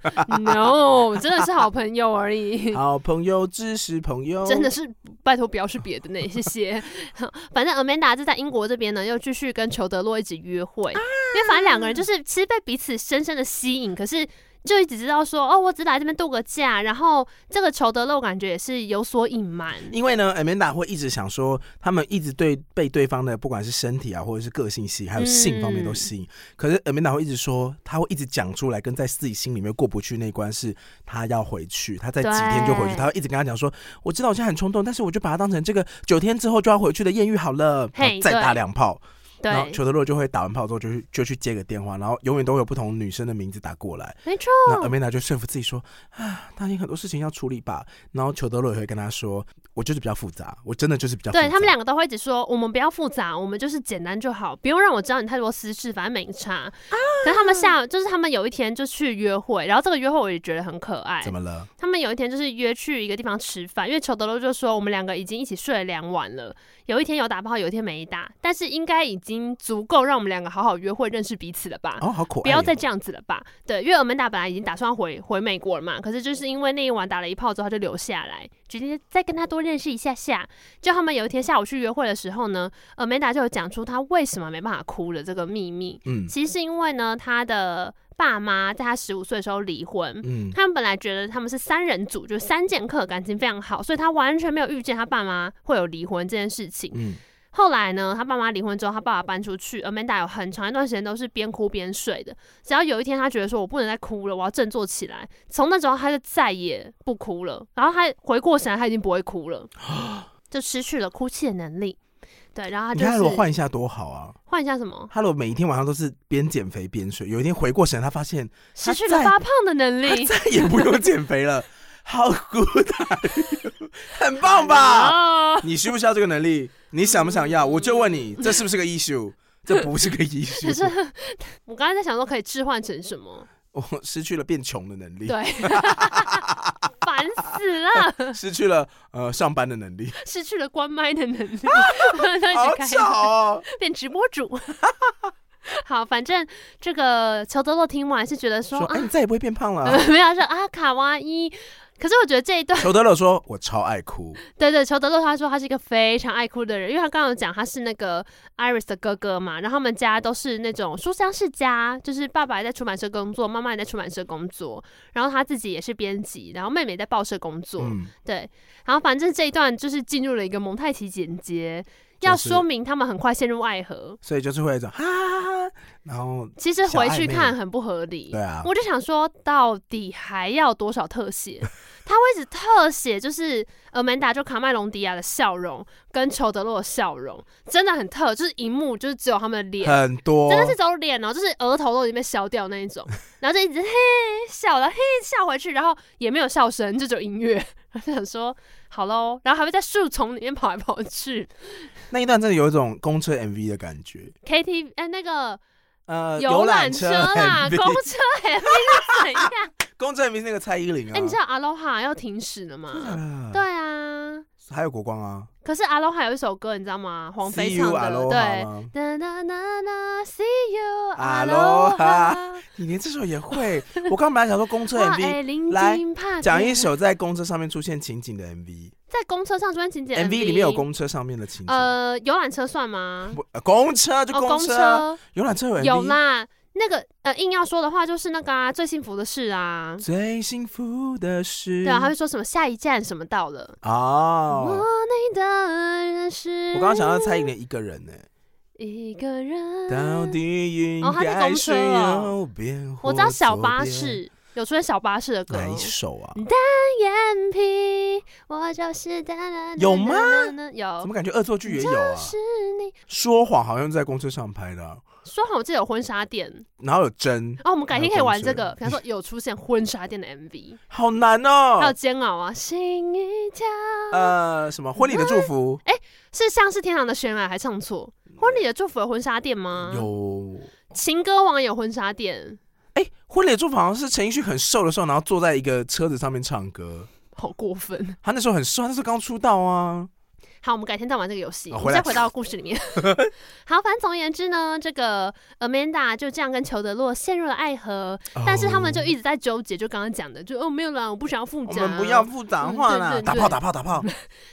[SPEAKER 2] 哎呦 ，no，真的是好朋友而已。
[SPEAKER 1] 好朋友，知识朋友，
[SPEAKER 2] 真的是，拜托不要是别的呢，谢谢。 反正 Amanda 就在英国这边呢，又继续跟裘德洛一起约会，
[SPEAKER 1] 啊
[SPEAKER 2] 因为反正两个人就是其实被彼此深深的吸引，可是就一直知道说，哦，我只来这边度个假，然后这个裘德洛感觉也是有所隐瞒，
[SPEAKER 1] 因为呢，Amanda 会一直想说，他们一直对被对方的不管是身体啊，或者是个性吸引，还有性方面都吸引。
[SPEAKER 2] 嗯
[SPEAKER 1] 可是 Amanda 会一直说，她会一直讲出来，跟在自己心里面过不去那一关是，她要回去，她在几天就回去，
[SPEAKER 2] 对
[SPEAKER 1] 她会一直跟他讲说，我知道我现在很冲动，但是我就把它当成这个九天之后就要回去的艳遇好了，
[SPEAKER 2] 嘿
[SPEAKER 1] 然后再打两炮，
[SPEAKER 2] 对
[SPEAKER 1] 然，后裘德洛就会打完炮之后就去就去接个电话，然后永远都会有不同女生的名字打过来。
[SPEAKER 2] 没错。
[SPEAKER 1] 那 Amanda 就说服自己说啊，他有很多事情要处理吧。然后裘德洛也会跟他说，我就是比较复杂，我真的就是比较复杂。
[SPEAKER 2] 对他们两个都会一直说，我们不要复杂，我们就是简单就好，不用让我知道你太多私事，反正没差。可是他们下，就是他们有一天就去约会，然后这个约会我也觉得很可爱
[SPEAKER 1] 怎。么了？
[SPEAKER 2] 他们有一天就是约去一个地方吃饭，因为裘德洛就说我们两个已经一起睡了两晚了，有一天有打炮，有一天没打，但是应该已经足够让我们两个好好约会认识彼此了吧。
[SPEAKER 1] 哦，好可爱、
[SPEAKER 2] 不要再。这样子了吧？对，因为尔曼达本来已经打算回回美国了嘛，可是就是因为那一晚打了一炮之后，他就留下来，决定再跟他多认识一下下。就他们有一天下午去约会的时候呢，尔曼达就有讲出他为什么没办法哭的这个秘密，
[SPEAKER 1] 嗯
[SPEAKER 2] 其实是因为呢，他的爸妈在他十五岁的时候离婚。
[SPEAKER 1] 嗯，
[SPEAKER 2] 他们本来觉得他们是三人组，就是三剑客，感情非常好，所以他完全没有预见他爸妈会有离婚这件事情。
[SPEAKER 1] 嗯，
[SPEAKER 2] 后来呢，他爸妈离婚之后，他爸爸搬出去，Amanda 有很长一段时间都是边哭边睡的。只要有一天他觉得说我不能再哭了，我要振作起来，从那之后他就再也不哭了。然后他回过神来，他已经不会 哭了，就失去了哭泣的能力。对，然后他
[SPEAKER 1] 你
[SPEAKER 2] 就
[SPEAKER 1] 看他如果
[SPEAKER 2] 是
[SPEAKER 1] 换一下多好啊！
[SPEAKER 2] 换一下什么，
[SPEAKER 1] 他如果每一天晚上都是边减肥边睡，有一天回过神，他发现
[SPEAKER 2] 失
[SPEAKER 1] 他
[SPEAKER 2] 去了
[SPEAKER 1] 在
[SPEAKER 2] 发胖的能
[SPEAKER 1] 他
[SPEAKER 2] 力，
[SPEAKER 1] 再也不用减肥了。好 good，are you？很棒 吧？
[SPEAKER 2] 哦？
[SPEAKER 1] 你需不需要这个能力？你想不想要？我就问你，这是不是个 issue？这不是个
[SPEAKER 2] 可是
[SPEAKER 1] issue，
[SPEAKER 2] 我刚才在想说可以置换成 什么，
[SPEAKER 1] 我失去了变穷的能力。
[SPEAKER 2] 对，烦死了。
[SPEAKER 1] 失去了呃上班的 能力，
[SPEAKER 2] 失去了关麦的能 力， 他一
[SPEAKER 1] 好
[SPEAKER 2] 直开
[SPEAKER 1] 巧哦！
[SPEAKER 2] 变直播主。好，反正这个乔德洛听完是觉得 说
[SPEAKER 1] 说哎，
[SPEAKER 2] 啊，
[SPEAKER 1] 你再也不会变胖 了。
[SPEAKER 2] 没有他说啊卡哇伊。可是我觉得这一段，
[SPEAKER 1] 裘德勒说：“我超爱哭，
[SPEAKER 2] 对对，裘德洛他说他是一个非常爱哭的人，因为他刚刚有讲他是那个 Iris 的哥哥嘛，然后他们家都是那种书香世家，就是爸爸也在出版社工作，妈妈也在出版社工作，然后他自己也是编辑，然后妹妹也在报社工作，
[SPEAKER 1] 嗯，
[SPEAKER 2] 对，然后反正这一段就是进入了一个蒙太奇剪接，要
[SPEAKER 1] 是
[SPEAKER 2] 说明他们很快陷入爱河。
[SPEAKER 1] 所以就是会有一种哈哈哈哈，然后
[SPEAKER 2] 其实回
[SPEAKER 1] 小暧昧
[SPEAKER 2] 去看很不合理。
[SPEAKER 1] 对啊，
[SPEAKER 2] 我就想说，到底还要多少 特写？他会一直特写，就是呃，门达就卡麦隆迪亚的笑容跟裘德洛的笑容，真的很特，就是一幕就是只有他们的脸，
[SPEAKER 1] 很多
[SPEAKER 2] 真的是只有脸哦，就是额头都已经被削掉那一 种，然后就一直嘿笑，然后嘿笑回去，然后也没有笑声，就只有音乐。 我就想说，好喽，然后还会在树丛里面跑来跑去
[SPEAKER 1] 那一段真的有一种公车 MV 的感觉，
[SPEAKER 2] ，KTV 哎、那个
[SPEAKER 1] 呃，
[SPEAKER 2] 游
[SPEAKER 1] 览
[SPEAKER 2] 览
[SPEAKER 1] 车
[SPEAKER 2] 啦，公
[SPEAKER 1] MV，
[SPEAKER 2] 车 MV 是怎样？
[SPEAKER 1] 公车 MV 是那个蔡依林啊，
[SPEAKER 2] 哎、你知道 Aloha 要停驶了吗？
[SPEAKER 1] 啊
[SPEAKER 2] 对啊，
[SPEAKER 1] 还有国光啊，
[SPEAKER 2] 可是 Aloha 有一首歌，你知道吗？黄飞
[SPEAKER 1] See
[SPEAKER 2] 唱
[SPEAKER 1] you
[SPEAKER 2] 的，
[SPEAKER 1] Aloha
[SPEAKER 2] 对。
[SPEAKER 1] 吗？
[SPEAKER 2] 哒哒哒哒，See you
[SPEAKER 1] Aloha
[SPEAKER 2] Aloha。
[SPEAKER 1] 你连这首也会？我刚本来想说公车
[SPEAKER 2] 哇
[SPEAKER 1] MV，
[SPEAKER 2] 哎，临
[SPEAKER 1] 来
[SPEAKER 2] 近怕
[SPEAKER 1] 讲一
[SPEAKER 2] 天
[SPEAKER 1] 首在公车上面出现情景的 MV，MV
[SPEAKER 2] 在公车上专情节
[SPEAKER 1] 里面有公车上面的情景，
[SPEAKER 2] 呃游览车算吗？
[SPEAKER 1] 不呃公车就
[SPEAKER 2] 哦，
[SPEAKER 1] 公
[SPEAKER 2] 公
[SPEAKER 1] 车啊，游览车有 MV，
[SPEAKER 2] 有啦。那个呃，硬要说的话就是那个啊，最幸福的事啊，
[SPEAKER 1] 最幸福的事
[SPEAKER 2] 对啊，他会说什么下一站什么到了，我
[SPEAKER 1] 哦，
[SPEAKER 2] 你的人是
[SPEAKER 1] 我刚刚想到蔡依林一个人呢，
[SPEAKER 2] 一个人，
[SPEAKER 1] 到底应
[SPEAKER 2] 嗯哦她是
[SPEAKER 1] 该
[SPEAKER 2] 公
[SPEAKER 1] 是
[SPEAKER 2] 车哦
[SPEAKER 1] 右边或
[SPEAKER 2] 我知道小
[SPEAKER 1] 左
[SPEAKER 2] 巴
[SPEAKER 1] 边
[SPEAKER 2] 士哦有出现小巴士的歌，
[SPEAKER 1] 哪一首啊？
[SPEAKER 2] 眼皮，我就是哒哒哒哒
[SPEAKER 1] 有吗
[SPEAKER 2] 哒哒？有
[SPEAKER 1] 怎么，感觉恶作剧也有啊？
[SPEAKER 2] 是你
[SPEAKER 1] 说谎好像在公车上拍的啊、
[SPEAKER 2] 说好这有婚纱店
[SPEAKER 1] 然后有真，
[SPEAKER 2] 哦，我们改天可以玩这
[SPEAKER 1] 还有
[SPEAKER 2] 个，
[SPEAKER 1] 公车
[SPEAKER 2] 比 方说有出现婚纱店的 MV，
[SPEAKER 1] 好难
[SPEAKER 2] 还有
[SPEAKER 1] 哦。
[SPEAKER 2] 煎熬啊，心一跳，
[SPEAKER 1] 呃，什么婚礼的祝福
[SPEAKER 2] 是像是天堂的悬崖，还唱错。婚礼的祝福有婚纱店吗？，
[SPEAKER 1] 嗯有？
[SPEAKER 2] 情歌王有婚纱店，
[SPEAKER 1] 哎、婚礼的祝福好像是陈奕迅很瘦的时候，然后坐在一个车子上面唱歌。
[SPEAKER 2] 好过分。
[SPEAKER 1] 他那时候很瘦，他那时候刚出道啊。
[SPEAKER 2] 好，我们改天再玩这个游戏。
[SPEAKER 1] 哦
[SPEAKER 2] 我
[SPEAKER 1] 回
[SPEAKER 2] 们
[SPEAKER 1] 来
[SPEAKER 2] 再回到故事里面。 好，反正总而言之呢，这个 Amanda 就这样跟裘德洛陷入了爱河，
[SPEAKER 1] 哦
[SPEAKER 2] 但是他们就一直在纠结，就刚刚讲的，就哦没有啦，我不想要复
[SPEAKER 1] 我
[SPEAKER 2] 杂，
[SPEAKER 1] 们不要复杂化啦，
[SPEAKER 2] 啊嗯对对对
[SPEAKER 1] 啊打炮打炮打炮。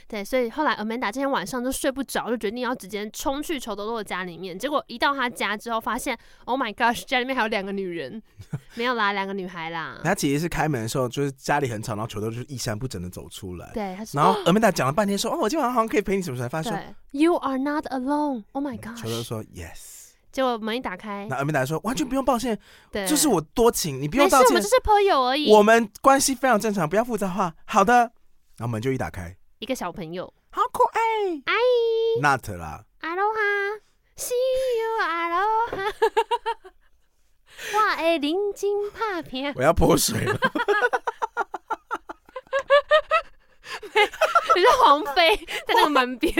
[SPEAKER 2] 对，所以后来 Amanda 今天晚上就睡不着，就决定要直接冲去裘德洛的家里面。结果一到他家之后，发现 Oh my gosh，家里面还有两个女人， 没有啦，两个女孩啦。
[SPEAKER 1] 他其实是开门的时候，就是家里很吵，然后球豆就是衣衫不整的走出 来。
[SPEAKER 2] 对，他说
[SPEAKER 1] 然后尔美达讲了半天说：“哦，我今晚好像可以陪你什么？”才发现
[SPEAKER 2] 对，You are not alone。Oh my
[SPEAKER 1] 球豆
[SPEAKER 2] gosh！
[SPEAKER 1] 说 yes。
[SPEAKER 2] 结果门一打开
[SPEAKER 1] 那，尔美达说：“完全不用抱歉，
[SPEAKER 2] 哎对，
[SPEAKER 1] 就是我多情，你不用
[SPEAKER 2] 没事，
[SPEAKER 1] 道
[SPEAKER 2] 我
[SPEAKER 1] 歉
[SPEAKER 2] 们就，是朋友而已。
[SPEAKER 1] 我们关系非常正常，不要复杂化。”好的，然后门就一打开，
[SPEAKER 2] 一个小朋友，
[SPEAKER 1] 好可
[SPEAKER 2] 哎
[SPEAKER 1] 爱
[SPEAKER 2] 阿
[SPEAKER 1] ，Not 啦，
[SPEAKER 2] 阿罗哈，See you，阿罗哈。哇，哎，临近怕片，
[SPEAKER 1] 我要泼水了。
[SPEAKER 2] 你是黄飞 在那个门边。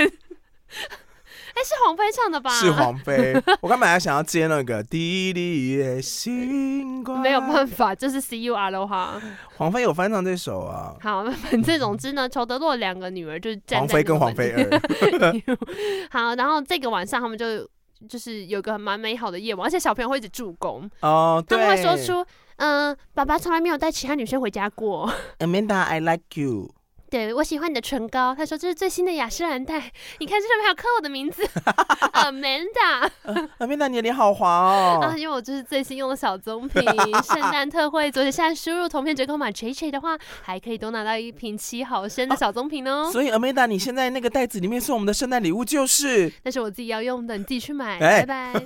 [SPEAKER 2] 哎，是黄飞唱的吧？
[SPEAKER 1] 是黄飞，我刚本来想要接那个滴滴的星光，
[SPEAKER 2] 没有办法，就是 C U R 的话。
[SPEAKER 1] 黄飞有翻唱这首啊，
[SPEAKER 2] 好，反正总之呢，裘德洛两个女儿就是站在
[SPEAKER 1] 黄飞跟
[SPEAKER 2] 那个
[SPEAKER 1] 黄
[SPEAKER 2] 门
[SPEAKER 1] 飞二，
[SPEAKER 2] 好，然后这个晚上他们就就是有个蛮美好的夜晚，而且小朋友会一直助攻，
[SPEAKER 1] 哦，
[SPEAKER 2] 他
[SPEAKER 1] 对，
[SPEAKER 2] 们会说出，嗯、爸爸从来没有带其他女生回家过，
[SPEAKER 1] Amanda，I like you。
[SPEAKER 2] 对我喜欢你的唇膏，他说这是最新的雅诗兰黛，你看这上面还有刻我的 名字，Amanda
[SPEAKER 1] 阿面达，你的脸好滑哦
[SPEAKER 2] 啊，！因为我这是最新用的小棕瓶，圣诞特惠，昨天现在输入同片折扣码 JJ 的话，还可以多拿到一瓶七毫升的小棕瓶哦。
[SPEAKER 1] 所以阿面达，你现在那个袋子里面送我们的圣诞礼物就是
[SPEAKER 2] 那是我自己要用的，你自己去买，
[SPEAKER 1] 哎
[SPEAKER 2] 拜拜。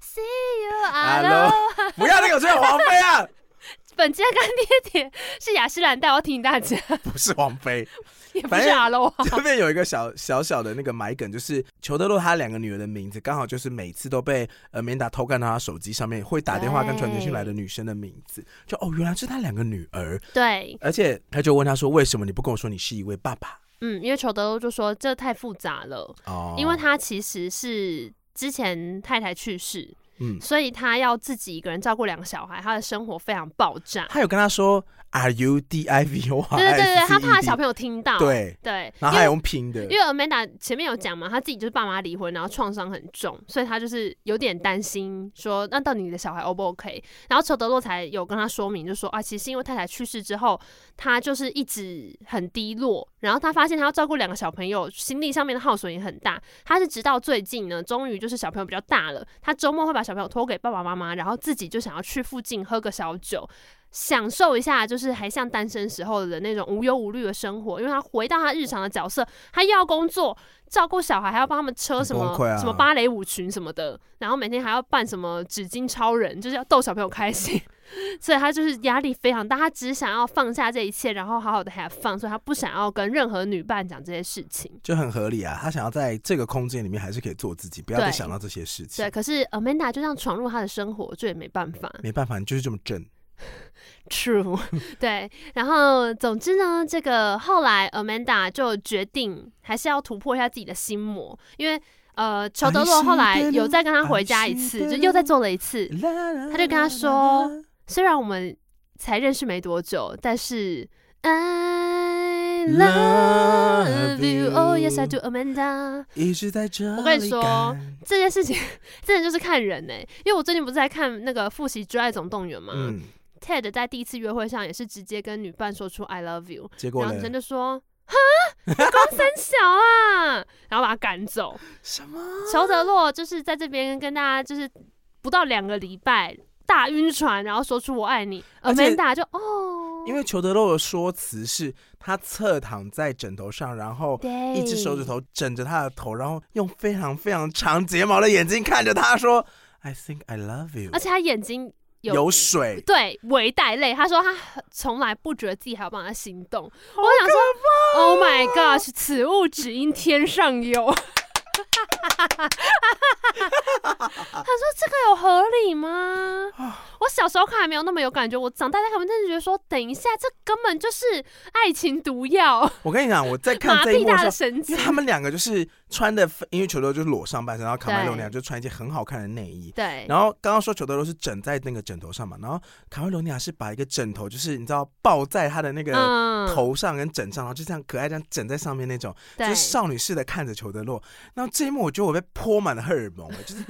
[SPEAKER 2] See you, hello。
[SPEAKER 1] 不要那个追黄飞啊，
[SPEAKER 2] 本期的干爹点是雅诗兰黛，我要提醒大家，
[SPEAKER 1] 不是黄飞。
[SPEAKER 2] 也不
[SPEAKER 1] 反
[SPEAKER 2] 是
[SPEAKER 1] 正
[SPEAKER 2] hello 啊。
[SPEAKER 1] 这边有一个小小小的那个埋梗，就是裘德洛他两个女儿的名字，刚好就是每次都被呃美达偷看到他手机上面会打电话跟传简讯来的女生的名字，就哦，原来是他两个女儿，
[SPEAKER 2] 对，
[SPEAKER 1] 而且他就问他说，为什么你不跟我说你是一位爸爸？
[SPEAKER 2] 嗯，因为裘德洛就说这太复杂了，
[SPEAKER 1] 哦，
[SPEAKER 2] 因为他其实是之前太太去世，
[SPEAKER 1] 嗯，
[SPEAKER 2] 所以他要自己一个人照顾两个小孩，他的生活非常爆炸。
[SPEAKER 1] 他有跟他说 Are you D I V O R？
[SPEAKER 2] 对对对
[SPEAKER 1] S
[SPEAKER 2] 对，
[SPEAKER 1] C E D
[SPEAKER 2] 他怕小朋友听到。
[SPEAKER 1] 对，
[SPEAKER 2] 对，
[SPEAKER 1] 然后他
[SPEAKER 2] 因
[SPEAKER 1] 还
[SPEAKER 2] 为
[SPEAKER 1] 用拼的，
[SPEAKER 2] 因为 Amanda 前面有讲嘛，她自己就是爸妈离婚，然后创伤很重，所以她就是有点担心说，那到底你的小孩 O 不 OK？然后裘德洛才有跟她说明，就说啊，其实是因为太太去世之后，她就是一直很低落，然后她发现她要照顾两个小朋友，心力上面的耗损也很大。她是直到最近呢，终于就是小朋友比较大了，她周末会把小朋友托给爸爸妈妈，然后自己就想要去附近喝个小酒。享受一下，就是还像单身时候的那种无忧无虑的生活，因为他回到他日常的角色，他又要工作、照顾小孩，还要帮他们车什么、
[SPEAKER 1] 很崩溃啊
[SPEAKER 2] 什么芭蕾舞群什么的，然后每天还要扮什么纸巾超人，就是要逗小朋友开心，所以他就是压力非常大，他只想要放下这一切，然后好好的 have fun，所以 他不想要跟任何女伴讲这些事情。
[SPEAKER 1] 就很合理啊。他想要在这个空间里面还是可以做自己，不要
[SPEAKER 2] 对
[SPEAKER 1] 再想到这些事情
[SPEAKER 2] 对，。可是呃 Amanda 就这样闯入他的生活，这也没办法。
[SPEAKER 1] 没办法，你就是这么正。
[SPEAKER 2] True，对。然后总之呢，这个后来 Amanda 就决定还是要突破一下自己的心魔，因为呃，乔德洛后来有再跟他回家一次，就又再做了一次。
[SPEAKER 1] 他
[SPEAKER 2] 就跟他说虽然我们才认识没多久，但是 I love you, oh yes I do, Amanda。
[SPEAKER 1] 一直在这里。
[SPEAKER 2] 我跟你说这件事情真的就是看人呢、欸因为我最近不是在看那个《复习之爱总动员》嘛、
[SPEAKER 1] 嗯，
[SPEAKER 2] t e d 在第一次约会上也是直接跟女伴说出 I love you，
[SPEAKER 1] 结果
[SPEAKER 2] 然后女生
[SPEAKER 1] 呢？
[SPEAKER 2] 就说：“哈，你公三小啊！” 然后把他赶走。
[SPEAKER 1] 什么？
[SPEAKER 2] 乔德洛就是在这边跟大家就是不到两个礼拜大晕船，然后说出“我爱你
[SPEAKER 1] 而且
[SPEAKER 2] ”，Amanda 就哦，
[SPEAKER 1] 因为裘德洛的说辞是他侧躺在枕头上，然后
[SPEAKER 2] 对
[SPEAKER 1] 一只手指头枕着他的头，然后用非常非常长睫毛的眼睛看着他说：“I think I love you。”
[SPEAKER 2] 而且他眼睛啊有
[SPEAKER 1] 有 水，
[SPEAKER 2] 对微带泪，他说他从来不觉得自己还要帮他心动。我想说，Oh my gosh，此物只应天 上有。他说：“这个有合 理吗？我小时候看还没有那么有感觉，我长大再看，我真的觉得说，等一下，这根本就是爱情毒药，
[SPEAKER 1] 我跟你讲，我在看
[SPEAKER 2] 麻
[SPEAKER 1] 这一
[SPEAKER 2] 痹
[SPEAKER 1] 幕的
[SPEAKER 2] 他
[SPEAKER 1] 时候
[SPEAKER 2] 的，神
[SPEAKER 1] 因
[SPEAKER 2] 经
[SPEAKER 1] 为。他们两个就是穿的，因为裘德洛就是裸上半身，然后卡麦罗尼亚
[SPEAKER 2] 对
[SPEAKER 1] 就穿一件很好看的内衣。
[SPEAKER 2] 对，
[SPEAKER 1] 然后刚刚说裘德洛是枕在那个枕头上嘛，然后卡麦罗尼亚是把一个枕头，就是你知道抱在他的那个
[SPEAKER 2] 嗯，
[SPEAKER 1] 头上跟枕上，然后就这样可爱这样枕在上面那种，就
[SPEAKER 2] 对
[SPEAKER 1] 是，少女式的看着裘德洛。然后这一幕我觉得我被泼满了荷尔蒙，啊就是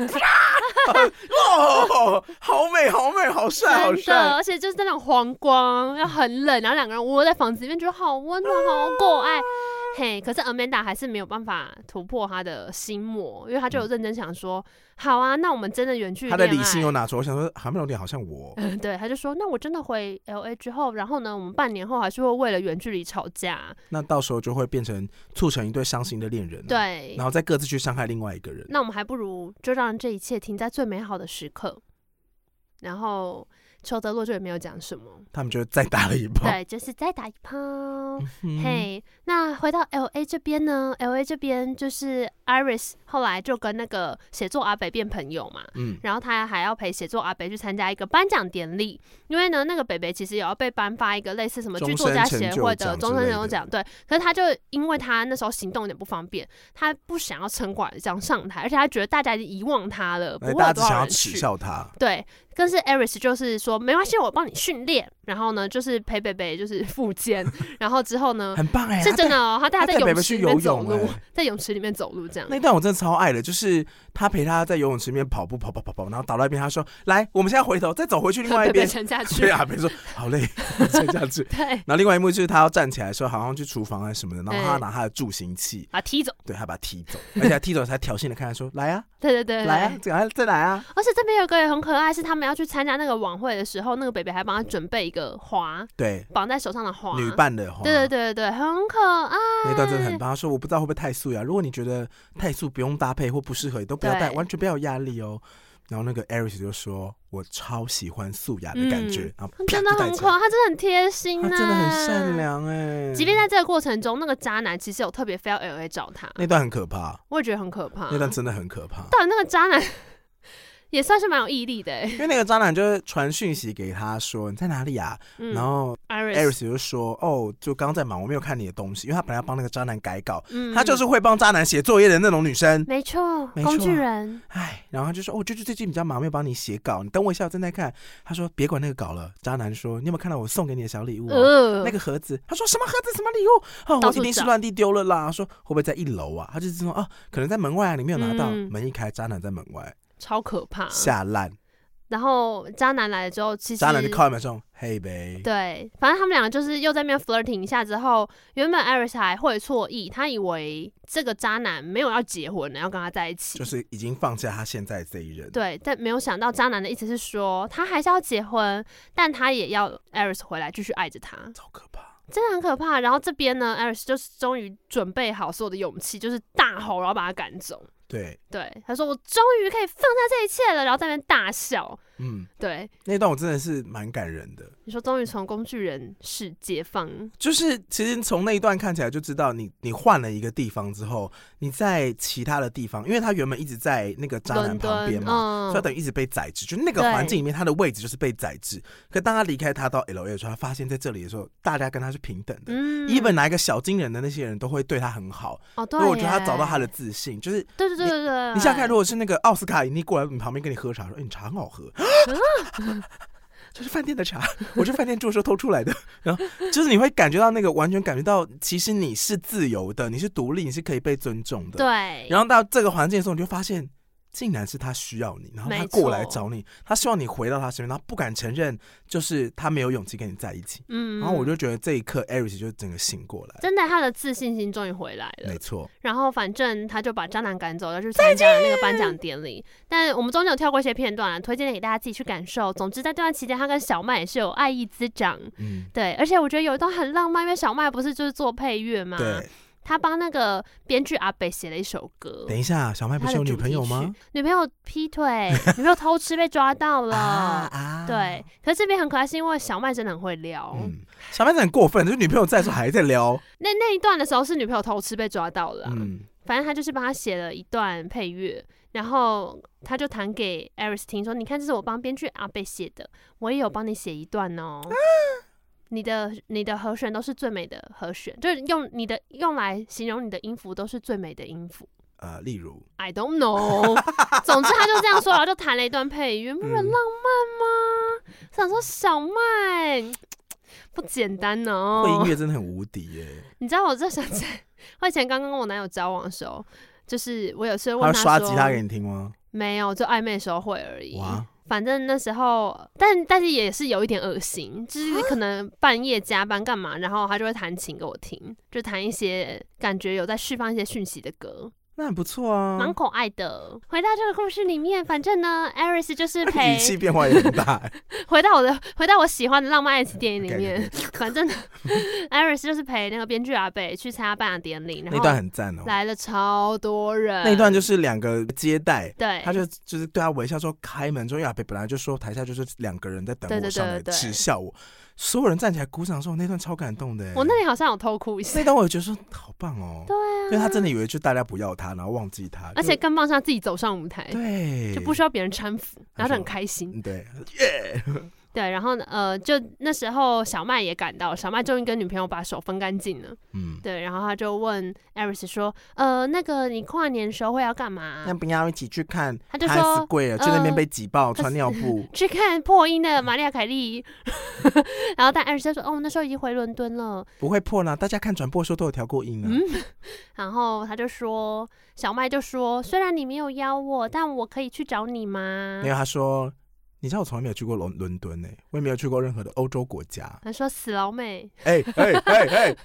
[SPEAKER 1] 哦，好美好美好帅好
[SPEAKER 2] 真的，
[SPEAKER 1] 帅，
[SPEAKER 2] 而且就是那种黄光，要很冷，然后两个人窝在房子里面，觉得好温暖，好够
[SPEAKER 1] 啊
[SPEAKER 2] 爱。嘿，可是 Amanda 还是没有办法突破她的心魔，因为她就有认真想说，好啊，那我们真的远距离
[SPEAKER 1] 他嗯的
[SPEAKER 2] 恋
[SPEAKER 1] 理性又
[SPEAKER 2] 爱。
[SPEAKER 1] 拿出，我想说卡麦罗尼亚好像我。
[SPEAKER 2] 嗯， 对，他就说，那我真的回 L A 之后，然后呢，我们半年后还是会为了远距离吵架，
[SPEAKER 1] 那到时候就会变成促成一对伤心的恋人、，啊
[SPEAKER 2] 对
[SPEAKER 1] 然，后再各自去伤害另外一个人。
[SPEAKER 2] 那我们还不如就让这一切停在最美好的时刻。然后裘德洛就也没有讲什么，
[SPEAKER 1] 他们就再打了一炮。
[SPEAKER 2] 对，就是再打一炮。
[SPEAKER 1] 嗯，
[SPEAKER 2] 嘿、那回到 L A 这边呢？L A 这边就是 Iris 后来就跟那个写作阿北变朋友嘛，
[SPEAKER 1] 嗯，
[SPEAKER 2] 然后他还要陪写作阿北去参加一个颁奖典礼，因为呢，那个北北其实也要被颁发一个类似什么
[SPEAKER 1] 终
[SPEAKER 2] 剧作家协会的
[SPEAKER 1] 身成就奖
[SPEAKER 2] 终身
[SPEAKER 1] 之类
[SPEAKER 2] 成就
[SPEAKER 1] 的
[SPEAKER 2] 奖，对。可是他就因为他那时候行动有点不方便，他不想要城管想上台，而且他觉得大家已经遗忘他了，不
[SPEAKER 1] 哎
[SPEAKER 2] 会
[SPEAKER 1] 大家
[SPEAKER 2] 有
[SPEAKER 1] 只想
[SPEAKER 2] 多少
[SPEAKER 1] 要
[SPEAKER 2] 人
[SPEAKER 1] 耻
[SPEAKER 2] 去。
[SPEAKER 1] 笑他，
[SPEAKER 2] 对，但是 Eris 就是说没关系，我帮你训练，然后呢，就是陪北北就是 复健，然后之后呢，
[SPEAKER 1] 很棒哎、
[SPEAKER 2] 嗯是
[SPEAKER 1] 他
[SPEAKER 2] 真的哦，他带
[SPEAKER 1] 他
[SPEAKER 2] 他
[SPEAKER 1] 带
[SPEAKER 2] 在
[SPEAKER 1] 北
[SPEAKER 2] 泳
[SPEAKER 1] 北
[SPEAKER 2] 池
[SPEAKER 1] 去
[SPEAKER 2] 里面
[SPEAKER 1] 游
[SPEAKER 2] 走
[SPEAKER 1] 泳
[SPEAKER 2] 路
[SPEAKER 1] 哎、，
[SPEAKER 2] 在泳池里面走路这样。
[SPEAKER 1] 那段我真的超爱的，就是他陪他在游泳池里面跑步，跑跑跑跑，然后倒到一边，他说：“来，我们现在回头，再走回去另外一
[SPEAKER 2] 被被
[SPEAKER 1] 边。
[SPEAKER 2] 沉下” 去
[SPEAKER 1] 对，啊，别说好累， 再下去。
[SPEAKER 2] 对，
[SPEAKER 1] 然后另外一幕就是他要站起来的时候，好像去厨房啊什么的，然后他
[SPEAKER 2] 嗯
[SPEAKER 1] 拿他的助行器，
[SPEAKER 2] 把他踢走。
[SPEAKER 1] 对他把他踢走，而且他踢走才挑衅的看他说：“来啊，
[SPEAKER 2] 对对对，
[SPEAKER 1] 来啊
[SPEAKER 2] 对，
[SPEAKER 1] 再来再来啊
[SPEAKER 2] 而且这边有个也很可爱，是他们要去参加那个晚会的时候，那个北北还帮他准备一个花，！”
[SPEAKER 1] 对，
[SPEAKER 2] 绑在手上的花。
[SPEAKER 1] 女。伴的话，
[SPEAKER 2] 对对对对对，很可 爱。
[SPEAKER 1] 那段真的
[SPEAKER 2] 啊
[SPEAKER 1] 很棒。他说我不知道会不会太素呀，如果你觉得太素不用搭配或不适合，也都不要带，
[SPEAKER 2] 对
[SPEAKER 1] 完全不要有压力哦。然后那个 Eric 就说：“我超喜欢素雅的感觉。
[SPEAKER 2] 嗯
[SPEAKER 1] 然后
[SPEAKER 2] 他
[SPEAKER 1] 啪
[SPEAKER 2] 真的
[SPEAKER 1] 就带
[SPEAKER 2] 很
[SPEAKER 1] 起
[SPEAKER 2] 可
[SPEAKER 1] 来
[SPEAKER 2] 爱，他真的很贴心
[SPEAKER 1] 他
[SPEAKER 2] 呢、
[SPEAKER 1] 真的很善。良哎、
[SPEAKER 2] 即便在这个过程中，那个渣男其实有特别非要 L A 找他，
[SPEAKER 1] 那段很可怕，
[SPEAKER 2] 我也觉得很可怕。
[SPEAKER 1] 那段真的很可怕，
[SPEAKER 2] 到底那个渣男 也算是蛮有毅力的、欸。
[SPEAKER 1] 因为那个渣男就是传讯息给他说你在哪里啊，
[SPEAKER 2] 嗯
[SPEAKER 1] 然后
[SPEAKER 2] Iris，
[SPEAKER 1] Eric 就说：哦，就刚在忙，我没有看你的东西，因为他本来要帮那个渣男改稿，
[SPEAKER 2] 嗯
[SPEAKER 1] 他就是会帮渣男写作业的那种女生。
[SPEAKER 2] 没错，
[SPEAKER 1] 没
[SPEAKER 2] 工具
[SPEAKER 1] 错啊
[SPEAKER 2] 人。
[SPEAKER 1] 唉，然后他就说，哦，就是最近比较忙，没有帮你写稿，你等我一下，我正在看。他说，别管那个稿了。渣男说，你有没有看到我送给你的小礼物、啊？
[SPEAKER 2] 呃，
[SPEAKER 1] 那个盒子，他说什么盒子什么礼物？哦，
[SPEAKER 2] 到
[SPEAKER 1] 我
[SPEAKER 2] 处
[SPEAKER 1] 一定是
[SPEAKER 2] 找
[SPEAKER 1] 乱地丢了啦。说会不会在一楼啊？他就是说哦，可能在门外啊，你没有拿到。
[SPEAKER 2] 嗯
[SPEAKER 1] 门一开，渣男在门外
[SPEAKER 2] 超可怕。
[SPEAKER 1] 下烂。
[SPEAKER 2] 然后渣男来了之后，其实
[SPEAKER 1] 渣男就靠一秒钟，Hey babe，
[SPEAKER 2] 对，反正他们两个就是又在那边 flirting 一下之后，原本 Iris 还会错意，她以为这个渣男没有要结婚了，要跟他在一起，
[SPEAKER 1] 就是已经放下他现在这一人。
[SPEAKER 2] 对，但没有想到渣男的意思是说，他还是要结婚，但他也要 Iris 回来继续爱着他，
[SPEAKER 1] 超可怕！
[SPEAKER 2] 真的很可怕。然后这边呢，Iris 就是终于准备好所有的勇气，就是大吼，然后把他赶走。
[SPEAKER 1] 对，
[SPEAKER 2] 对，他说我终于可以放下这一切了，然后在那边大笑。
[SPEAKER 1] 嗯，
[SPEAKER 2] 对，
[SPEAKER 1] 那段我真的是蛮感人的，
[SPEAKER 2] 你说终于从工具人是解放，
[SPEAKER 1] 就是其实从那一段看起来就知道你，你换了一个地方之后，你在其他的地方，因为他原本一直在那个渣男
[SPEAKER 2] 伦
[SPEAKER 1] 旁边
[SPEAKER 2] 敦，
[SPEAKER 1] 嘛，
[SPEAKER 2] 嗯
[SPEAKER 1] 所以他，等于一直被宰制，就那个
[SPEAKER 2] 对
[SPEAKER 1] 环境里面他的位置就是被宰制。可当他离开他到 L A 的时候，他发现在这里的时候，大家跟他是平等的。
[SPEAKER 2] 嗯
[SPEAKER 1] even 拿一个小金人的那些人都会对他很好，
[SPEAKER 2] 哦，对
[SPEAKER 1] 所以我
[SPEAKER 2] 耶，
[SPEAKER 1] 觉得他找到他的自信，就是
[SPEAKER 2] 对，对对对对，
[SPEAKER 1] 你想想看，如果是那个奥斯卡影帝过来你旁边跟你喝茶，说：“哎、你茶很好喝。”
[SPEAKER 2] 嗯
[SPEAKER 1] 这是饭店的茶，我是饭店住的时候偷出来的。然后就是你会感觉到那个，完全感觉到其实你是自由的，你是独立，你是可以被尊重的。。
[SPEAKER 2] 对，
[SPEAKER 1] 然后到这个环境的时候，你就发现，竟然是他需要你，然后他
[SPEAKER 2] 没错
[SPEAKER 1] 过来找你，他希望你回到他身边，他不敢承认，就是他没有勇气跟你在一起。
[SPEAKER 2] 嗯，
[SPEAKER 1] 然后我就觉得这一刻，艾瑞斯就整个醒过来。
[SPEAKER 2] 真的他的自信心终于回来了
[SPEAKER 1] 没。错，
[SPEAKER 2] 然后反正他就把渣男赶走了，就去参加了那个颁奖典礼。但我们中间有跳过一些片段啊，推荐给大家自己去感受。总之在这段期间，他跟小麦也是有爱意滋长。
[SPEAKER 1] 嗯，
[SPEAKER 2] 对，而且我觉得有一段很浪漫，因为小麦不是就是做配乐吗？
[SPEAKER 1] 对。
[SPEAKER 2] 他帮那个编剧阿北写了一首歌。
[SPEAKER 1] 等一下，小麦不
[SPEAKER 2] 他
[SPEAKER 1] 是
[SPEAKER 2] 的
[SPEAKER 1] 有女
[SPEAKER 2] 主
[SPEAKER 1] 朋
[SPEAKER 2] 题
[SPEAKER 1] 友
[SPEAKER 2] 曲
[SPEAKER 1] 吗？？
[SPEAKER 2] 女朋友劈腿，女朋友偷吃被抓到 了。
[SPEAKER 1] 啊
[SPEAKER 2] 对，可是这边很可爱，是因为小麦真的很会撩。
[SPEAKER 1] 嗯，小麦子很过分，就是女朋友在的时候还在撩。
[SPEAKER 2] 那那一段的时候是女朋友偷吃被抓到了啊、
[SPEAKER 1] 嗯，
[SPEAKER 2] 反正他就是帮他写了一段配乐，然后他就弹给 Iris 听说：“你看，这是我帮编剧阿贝写的，我也有帮你写一段哦。
[SPEAKER 1] 啊
[SPEAKER 2] 你的你的和弦都是最美的和弦，就是用你的用来形容你的音符都是最美的音符。
[SPEAKER 1] 呃，例如，
[SPEAKER 2] I don't know，总之他就这样说，然后就弹了一段配乐，不是很
[SPEAKER 1] 嗯
[SPEAKER 2] 浪漫吗？想说小麦不简单哦，
[SPEAKER 1] 会音乐真的很无敌耶、
[SPEAKER 2] 你知道我这想起来，我以前刚刚跟我男友交往的时候，就是我有时候
[SPEAKER 1] 他
[SPEAKER 2] 问
[SPEAKER 1] 会
[SPEAKER 2] 他
[SPEAKER 1] 刷
[SPEAKER 2] 说
[SPEAKER 1] 吉他给你听吗？
[SPEAKER 2] 没有，就暧昧的时候会而已。
[SPEAKER 1] 哇，
[SPEAKER 2] 反正那时候，但但是也是有一点恶心，
[SPEAKER 1] 啊
[SPEAKER 2] 就是可能半夜加班干嘛，然后他就会弹琴给我听，就弹一些感觉有在释放一些讯息的歌，
[SPEAKER 1] 那很不错啊。
[SPEAKER 2] 蛮可爱的。回到这个故事里面，反正呢，Iris 就 是
[SPEAKER 1] 那
[SPEAKER 2] 陪
[SPEAKER 1] 语气变化也很大、
[SPEAKER 2] 回到我的回到我喜欢的浪漫爱情电影 里
[SPEAKER 1] 感
[SPEAKER 2] 面，反正呢 Iris 就是陪那个编剧阿北去参加颁奖典礼，然
[SPEAKER 1] 那
[SPEAKER 2] 后
[SPEAKER 1] 段很赞哦、
[SPEAKER 2] 来了超多人，
[SPEAKER 1] 那一段就是两个接待。
[SPEAKER 2] 对，
[SPEAKER 1] 他就就是对他微笑说开门之后，亚北本来就说台下就是两个人在等
[SPEAKER 2] 对
[SPEAKER 1] 我
[SPEAKER 2] 对
[SPEAKER 1] 上
[SPEAKER 2] 对
[SPEAKER 1] 来
[SPEAKER 2] 对
[SPEAKER 1] 耻笑我，所有人站起来鼓掌的时候，那段超感动的耶、
[SPEAKER 2] 我那里好像有偷哭一下
[SPEAKER 1] 那，段我也觉得说好棒哦、
[SPEAKER 2] 对啊
[SPEAKER 1] 因为他真的以为就大家不要他，然后忘记他，
[SPEAKER 2] 而
[SPEAKER 1] 就
[SPEAKER 2] 且更棒是他自己走上舞台，
[SPEAKER 1] 对
[SPEAKER 2] 哎就不需要别人搀扶，然后就很开心。
[SPEAKER 1] 嗯对，
[SPEAKER 2] 对，然后呢，呃，就那时候小麦也赶到，小麦终于跟女朋友把手分干净了。
[SPEAKER 1] 嗯，
[SPEAKER 2] 对，然后他就问艾瑞斯说：“呃，那个你跨年的时候会要干 嘛
[SPEAKER 1] 那？不要一起去看
[SPEAKER 2] 他就
[SPEAKER 1] 汉斯
[SPEAKER 2] 说
[SPEAKER 1] 贵尔，
[SPEAKER 2] 呃
[SPEAKER 1] 去那边被挤爆，
[SPEAKER 2] 可是。
[SPEAKER 1] 穿尿布
[SPEAKER 2] 去看破音的玛丽亚凯莉。” 然后但艾瑞斯就说：“哦，那时候已经回伦敦了。”
[SPEAKER 1] 不会破啦，大家看转播的时候都有调过音啊。
[SPEAKER 2] 嗯 然后他就说，小麦就说，虽然你没有邀我，但我可以去找你吗
[SPEAKER 1] 没？有，他说，你知道我从来没有去过伦伦敦呢、我也没有去过任何的欧洲国 家。
[SPEAKER 2] 他说死老美，
[SPEAKER 1] 哎哎哎 哎，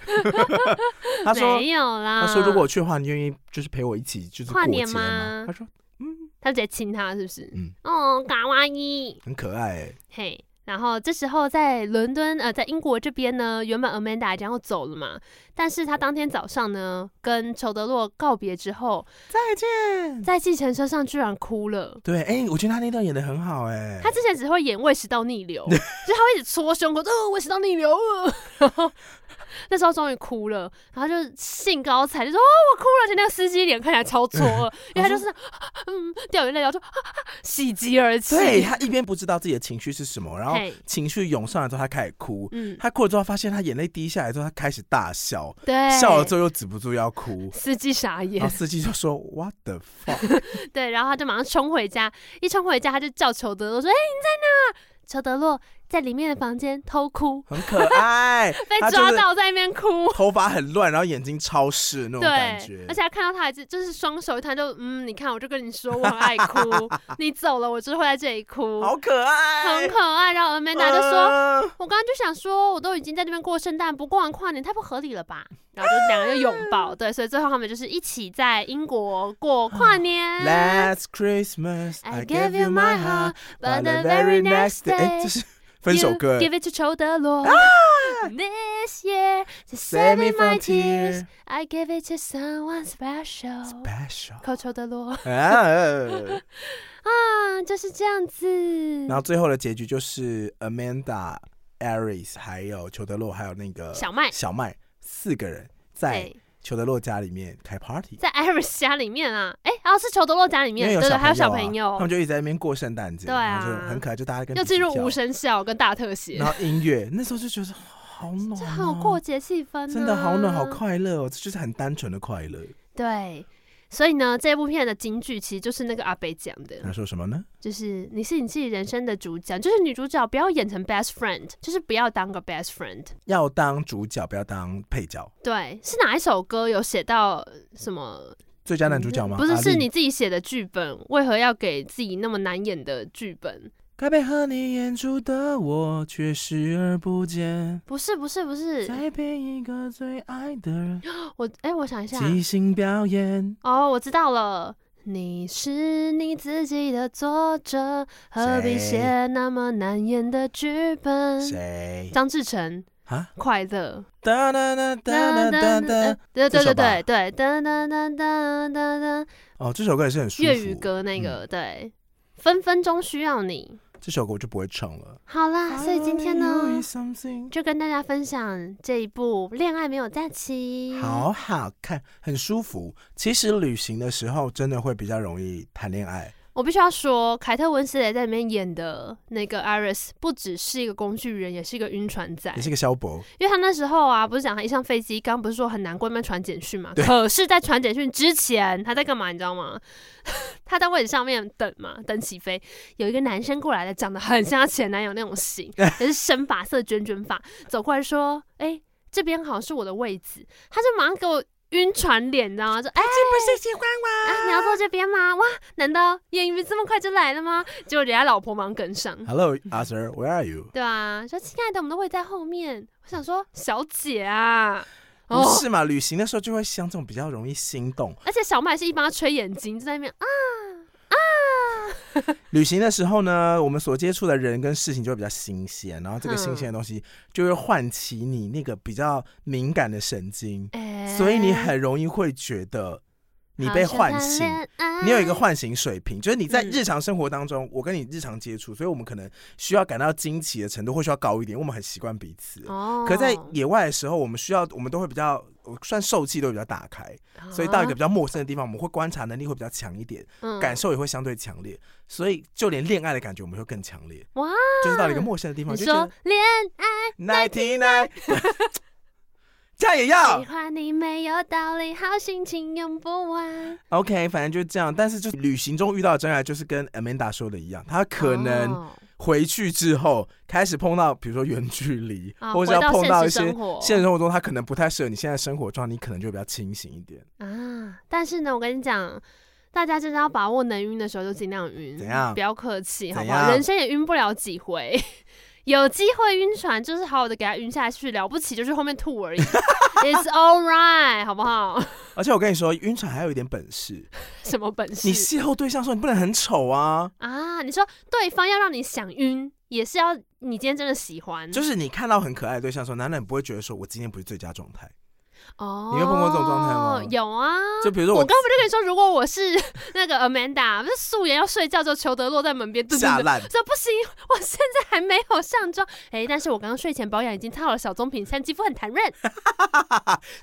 [SPEAKER 1] 他说
[SPEAKER 2] 没有啦。
[SPEAKER 1] 他说如果我去的话，你愿意就是陪我一起就是
[SPEAKER 2] 跨
[SPEAKER 1] 过
[SPEAKER 2] 年
[SPEAKER 1] 节
[SPEAKER 2] 吗
[SPEAKER 1] 他说嗯，
[SPEAKER 2] 他直接亲他，是不是？
[SPEAKER 1] 嗯
[SPEAKER 2] 哦，嘎哇伊，
[SPEAKER 1] 很可爱、欸。
[SPEAKER 2] 嘿。然后这时候在伦敦，呃，在英国这边呢，原本 Amanda 已经要走了嘛，但是他当天早上呢，跟裘德洛告别之后，
[SPEAKER 1] 再见。
[SPEAKER 2] 在计程车上居然哭了。
[SPEAKER 1] 对，哎、我觉得他那段演的很好、欸，哎
[SPEAKER 2] 他，之前只会演胃食道 逆流，就是他会一直搓胸口，哦，胃食道逆流，呃、然后那时候终于哭了，然后就兴高采烈说，哦，我哭了，而且那个司机脸看起来超 错愕，因为他就是嗯掉眼泪，然后就、 啊、喜极而泣，
[SPEAKER 1] 对他一边不知道自己的情绪是什么，然后
[SPEAKER 2] 嘿
[SPEAKER 1] 情绪涌上来之后，他开始哭。
[SPEAKER 2] 嗯，
[SPEAKER 1] 他哭了之后，发现他眼泪滴下来之后，他开始大笑，
[SPEAKER 2] 对，
[SPEAKER 1] 笑了之后又止不住要哭。
[SPEAKER 2] 司机傻眼
[SPEAKER 1] 然后，司机就 说：“What the fuck？”
[SPEAKER 2] 对，然后他就马上冲回家，一冲回家他就叫裘德洛说：“哎、你在哪？”裘德洛在里面的房间偷哭，
[SPEAKER 1] 很可爱
[SPEAKER 2] ，被
[SPEAKER 1] 他就
[SPEAKER 2] 抓
[SPEAKER 1] 是
[SPEAKER 2] 到在那边哭。
[SPEAKER 1] 头发很乱，然后眼睛超湿那种
[SPEAKER 2] 对
[SPEAKER 1] 感觉，，
[SPEAKER 2] 而且他看到他还是就是双手一摊，就嗯，你看，我就跟你说我很爱 哭，你走了，我就会在这里哭，
[SPEAKER 1] 好可爱，
[SPEAKER 2] 很可爱。然后 Amanda 就说，嗯
[SPEAKER 1] 呃
[SPEAKER 2] 我刚刚就想说，我都已经在那边过圣诞，不过完跨年太不合理了吧？然后就两个人就拥抱，对，所以最后他们就是一起在英国过
[SPEAKER 1] 啊
[SPEAKER 2] 跨年。
[SPEAKER 1] Last Christmas,
[SPEAKER 2] I
[SPEAKER 1] I
[SPEAKER 2] gave
[SPEAKER 1] gave
[SPEAKER 2] you
[SPEAKER 1] you my
[SPEAKER 2] my heart,
[SPEAKER 1] heart,
[SPEAKER 2] but
[SPEAKER 1] but
[SPEAKER 2] the
[SPEAKER 1] the very
[SPEAKER 2] very
[SPEAKER 1] next
[SPEAKER 2] next
[SPEAKER 1] day，
[SPEAKER 2] day,
[SPEAKER 1] 哎，这是分手歌啊
[SPEAKER 2] You，give it to 裘德罗。This year, to
[SPEAKER 1] Save
[SPEAKER 2] save me
[SPEAKER 1] me
[SPEAKER 2] my
[SPEAKER 1] from tears.
[SPEAKER 2] tears, I give it to someone special.
[SPEAKER 1] special
[SPEAKER 2] 扣裘德罗
[SPEAKER 1] 啊。
[SPEAKER 2] 啊，就是这样子
[SPEAKER 1] 然。后最后的结局就是 Amanda、Aris 还有裘德洛还有那个
[SPEAKER 2] 小麦
[SPEAKER 1] 小麦四个人在
[SPEAKER 2] 哎对，
[SPEAKER 1] 裘德洛家里面开 party。
[SPEAKER 2] 在 Iris 家里面啊，哎，哦，是裘德罗家里
[SPEAKER 1] 因
[SPEAKER 2] 面，
[SPEAKER 1] 为有
[SPEAKER 2] 对对，
[SPEAKER 1] 小
[SPEAKER 2] 还有小
[SPEAKER 1] 啊
[SPEAKER 2] 朋
[SPEAKER 1] 他
[SPEAKER 2] 友
[SPEAKER 1] 们，就一直在那边过圣诞节，
[SPEAKER 2] 对啊
[SPEAKER 1] 然后就很可爱，就大家跟
[SPEAKER 2] 又
[SPEAKER 1] 起
[SPEAKER 2] 进入
[SPEAKER 1] 跳
[SPEAKER 2] 无声笑跟大特写
[SPEAKER 1] 然。后音乐，那时候就觉得好暖、哦，
[SPEAKER 2] 这很有过节气氛、啊，
[SPEAKER 1] 真的好暖，好。快乐哦，这就是很单纯的快乐。
[SPEAKER 2] 对，所以呢，这部片的金句其实就是那个阿北讲的，
[SPEAKER 1] 那说什么呢？
[SPEAKER 2] 就是你是你自己人生的主角，就是女主角不要演成 best friend，就是不要当个 best friend。
[SPEAKER 1] 要当主角，不要当配角。
[SPEAKER 2] 对，是哪一首歌有写到什么？嗯
[SPEAKER 1] 最佳男主角吗？
[SPEAKER 2] 不是，
[SPEAKER 1] 阿
[SPEAKER 2] 是
[SPEAKER 1] 令
[SPEAKER 2] 你。自己写的剧本，为何要给自己那么难演的剧本？
[SPEAKER 1] 该配合你演出的我，却视而不见。
[SPEAKER 2] 不是，不是，不是，
[SPEAKER 1] 再配一个最爱的人，
[SPEAKER 2] 我哎、我想一下，
[SPEAKER 1] 即兴表演。
[SPEAKER 2] 哦，我知道了。你是你自己的作者，何必
[SPEAKER 1] 谁
[SPEAKER 2] 写那么难演的剧本？
[SPEAKER 1] 谁
[SPEAKER 2] 张志成，
[SPEAKER 1] 啊？
[SPEAKER 2] 快乐。
[SPEAKER 1] 哒哒哒哒哒
[SPEAKER 2] 哒
[SPEAKER 1] 哒
[SPEAKER 2] 哒哒。对
[SPEAKER 1] 这
[SPEAKER 2] 对对
[SPEAKER 1] 首吧
[SPEAKER 2] 对对，哒哒哒哒哒哒，
[SPEAKER 1] 哦，这首歌也是很舒服。嗯
[SPEAKER 2] 粤语，歌那个，对，分分钟需要你。
[SPEAKER 1] 这首歌我就不会唱了。
[SPEAKER 2] 好啦，啊所以今天
[SPEAKER 1] I
[SPEAKER 2] 呢
[SPEAKER 1] owe you，something
[SPEAKER 2] 就跟大家分享这一部《恋爱没有假期》。
[SPEAKER 1] 好好看，很舒服。其实旅行的时候真的会比较容易谈恋爱。
[SPEAKER 2] 我必须要说，凯特温斯莱在里面演的那个 Iris 不只是一个工具人，也是一个晕船仔
[SPEAKER 1] 你。是个萧伯，
[SPEAKER 2] 因为他那时候啊，不是讲他一上飞机，刚不是说很难过，那边传简讯嘛。可是，在传简讯之前，他在干嘛？你知道吗？ 他在位置上面等嘛，等起飞。有一个男生过来了，长得很像他前男友那种型，也是深发色、卷卷发，走过来说：“哎、这边好像是我的位置。”他就马上给我晕船脸，你知道吗？说：“哎、
[SPEAKER 1] 不是喜欢
[SPEAKER 2] 啊，你要坐这边吗？哇，难道艳遇这么快就来了吗？”结果人家老婆忙跟上。
[SPEAKER 1] Hello, Arthur, where are you？
[SPEAKER 2] 对啊，说亲爱的，我们的位在后面。我想说，小姐啊，
[SPEAKER 1] 不是嘛？旅行的时候就会像这种比较容易心动。
[SPEAKER 2] 而且小麦是一帮他吹眼睛，就在那边啊，
[SPEAKER 1] 旅行的时候呢，我们所接触的人跟事情就会比较新鲜，然后这
[SPEAKER 2] 嗯
[SPEAKER 1] 个新鲜的东西就会唤起你那个比较敏感的神经，
[SPEAKER 2] 哎
[SPEAKER 1] 所以你很容易会觉得你被唤醒。，你有一个唤醒水平，就是你在
[SPEAKER 2] 嗯
[SPEAKER 1] 日常生活当中，我跟你日常接触，所以我们可能需要感到惊奇的程度会需要高一点，因为我们很习惯彼此。
[SPEAKER 2] 哦，
[SPEAKER 1] 可在野外的时候，我们需要，我们都会比较，我算受气都会比较打开，所以到一个比较陌生的地方，我们会观察能力会比较强一点，
[SPEAKER 2] 啊
[SPEAKER 1] 感
[SPEAKER 2] 嗯
[SPEAKER 1] 受也会相对强烈，所以就连恋爱的感觉我们会更强烈。
[SPEAKER 2] 哇，
[SPEAKER 1] 就是到一个陌生的地方，
[SPEAKER 2] 你
[SPEAKER 1] 就觉
[SPEAKER 2] 说哎
[SPEAKER 1] 得啊
[SPEAKER 2] 恋
[SPEAKER 1] ninety nine，这样也要
[SPEAKER 2] 喜欢你没有道理，好心情用不完，
[SPEAKER 1] OK，反正就这样。但是就是旅行中遇到的真爱，就是跟 Amanda 说的一样，她可能
[SPEAKER 2] 哦
[SPEAKER 1] 回去之后开始碰到，比如说远距离，
[SPEAKER 2] 啊
[SPEAKER 1] 或者是要碰到一
[SPEAKER 2] 回
[SPEAKER 1] 些
[SPEAKER 2] 到现实生活
[SPEAKER 1] 现实生活中，她可能不太适合你现在生活状态，你可能就比较清醒一点。
[SPEAKER 2] 啊，但是呢，我跟你讲。大家真的要把握能晕的时候就尽量晕，
[SPEAKER 1] 怎样
[SPEAKER 2] 不要客气，好不
[SPEAKER 1] 怎
[SPEAKER 2] 好？
[SPEAKER 1] 样
[SPEAKER 2] 人生也晕不了几回， 有机会晕船就是好好的给他晕下去，了不起就是后面吐而已 ，It's all right，好不好？
[SPEAKER 1] 而且我跟你说，晕船还有一点本事，
[SPEAKER 2] 什么本事？
[SPEAKER 1] 你邂逅对象的时候，你不能很丑啊。
[SPEAKER 2] 啊，你说对方要让你想晕，也是要你今天真的喜欢，
[SPEAKER 1] 就是你看到很可爱的对象的时候，难道你不会觉得说我今天不是最佳状态？
[SPEAKER 2] 哦，
[SPEAKER 1] 你有碰过这种状态吗
[SPEAKER 2] 有啊，
[SPEAKER 1] 就比如说
[SPEAKER 2] 我
[SPEAKER 1] 我
[SPEAKER 2] 刚刚不就跟你说，如果我是 那个 Amanda，不是素颜要睡觉就裘德洛在门边蹲
[SPEAKER 1] 下
[SPEAKER 2] 着。
[SPEAKER 1] 烂，
[SPEAKER 2] 这不行，我现在还没有上妆。哎，但是我刚刚睡前保养已经套了小棕瓶，现在肌肤很弹润，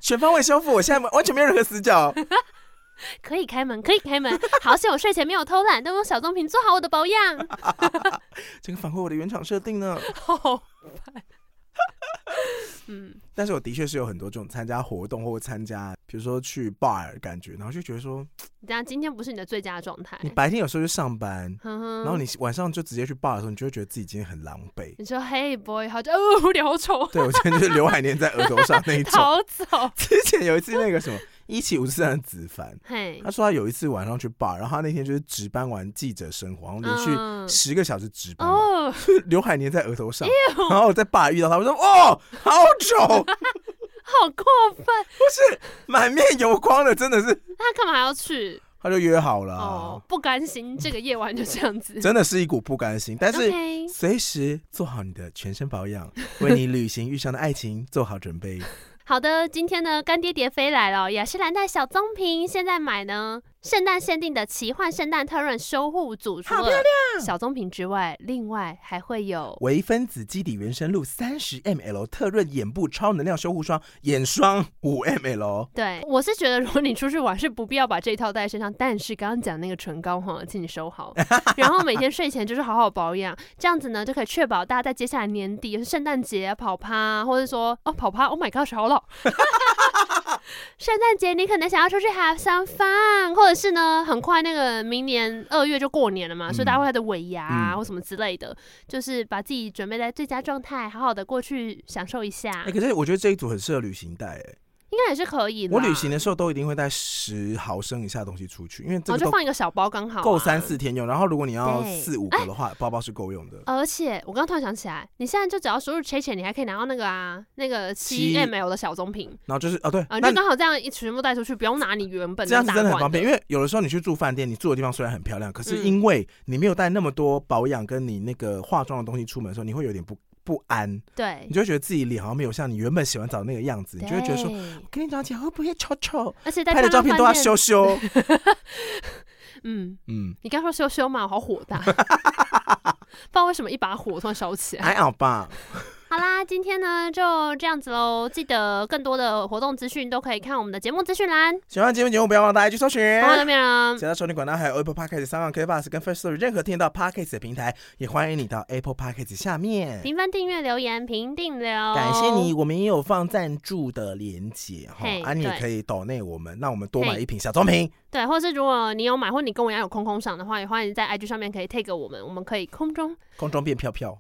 [SPEAKER 1] 全方位修复，我现在完全没有任何死角。
[SPEAKER 2] 可以开门，可以开门。好险，我睡前没有偷懒，都用小棕瓶做好我的保养。
[SPEAKER 1] 这个反馈我的原厂设定呢？
[SPEAKER 2] 好 嗯，
[SPEAKER 1] 但是我的确是有很多这种参加活动或参加，比如说去 bar 感觉，然后就觉得说，
[SPEAKER 2] 这样今天不是你的最佳状态
[SPEAKER 1] 你。白天有时候去上班，
[SPEAKER 2] 哼哼，
[SPEAKER 1] 然后你晚上就直接去 bar 的时候，你就会觉得自己今天很狼狈。
[SPEAKER 2] 你说 Hey boy，好久哦，脸好丑，
[SPEAKER 1] 对我今天就是刘海粘在额头上那一 种。
[SPEAKER 2] 逃走。
[SPEAKER 1] 之前有一次那个什么一七五四三的子凡，
[SPEAKER 2] 嘿，
[SPEAKER 1] 他说他有一次晚上去 bar，然后他那天就是值班完记者生活，然后连续
[SPEAKER 2] 嗯
[SPEAKER 1] 十个小时值班嘛，
[SPEAKER 2] 哦，
[SPEAKER 1] 刘海粘在额头上，然后我在 bar 遇到他，我说哦，好丑，
[SPEAKER 2] 好过分！
[SPEAKER 1] 满面油光的，真的是，
[SPEAKER 2] 他干嘛还要去？
[SPEAKER 1] 他就约好了啊、
[SPEAKER 2] 哦，不甘心，这个夜晚就这样 子。
[SPEAKER 1] 真的是一股不甘心，但是
[SPEAKER 2] OK，
[SPEAKER 1] 随时做好你的全身保 养，为你旅行遇上的爱情做好准备。
[SPEAKER 2] 好的，今天呢，干爹爹飞来了，雅诗兰黛小棕瓶，现在买呢，圣诞限定的奇幻圣诞特润修护组，除
[SPEAKER 1] 好漂
[SPEAKER 2] 了小棕瓶之外，另外还会有。
[SPEAKER 1] 微分子基底原生露三十 ml 特润眼部超能量修护霜，眼霜五 ml。
[SPEAKER 2] 对，我是觉得如果你出去玩是不必要把这一套带在身上，但是刚刚讲那个唇膏哈，请你 收好，然后每天睡前就是好好保养，这样子呢就可以确保大家在接下来年底，就是圣诞节啊、跑趴啊，或者说哦跑趴，Oh my gosh，好老。 圣诞节你可能想要出去 have some fun，或者是呢，很快那个明年二月就过年了嘛，所以大家会开始尾牙啊、
[SPEAKER 1] 嗯
[SPEAKER 2] 或什么之类的，就是把自己准备在最佳状态，好好的过去享受一下，
[SPEAKER 1] 哎、可是我觉得这一组很适合旅行带、哎，
[SPEAKER 2] 应该也是可以的。
[SPEAKER 1] 我旅行的时候都一定会带十毫升以下的东西出去，因为这个
[SPEAKER 2] 然后哦就
[SPEAKER 1] 都
[SPEAKER 2] 放一个小包刚好、啊
[SPEAKER 1] 够三。四天用。然后如果你要
[SPEAKER 2] 对
[SPEAKER 1] 四五个的话，包包是够用的。
[SPEAKER 2] 呃而且我刚刚突然想起来，你现在就只要输入 c h e c h 你还可以拿到那个啊，那个七
[SPEAKER 1] 七
[SPEAKER 2] ml 的小棕瓶
[SPEAKER 1] 然后就是哦，对，
[SPEAKER 2] 啊，你
[SPEAKER 1] 那
[SPEAKER 2] 就刚好这样一全部带出去，不用拿你原本
[SPEAKER 1] 这样子
[SPEAKER 2] 打
[SPEAKER 1] 真的很
[SPEAKER 2] 罐
[SPEAKER 1] 方便，因为有的时候你去住饭店，你住的地方虽然很漂亮，可是
[SPEAKER 2] 嗯
[SPEAKER 1] 因为你没有带那么多保养跟你那个化妆的东西出门的时候，你会有点不不安，
[SPEAKER 2] 对
[SPEAKER 1] 你，就会觉得自己脸好像没有像你原本洗完澡那个样子，你就会觉得说，
[SPEAKER 2] 对
[SPEAKER 1] 跟你讲起来会不会丑丑？
[SPEAKER 2] 而且在
[SPEAKER 1] 拍的照片都要修修。
[SPEAKER 2] 嗯，
[SPEAKER 1] 嗯，
[SPEAKER 2] 你刚说羞羞嘛，我好火大，不 知道为什么一把火突然烧起来。
[SPEAKER 1] 还好吧。
[SPEAKER 2] 好啦，今天呢就这样子喽，记得更多的活动资讯都可以看我们的节目资讯栏。
[SPEAKER 1] 喜欢今天节目，不要忘了大家去搜寻。
[SPEAKER 2] 好，那边啊
[SPEAKER 1] 其他收听管道还有 Apple Podcast、三万 K Bus 跟 First Story 任何听得到 Podcast 的平台，也欢迎你到 Apple Podcast 下面。
[SPEAKER 2] 评分、订阅、留言、评定留，
[SPEAKER 1] 感谢你，。我们也有放赞助的连接哈
[SPEAKER 2] 哦嘿，
[SPEAKER 1] 啊，你
[SPEAKER 2] 对
[SPEAKER 1] 也可以抖内我们，那我们多买
[SPEAKER 2] 嘿
[SPEAKER 1] 一瓶小棕瓶。
[SPEAKER 2] 对，或是如果你有买，或你跟我一样有空空赏的话，也欢迎在 IG 上面可以 take 我们，我们可以空中
[SPEAKER 1] 空中变飘飘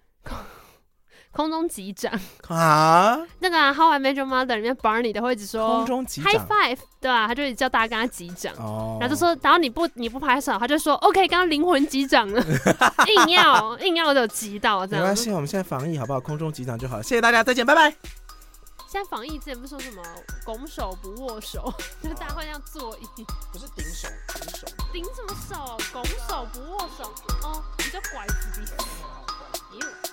[SPEAKER 2] 空中击掌。
[SPEAKER 1] 啊！
[SPEAKER 2] 那个、啊《How I Met Your Mother》里面 Barney 都会一直说
[SPEAKER 1] 空中击
[SPEAKER 2] High
[SPEAKER 1] 掌
[SPEAKER 2] Five，对吧、啊？他就一直叫大家跟他击掌。
[SPEAKER 1] 哦，
[SPEAKER 2] 然后就说，然后你不你不拍手，他就说 OK，刚刚灵魂击掌 了，硬要硬要就击到这
[SPEAKER 1] 没
[SPEAKER 2] 样
[SPEAKER 1] 关。系，我们现在防疫好不好？空中击掌就好，谢谢大家，再见，拜拜。
[SPEAKER 2] 现在防疫之前不是说什么拱手不握手， 就是大家会这样坐椅，
[SPEAKER 1] 不是顶手，顶手。
[SPEAKER 2] 顶什么手？拱手不握手，哦，你就拐子的。哎呦